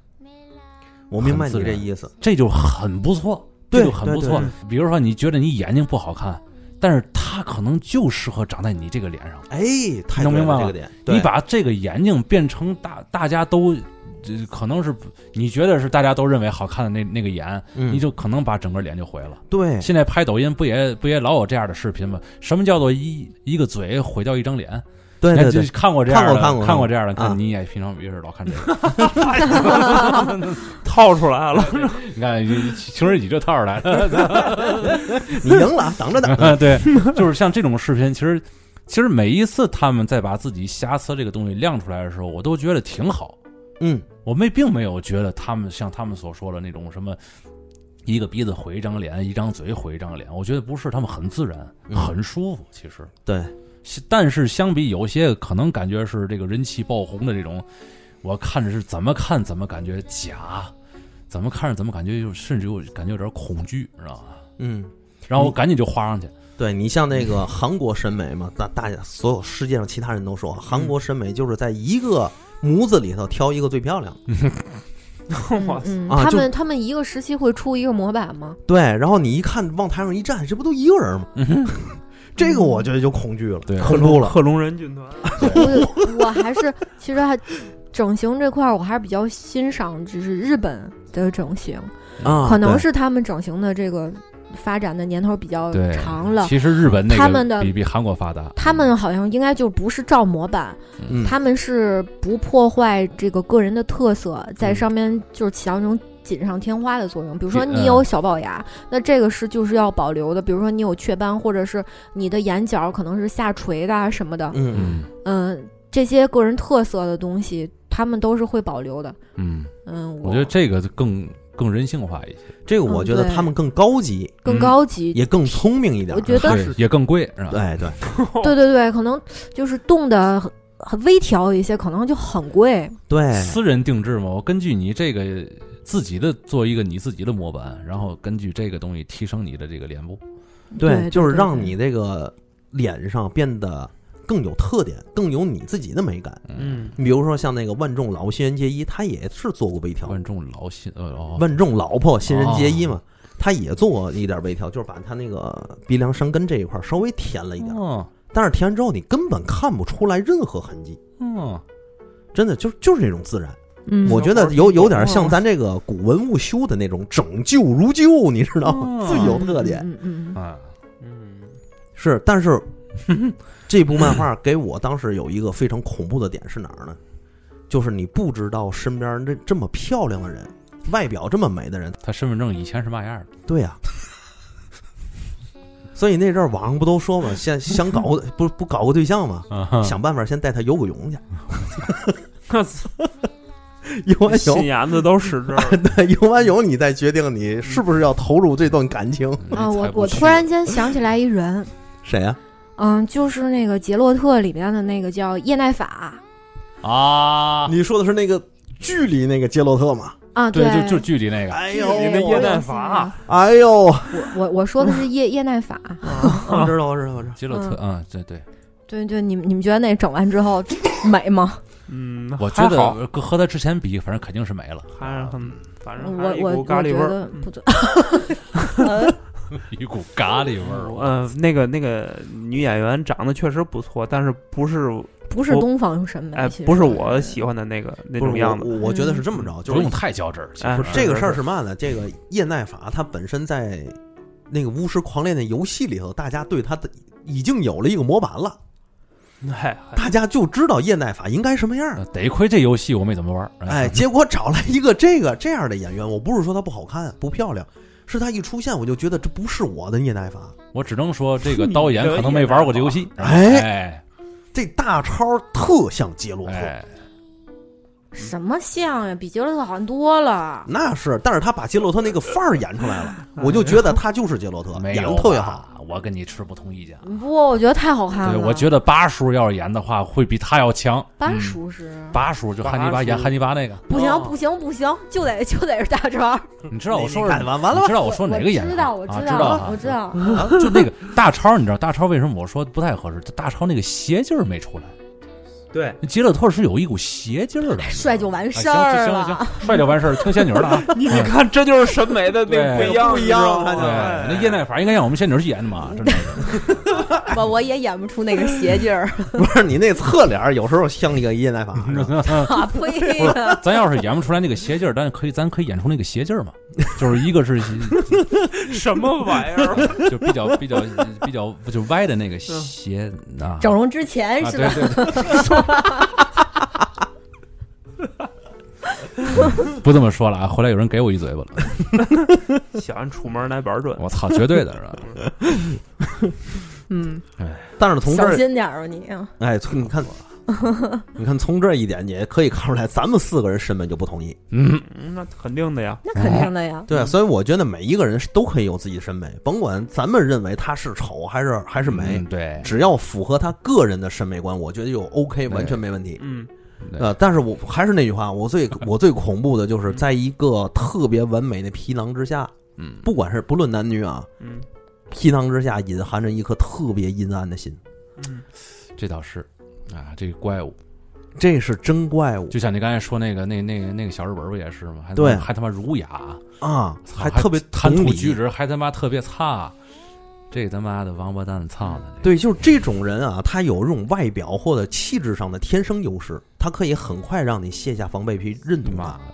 [SPEAKER 3] 我明白
[SPEAKER 1] 很自
[SPEAKER 3] 你这
[SPEAKER 1] 然
[SPEAKER 3] 意思。
[SPEAKER 1] 这就很不错，
[SPEAKER 3] 对
[SPEAKER 1] 这就很不错
[SPEAKER 4] 对。
[SPEAKER 1] 比如说你觉得你眼睛不好看，但是它可能就适合长在你这个脸上。
[SPEAKER 3] 哎，太
[SPEAKER 1] 弄
[SPEAKER 3] 对
[SPEAKER 1] 明白
[SPEAKER 3] 了
[SPEAKER 1] 了
[SPEAKER 3] 这个点。对
[SPEAKER 1] 你把这个眼睛变成大大家都，这可能是你觉得是大家都认为好看的那那个眼，
[SPEAKER 3] 嗯
[SPEAKER 1] 你就可能把整个脸就毁了。
[SPEAKER 3] 对
[SPEAKER 1] 现在拍抖音不也不也老有这样的视频吗？什么叫做一一个嘴毁掉一张脸？
[SPEAKER 3] 对对
[SPEAKER 1] 你
[SPEAKER 3] 对
[SPEAKER 1] 还，看过这样的，
[SPEAKER 3] 看过看过
[SPEAKER 1] 看这样的，
[SPEAKER 3] 啊
[SPEAKER 1] 看你也平常没事老看这个。
[SPEAKER 3] [laughs]
[SPEAKER 4] 套出来了，
[SPEAKER 1] 你看情人节这套儿来
[SPEAKER 3] [laughs]
[SPEAKER 1] 的，
[SPEAKER 3] 你赢了，等着等
[SPEAKER 1] [laughs]
[SPEAKER 3] 着。
[SPEAKER 1] 对，就是像这种视频，其实其实每一次他们在把自己瑕疵这个东西亮出来的时候，我都觉得挺好。
[SPEAKER 3] 嗯，
[SPEAKER 1] 我们并没有觉得他们像他们所说的那种什么，一个鼻子毁一张脸，一张嘴毁一张脸。我觉得不是，他们很自然，
[SPEAKER 3] 嗯
[SPEAKER 1] 很舒服。其实
[SPEAKER 3] 对，
[SPEAKER 1] 但是相比有些可能感觉是这个人气爆红的这种，我看着是怎么看怎么感觉假，怎么看着怎么感觉就甚至有感觉有点恐惧，知道吧？
[SPEAKER 3] 嗯，
[SPEAKER 1] 然后我赶紧就花上去，
[SPEAKER 3] 对你像那个韩国审美嘛，大大家所有世界上其他人都说，韩
[SPEAKER 1] 嗯
[SPEAKER 3] 国审美就是在一个模子里头挑一个最漂亮的。
[SPEAKER 4] [laughs] 我操
[SPEAKER 2] 嗯，
[SPEAKER 3] [laughs] 啊
[SPEAKER 2] 他
[SPEAKER 3] 就
[SPEAKER 2] 们他们一个时期会出一个模板吗？
[SPEAKER 3] 对，然后你一看往台上一站，这不都一个人吗？这个
[SPEAKER 2] 嗯
[SPEAKER 3] 我觉得就恐惧了，
[SPEAKER 1] 嗯对
[SPEAKER 3] 恐怖了。
[SPEAKER 4] 克隆人军团， [laughs]
[SPEAKER 2] 我我还是其实还整形这块儿，我还是比较欣赏，就是日本的整形，
[SPEAKER 3] 啊，
[SPEAKER 2] 可能
[SPEAKER 3] 对
[SPEAKER 2] 是他们整形的这个发展的年头比较
[SPEAKER 1] 对，
[SPEAKER 2] 呃长了。
[SPEAKER 1] 其实日本那个
[SPEAKER 2] 他们的
[SPEAKER 1] 比比韩国发达，
[SPEAKER 2] 他们好像应该就不是照模板，
[SPEAKER 3] 嗯，
[SPEAKER 2] 他们是不破坏这个个人的特色，在
[SPEAKER 3] 嗯
[SPEAKER 2] 上面就是起到那种锦上添花的作用。比如说
[SPEAKER 1] 锦
[SPEAKER 2] 你有
[SPEAKER 1] 嗯
[SPEAKER 2] 小龅牙，那这个是就是要保留的。比如说你有雀斑，或者是你的眼角可能是下垂的啊什么的，
[SPEAKER 3] 嗯
[SPEAKER 1] 嗯
[SPEAKER 2] 嗯，这些个人特色的东西，他们都是会保留的。
[SPEAKER 1] 嗯，
[SPEAKER 2] 嗯，
[SPEAKER 1] 我觉得这个更更人性化一些，
[SPEAKER 3] 嗯，这个我觉得
[SPEAKER 2] 嗯对
[SPEAKER 3] 他们更高级，
[SPEAKER 2] 更
[SPEAKER 1] 嗯
[SPEAKER 2] 高级。
[SPEAKER 3] 也更聪明一点。
[SPEAKER 2] 我觉得
[SPEAKER 1] 对也更贵，是吧？
[SPEAKER 3] 哎对对，
[SPEAKER 2] [laughs] 对对对，可能就是动的很很微调一些，可能就很贵。
[SPEAKER 3] 对
[SPEAKER 1] 私人定制嘛，我根据你这个自己的做一个你自己的模板，然后根据这个东西提升你的这个脸部。
[SPEAKER 2] 对，
[SPEAKER 3] 就是让
[SPEAKER 2] 对
[SPEAKER 3] 你这个脸上变得更有特点，更有你自己的美感。
[SPEAKER 1] 嗯，
[SPEAKER 4] 嗯，
[SPEAKER 3] 你比如说像那个万众老新人结衣，他也是做过微调。
[SPEAKER 1] 观众劳心呃哦，
[SPEAKER 3] 万众老婆新人结衣嘛，他也做过一点微调，就是把他那个鼻梁山根这一块稍微填了一点，
[SPEAKER 1] 哦
[SPEAKER 3] 但是填完之后你根本看不出来任何痕迹，
[SPEAKER 1] 哦，
[SPEAKER 3] 真的就就是那种自然。
[SPEAKER 2] 嗯，
[SPEAKER 3] 我觉得有有点像咱这个古文物修的那种拯救如旧，你知道吗？
[SPEAKER 1] 哦
[SPEAKER 3] [laughs] 最有特点
[SPEAKER 2] 嗯嗯嗯
[SPEAKER 1] 啊，
[SPEAKER 4] 嗯，
[SPEAKER 3] 是，但是这部漫画给我当时有一个非常恐怖的点是哪儿呢？就是你不知道身边这这么漂亮的人，外表这么美的人，
[SPEAKER 1] 他身份证以前是嘛样的？
[SPEAKER 3] 对呀、所以那阵儿网上不都说嘛，现想搞个不不搞个对象嘛，
[SPEAKER 1] 啊哈
[SPEAKER 3] 想办法先带他游个泳去，
[SPEAKER 4] 我操
[SPEAKER 3] [laughs] 游完
[SPEAKER 4] [laughs] 心
[SPEAKER 3] 泳，
[SPEAKER 4] 眼子都使
[SPEAKER 1] [laughs]
[SPEAKER 4] 这儿了，
[SPEAKER 3] 对， [laughs] 游完泳你再决定你是不是要投入这段感情。
[SPEAKER 1] 你
[SPEAKER 2] 啊，
[SPEAKER 1] 嗯
[SPEAKER 2] 我
[SPEAKER 1] 才不
[SPEAKER 2] 我
[SPEAKER 1] 去
[SPEAKER 2] 突然间想起来一人，
[SPEAKER 3] [laughs] 谁呀、
[SPEAKER 2] 嗯，就是那个《杰洛特》里边的那个叫叶奈法
[SPEAKER 1] 啊，
[SPEAKER 3] 你说的是那个剧里那个杰洛特吗？
[SPEAKER 2] 啊，
[SPEAKER 1] 对，就就距离那
[SPEAKER 2] 嗯
[SPEAKER 1] 个，
[SPEAKER 3] 哎
[SPEAKER 4] 呦
[SPEAKER 3] 呦，
[SPEAKER 4] 你那叶奈法啊
[SPEAKER 3] 哎呦，
[SPEAKER 2] 我我我说的是叶叶奈法。
[SPEAKER 3] [laughs] 我知道，我知道，我知道。
[SPEAKER 1] 杰洛特啊，对对，
[SPEAKER 2] 对对，你们你们觉得那整完之后 [laughs] 美吗？
[SPEAKER 4] 嗯，
[SPEAKER 1] 我觉
[SPEAKER 4] 还好
[SPEAKER 1] 得跟和他之前比，反正肯定是没了，
[SPEAKER 4] 还是很，反正还
[SPEAKER 2] 我
[SPEAKER 4] 是一
[SPEAKER 2] 我
[SPEAKER 4] 股
[SPEAKER 2] 我
[SPEAKER 4] 咖
[SPEAKER 2] 觉
[SPEAKER 4] 喱味儿
[SPEAKER 2] 得，
[SPEAKER 4] 嗯
[SPEAKER 2] 不 [laughs] 呃准。
[SPEAKER 1] [laughs] 一股咖喱味儿。我
[SPEAKER 4] 呃，那个那个女演员长得确实不错，但是不是
[SPEAKER 2] 不是
[SPEAKER 4] 我
[SPEAKER 2] 东方审美，
[SPEAKER 4] 哎，
[SPEAKER 2] 其
[SPEAKER 4] 不是
[SPEAKER 2] 实
[SPEAKER 4] 我喜欢的那个那
[SPEAKER 3] 不是
[SPEAKER 4] 种样子。
[SPEAKER 3] 我我觉得是这么着，就
[SPEAKER 1] 不
[SPEAKER 3] 是
[SPEAKER 1] 用太较真儿，其
[SPEAKER 4] 哎
[SPEAKER 1] 实
[SPEAKER 3] 啊这个事儿
[SPEAKER 4] 是
[SPEAKER 3] 是嘛呢？这个叶奈法他本身在那个巫师狂恋的游戏里头，大家对他的已经有了一个模板了，
[SPEAKER 4] 嗨，
[SPEAKER 3] 大家就知道叶奈法应该什么样儿。
[SPEAKER 1] 呃得亏这游戏我没怎么玩儿，
[SPEAKER 3] 哎，结果找来一个这个这样的演员，我不是说她不好看、不漂亮，是她一出现我就觉得这不是我的叶奈法。
[SPEAKER 1] 我只能说
[SPEAKER 3] [laughs]
[SPEAKER 1] 这个导演可能没玩过这游戏，
[SPEAKER 3] 啊哎这大超特像杰洛特，
[SPEAKER 1] 哎，
[SPEAKER 2] 什么像呀，比杰洛特好看多了。
[SPEAKER 3] 那是，但是他把杰洛特那个范儿演出来 [laughs] 了，我就觉得他就是杰洛特，
[SPEAKER 1] 没
[SPEAKER 3] 演
[SPEAKER 1] 有
[SPEAKER 3] 的特别
[SPEAKER 1] 吧
[SPEAKER 3] 好。，
[SPEAKER 1] 我跟你持不同意见。
[SPEAKER 2] 不，我觉得太好看
[SPEAKER 1] 对，
[SPEAKER 2] 了。
[SPEAKER 1] 我觉得八叔要是演的话，会比他要强。
[SPEAKER 2] 八
[SPEAKER 4] 嗯
[SPEAKER 2] 叔是
[SPEAKER 1] 八叔就汉尼拔
[SPEAKER 4] 八叔
[SPEAKER 1] 演汉尼拔
[SPEAKER 3] [laughs]
[SPEAKER 1] 那个，
[SPEAKER 2] 不行
[SPEAKER 4] 哦
[SPEAKER 2] 不行不行，就得就得是大川。
[SPEAKER 1] 你知道我说
[SPEAKER 3] 你
[SPEAKER 1] 是
[SPEAKER 3] 看完完了
[SPEAKER 1] 你
[SPEAKER 3] 吧
[SPEAKER 1] 知？道哦我说哪个演
[SPEAKER 2] 知
[SPEAKER 1] 员
[SPEAKER 2] 道我
[SPEAKER 1] 啊
[SPEAKER 2] 知
[SPEAKER 1] 知道
[SPEAKER 2] 道
[SPEAKER 1] 啊
[SPEAKER 2] 我知道。
[SPEAKER 1] 啊 [laughs] 就那个大超，你知道大超为什么我说不太合适？就大超那个邪劲儿没出来，
[SPEAKER 4] 对，
[SPEAKER 1] 杰勒特是有一股邪劲
[SPEAKER 2] [laughs]
[SPEAKER 1] 儿的，
[SPEAKER 2] 帅就完
[SPEAKER 1] 啊
[SPEAKER 2] 事
[SPEAKER 1] 行
[SPEAKER 2] 儿了。
[SPEAKER 1] 行行行，帅就完事儿，听仙女儿的
[SPEAKER 2] [laughs]
[SPEAKER 1] 啊。
[SPEAKER 4] [laughs] 你你看，这就是审美的那个
[SPEAKER 1] 对
[SPEAKER 4] 一样，
[SPEAKER 3] 不
[SPEAKER 4] 不
[SPEAKER 3] 一样看起来
[SPEAKER 4] 哎
[SPEAKER 1] 对，那叶奈法应该让我们仙女儿去演的嘛，真的
[SPEAKER 2] 嗯
[SPEAKER 1] 是。
[SPEAKER 2] 我我也演不出那个邪劲儿，
[SPEAKER 3] [laughs] 不是你那侧脸儿有时候像一个叶奈法，
[SPEAKER 1] [laughs]
[SPEAKER 3] 是
[SPEAKER 1] 嗯
[SPEAKER 3] 吧
[SPEAKER 2] 啊呸呀！
[SPEAKER 1] 咱要是 [laughs] 演不出来那个邪劲儿，但是可以，咱可以演出那个邪劲儿嘛，就是一个是
[SPEAKER 4] 什么玩意儿？
[SPEAKER 1] [laughs] 就比较比较比较就歪的那个邪啊，
[SPEAKER 2] 整容之前
[SPEAKER 1] 啊，
[SPEAKER 2] 是
[SPEAKER 1] 对
[SPEAKER 2] 吧？
[SPEAKER 1] 对对。 [laughs] 不这么说了啊！回来有人给我一嘴巴了，
[SPEAKER 4] 想按出门来板准，
[SPEAKER 1] 我操，绝对的是吧？
[SPEAKER 2] 嗯，
[SPEAKER 3] 但是从这
[SPEAKER 2] 小
[SPEAKER 3] 儿，
[SPEAKER 2] 心点儿吧你。啊
[SPEAKER 3] 哎，从你看，你看从这一点也可以看出来，咱们四个人身份就不统一。嗯
[SPEAKER 1] 嗯，
[SPEAKER 4] 嗯那肯定的呀。
[SPEAKER 2] 那
[SPEAKER 1] 哎
[SPEAKER 2] 肯定的呀。
[SPEAKER 1] 啊
[SPEAKER 3] 对，所以我觉得每一个人是都可以有自己的审美，甭管咱们认为他是丑还是还是美，
[SPEAKER 1] 嗯对，
[SPEAKER 3] 只要符合他个人的审美观，我觉得就
[SPEAKER 1] 对
[SPEAKER 3] OK，完全没问题。
[SPEAKER 4] 嗯，
[SPEAKER 1] 对
[SPEAKER 3] 呃，但是我还是那句话，
[SPEAKER 1] [laughs]
[SPEAKER 3] 我最我最恐怖的就是在一个特别完美的皮囊之下，
[SPEAKER 1] 嗯，
[SPEAKER 3] 不管是不论男女啊，
[SPEAKER 4] 嗯
[SPEAKER 3] 皮囊之下隐含着一颗特别阴暗的心，
[SPEAKER 4] 嗯
[SPEAKER 1] 这倒是啊，这个怪物，
[SPEAKER 3] 这是真怪物
[SPEAKER 1] 就像你刚才说那个那那个那个小日本不也是吗？还他妈
[SPEAKER 3] 对
[SPEAKER 1] 还他妈儒雅，
[SPEAKER 3] 啊，
[SPEAKER 1] 操
[SPEAKER 3] 还特别
[SPEAKER 1] 谈
[SPEAKER 3] 懂
[SPEAKER 1] 吐
[SPEAKER 3] 理
[SPEAKER 1] 举止还他妈特别差，这他妈的王八蛋操的，
[SPEAKER 3] 对，就是这种人啊，他有这种外表或者气质上的天生优势，他可以很快让你卸下防备皮，认同
[SPEAKER 1] 妈
[SPEAKER 3] 他，
[SPEAKER 1] 的，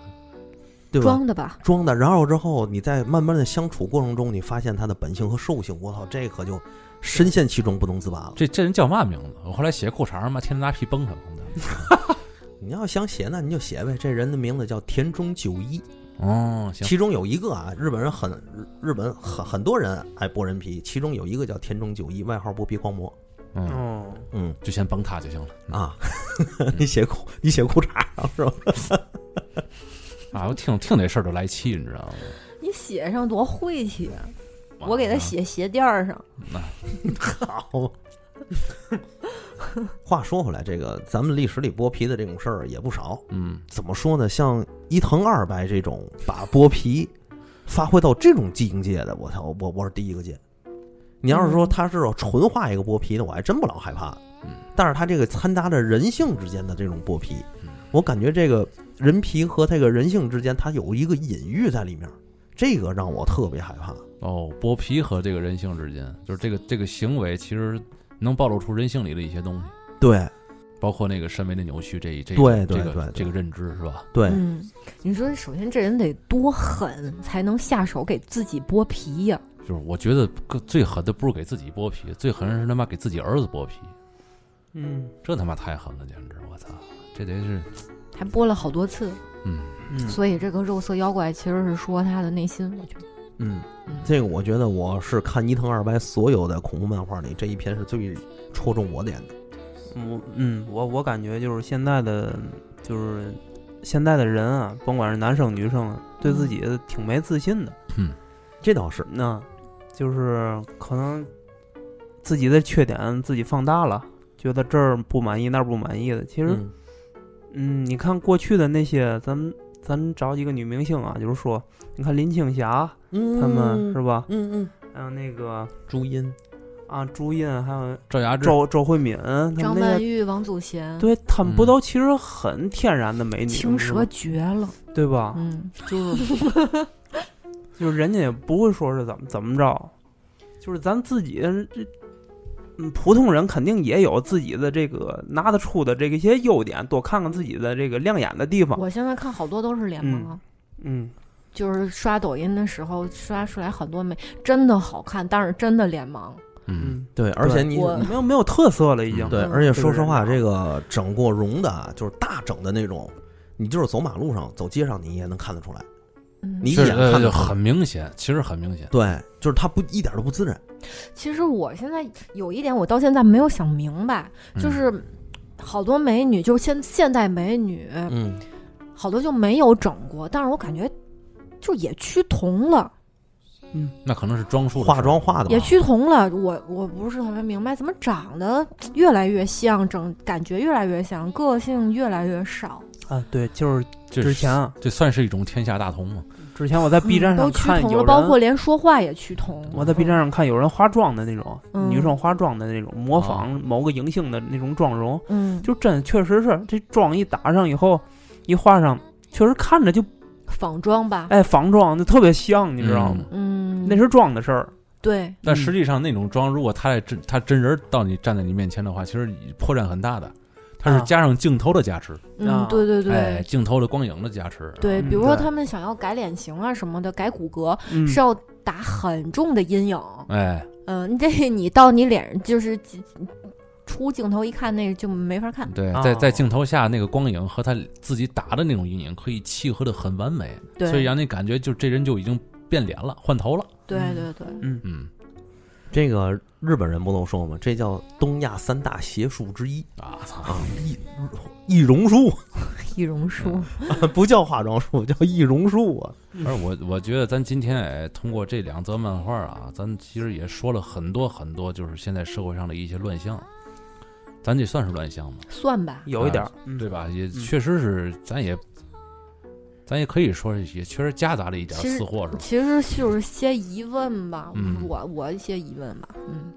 [SPEAKER 3] 对吧？
[SPEAKER 2] 装的吧？
[SPEAKER 3] 装的，然后之后你在慢慢的相处过程中，你发现他的本性和兽性，我操，这可就深陷其中不能自拔了。
[SPEAKER 1] 这这人叫嘛名字？我后来写裤衩儿嘛，天天拿皮崩他崩的。
[SPEAKER 3] 你要想写，那你就写呗。这人的名字叫田中久一，
[SPEAKER 1] 哦，行，
[SPEAKER 3] 其中有一个啊，日本人很日日本很很多人爱剥人皮，其中有一个叫田中久一，外号剥皮狂魔。
[SPEAKER 1] 嗯，
[SPEAKER 4] 哦，
[SPEAKER 3] 嗯
[SPEAKER 1] 就先崩他就行了
[SPEAKER 3] 啊， [laughs] 你写裤你写裤衩上是吧？
[SPEAKER 1] 啊！我听听这事儿就来气，你知道吗？
[SPEAKER 2] 你写上多晦气啊！
[SPEAKER 1] 完
[SPEAKER 2] 我给他
[SPEAKER 1] 了
[SPEAKER 2] 写鞋垫儿上，
[SPEAKER 3] 好。 [laughs] 话说回来，这个咱们历史里剥皮的这种事儿也不少。
[SPEAKER 1] 嗯，
[SPEAKER 3] 怎么说呢？像伊藤二白这种把剥皮发挥到这种境界的，我操，我我是第一个见。你要是说他是纯画一个剥皮的，我还真不老害怕
[SPEAKER 1] 嗯。
[SPEAKER 3] 但是他这个掺杂着人性之间的这种剥皮
[SPEAKER 1] 嗯，
[SPEAKER 3] 我感觉这个人皮和这个人性之间，它有一个隐喻在里面，这个让我特别害怕。
[SPEAKER 1] 哦，剥皮和这个人性之间，就是这个这个行为，其实能暴露出人性里的一些东西，
[SPEAKER 3] 对
[SPEAKER 1] 包括那个审美的扭曲这一这一
[SPEAKER 3] 对对
[SPEAKER 1] 这
[SPEAKER 3] 对
[SPEAKER 1] 个
[SPEAKER 3] 对
[SPEAKER 1] 这个认知是吧？
[SPEAKER 3] 对，
[SPEAKER 2] 嗯，你说首先这人得多狠才能下手给自己剥皮呀、
[SPEAKER 1] 就是我觉得更最狠的不是给自己剥皮，最狠是他妈给自己儿子剥皮，
[SPEAKER 4] 嗯
[SPEAKER 1] 这他妈太狠了，简直！我操，这得是
[SPEAKER 2] 还剥了好多次，
[SPEAKER 1] 嗯
[SPEAKER 4] 嗯，
[SPEAKER 2] 所以这个肉色妖怪其实是说他的内心，我觉得
[SPEAKER 3] 嗯
[SPEAKER 2] 嗯，
[SPEAKER 3] 这个我觉得我是看伊藤二白所有的恐怖漫画里，这一篇是最戳中我点的。
[SPEAKER 4] 我嗯，我我感觉就是现在的，就是现在的人啊，甭管是男生女生啊，对
[SPEAKER 2] 嗯
[SPEAKER 4] 自己挺没自信的。
[SPEAKER 3] 这倒是，
[SPEAKER 4] 那就是可能自己的缺点自己放大了，觉得这儿不满意那儿不满意的。其实，
[SPEAKER 3] 嗯
[SPEAKER 4] 嗯，你看过去的那些，咱们咱找几个女明星啊，就是说，你看林青霞
[SPEAKER 3] 嗯
[SPEAKER 4] 她们、是吧？
[SPEAKER 3] 嗯嗯，
[SPEAKER 4] 还有那个
[SPEAKER 3] 朱茵，
[SPEAKER 4] 啊朱茵，还有
[SPEAKER 1] 赵雅芝，
[SPEAKER 4] 周周慧敏，她们
[SPEAKER 2] 张
[SPEAKER 4] 那
[SPEAKER 2] 曼
[SPEAKER 4] 些。
[SPEAKER 2] 玉、王祖贤，
[SPEAKER 4] 对，她们
[SPEAKER 1] 嗯
[SPEAKER 4] 不都其实很天然的美女，
[SPEAKER 2] 青
[SPEAKER 4] 你知
[SPEAKER 2] 蛇
[SPEAKER 4] 道啊吗
[SPEAKER 2] 绝了，
[SPEAKER 4] 对吧？
[SPEAKER 2] 嗯，
[SPEAKER 4] [laughs] 就是就是人家也不会说是怎么怎么着，就是咱自己这。嗯，普通人肯定也有自己的这个拿得出的这个一些优点，多看看自己的这个亮眼的地方。
[SPEAKER 2] 我现在看好多都是脸盲。啊
[SPEAKER 4] 嗯，
[SPEAKER 2] 就是刷抖音的时候刷出来很多美，真的好看，但是真的脸盲。
[SPEAKER 1] 嗯，
[SPEAKER 3] 对，而且你
[SPEAKER 2] 我
[SPEAKER 4] 没有没有特色了，已经。
[SPEAKER 3] 对，
[SPEAKER 2] 嗯
[SPEAKER 3] 而且说实话，
[SPEAKER 4] 这个
[SPEAKER 3] 这个整过容的，啊就是大整的那种，你就是走马路上、走街上，你也能看得出来。
[SPEAKER 2] 嗯，
[SPEAKER 3] 你一
[SPEAKER 1] 是
[SPEAKER 3] 眼看
[SPEAKER 1] 呃
[SPEAKER 3] 得出来
[SPEAKER 1] 很明显，其实很明显，
[SPEAKER 3] 对，就是他不一点都不自然。
[SPEAKER 2] 其实我现在有一点，我到现在没有想明白，
[SPEAKER 1] 嗯
[SPEAKER 2] 就是好多美女，就是现现代美女，
[SPEAKER 3] 嗯，
[SPEAKER 2] 好多就没有整过，但是我感觉就也趋同了，
[SPEAKER 1] 那可能是装束的事儿
[SPEAKER 3] 化妆化的吧
[SPEAKER 2] 也趋同了。我我不是特别明白，怎么长得越来越像，整感觉越来越像，个性越来越少。
[SPEAKER 4] 啊，对，就是
[SPEAKER 1] 这
[SPEAKER 4] 之前啊，
[SPEAKER 1] 这算是一种天下大同吗？
[SPEAKER 4] 之前我在 B 站
[SPEAKER 2] 嗯都
[SPEAKER 4] 上
[SPEAKER 2] 趋
[SPEAKER 4] 看
[SPEAKER 2] 同
[SPEAKER 4] 有
[SPEAKER 2] 了，
[SPEAKER 4] 人，
[SPEAKER 2] 包括连说话也趋同。
[SPEAKER 4] 我在 B 站上看有人化妆的那种、
[SPEAKER 2] 嗯
[SPEAKER 4] 女生化妆的那种，模仿
[SPEAKER 1] 哦
[SPEAKER 4] 某个影星的那种妆容，
[SPEAKER 2] 嗯，
[SPEAKER 4] 就真确实是这妆一打上以后，一画上，确实看着就
[SPEAKER 2] 仿妆吧，
[SPEAKER 4] 哎仿妆就特别像，你知道吗？
[SPEAKER 1] 嗯
[SPEAKER 2] 嗯，
[SPEAKER 4] 那是妆的事儿，
[SPEAKER 2] 对，
[SPEAKER 1] 但实际上，那种妆，如果他在真他真人到你站在你面前的话，其实破绽很大的。它是
[SPEAKER 4] 啊
[SPEAKER 1] 加上镜头的加持，
[SPEAKER 2] 嗯
[SPEAKER 4] 啊，
[SPEAKER 2] 对对对。
[SPEAKER 1] 哎，镜头的光影的加持，
[SPEAKER 2] 对，
[SPEAKER 4] 嗯
[SPEAKER 2] 比如说
[SPEAKER 4] 对
[SPEAKER 2] 他们想要改脸型啊什么的，改骨骼
[SPEAKER 4] 嗯，
[SPEAKER 2] 是要打很重的阴影。
[SPEAKER 1] 哎，
[SPEAKER 2] 嗯，这你到你脸上就是几出镜头一看，那就没法看。
[SPEAKER 1] 对，
[SPEAKER 4] 哦
[SPEAKER 1] 在在镜头下那个光影和他自己打的那种阴影可以契合的很完美，
[SPEAKER 2] 对，嗯
[SPEAKER 1] 所以让你感觉就这人就已经变脸了，换头了，
[SPEAKER 2] 对对对，
[SPEAKER 1] 嗯，
[SPEAKER 3] 这个日本人不都说吗？这叫东亚三大邪术之一
[SPEAKER 1] 啊操！
[SPEAKER 3] 啊， [laughs] 易易容术
[SPEAKER 2] [laughs] 易容
[SPEAKER 1] 嗯
[SPEAKER 2] 术，
[SPEAKER 3] [laughs] 不叫化妆术，叫易容术啊。
[SPEAKER 1] [laughs] 而我我觉得咱今天哎，通过这两则漫画啊，咱其实也说了很多很多，就是现在社会上的一些乱象。咱这算是乱象吗？
[SPEAKER 2] [laughs] 算吧，
[SPEAKER 4] 有一点儿，嗯
[SPEAKER 1] 对？吧？也确实是，咱也咱也可以说是，也确实夹杂了一点
[SPEAKER 2] 其实
[SPEAKER 1] 私货，是吧？
[SPEAKER 2] 其实就是些疑问吧，
[SPEAKER 1] 嗯
[SPEAKER 2] 我我一些疑问吧，嗯，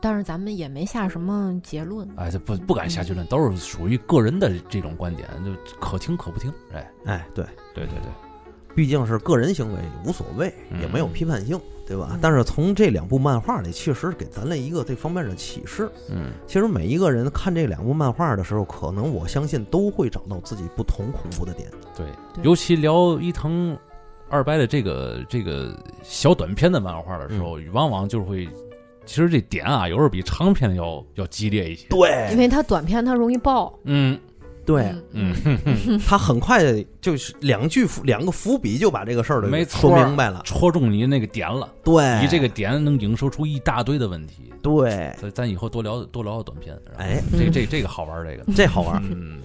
[SPEAKER 2] 但是咱们也没下什么结论，
[SPEAKER 1] 哎，这不不敢下结论，都是属于个人的这种观点，就可听可不听。哎，
[SPEAKER 3] 哎，对，
[SPEAKER 1] 对对对，
[SPEAKER 3] 毕竟是个人行为，无所谓，
[SPEAKER 1] 嗯
[SPEAKER 3] 也没有批判性，对吧
[SPEAKER 2] 嗯？
[SPEAKER 3] 但是从这两部漫画里，确实给咱了一个这方面的启示。
[SPEAKER 1] 嗯，
[SPEAKER 3] 其实每一个人看这两部漫画的时候，可能我相信都会找到自己不同恐怖的点。
[SPEAKER 1] 对，
[SPEAKER 2] 对
[SPEAKER 1] 尤其聊伊藤二白的这个这个小短篇的漫画的时候，往往就会，其实这点啊，有时候比长篇要要激烈一些。
[SPEAKER 2] 因
[SPEAKER 3] 对，
[SPEAKER 2] 为它短片它容易爆，
[SPEAKER 1] 嗯
[SPEAKER 3] 对，
[SPEAKER 1] 嗯，
[SPEAKER 3] 他很快就是两句伏两个伏笔就把这个事儿
[SPEAKER 1] 没
[SPEAKER 3] 给
[SPEAKER 1] 错
[SPEAKER 3] 说
[SPEAKER 1] 儿
[SPEAKER 3] 明白了。
[SPEAKER 1] 戳中你那个点了，
[SPEAKER 3] 对，
[SPEAKER 1] 你这个点能引申出一大堆的问题。
[SPEAKER 3] 对，
[SPEAKER 1] 所以咱以后多聊多聊聊短片，然后
[SPEAKER 2] 嗯
[SPEAKER 3] 哎，
[SPEAKER 1] 这这这个好玩儿，这个
[SPEAKER 3] 这好玩儿。
[SPEAKER 1] 嗯，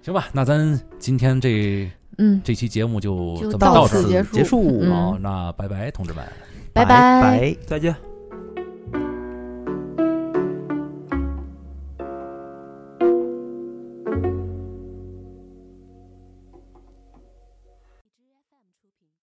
[SPEAKER 1] 行吧，那咱今天这
[SPEAKER 2] 嗯，
[SPEAKER 1] 这期节目就
[SPEAKER 2] 就
[SPEAKER 1] 咱们
[SPEAKER 2] 到
[SPEAKER 1] [laughs] 到这
[SPEAKER 2] 此
[SPEAKER 1] 儿
[SPEAKER 2] 结
[SPEAKER 3] 结
[SPEAKER 2] 束
[SPEAKER 3] 束
[SPEAKER 2] 嗯
[SPEAKER 1] 好，那拜拜，同志们。
[SPEAKER 2] 拜
[SPEAKER 3] 拜。拜
[SPEAKER 4] 再见。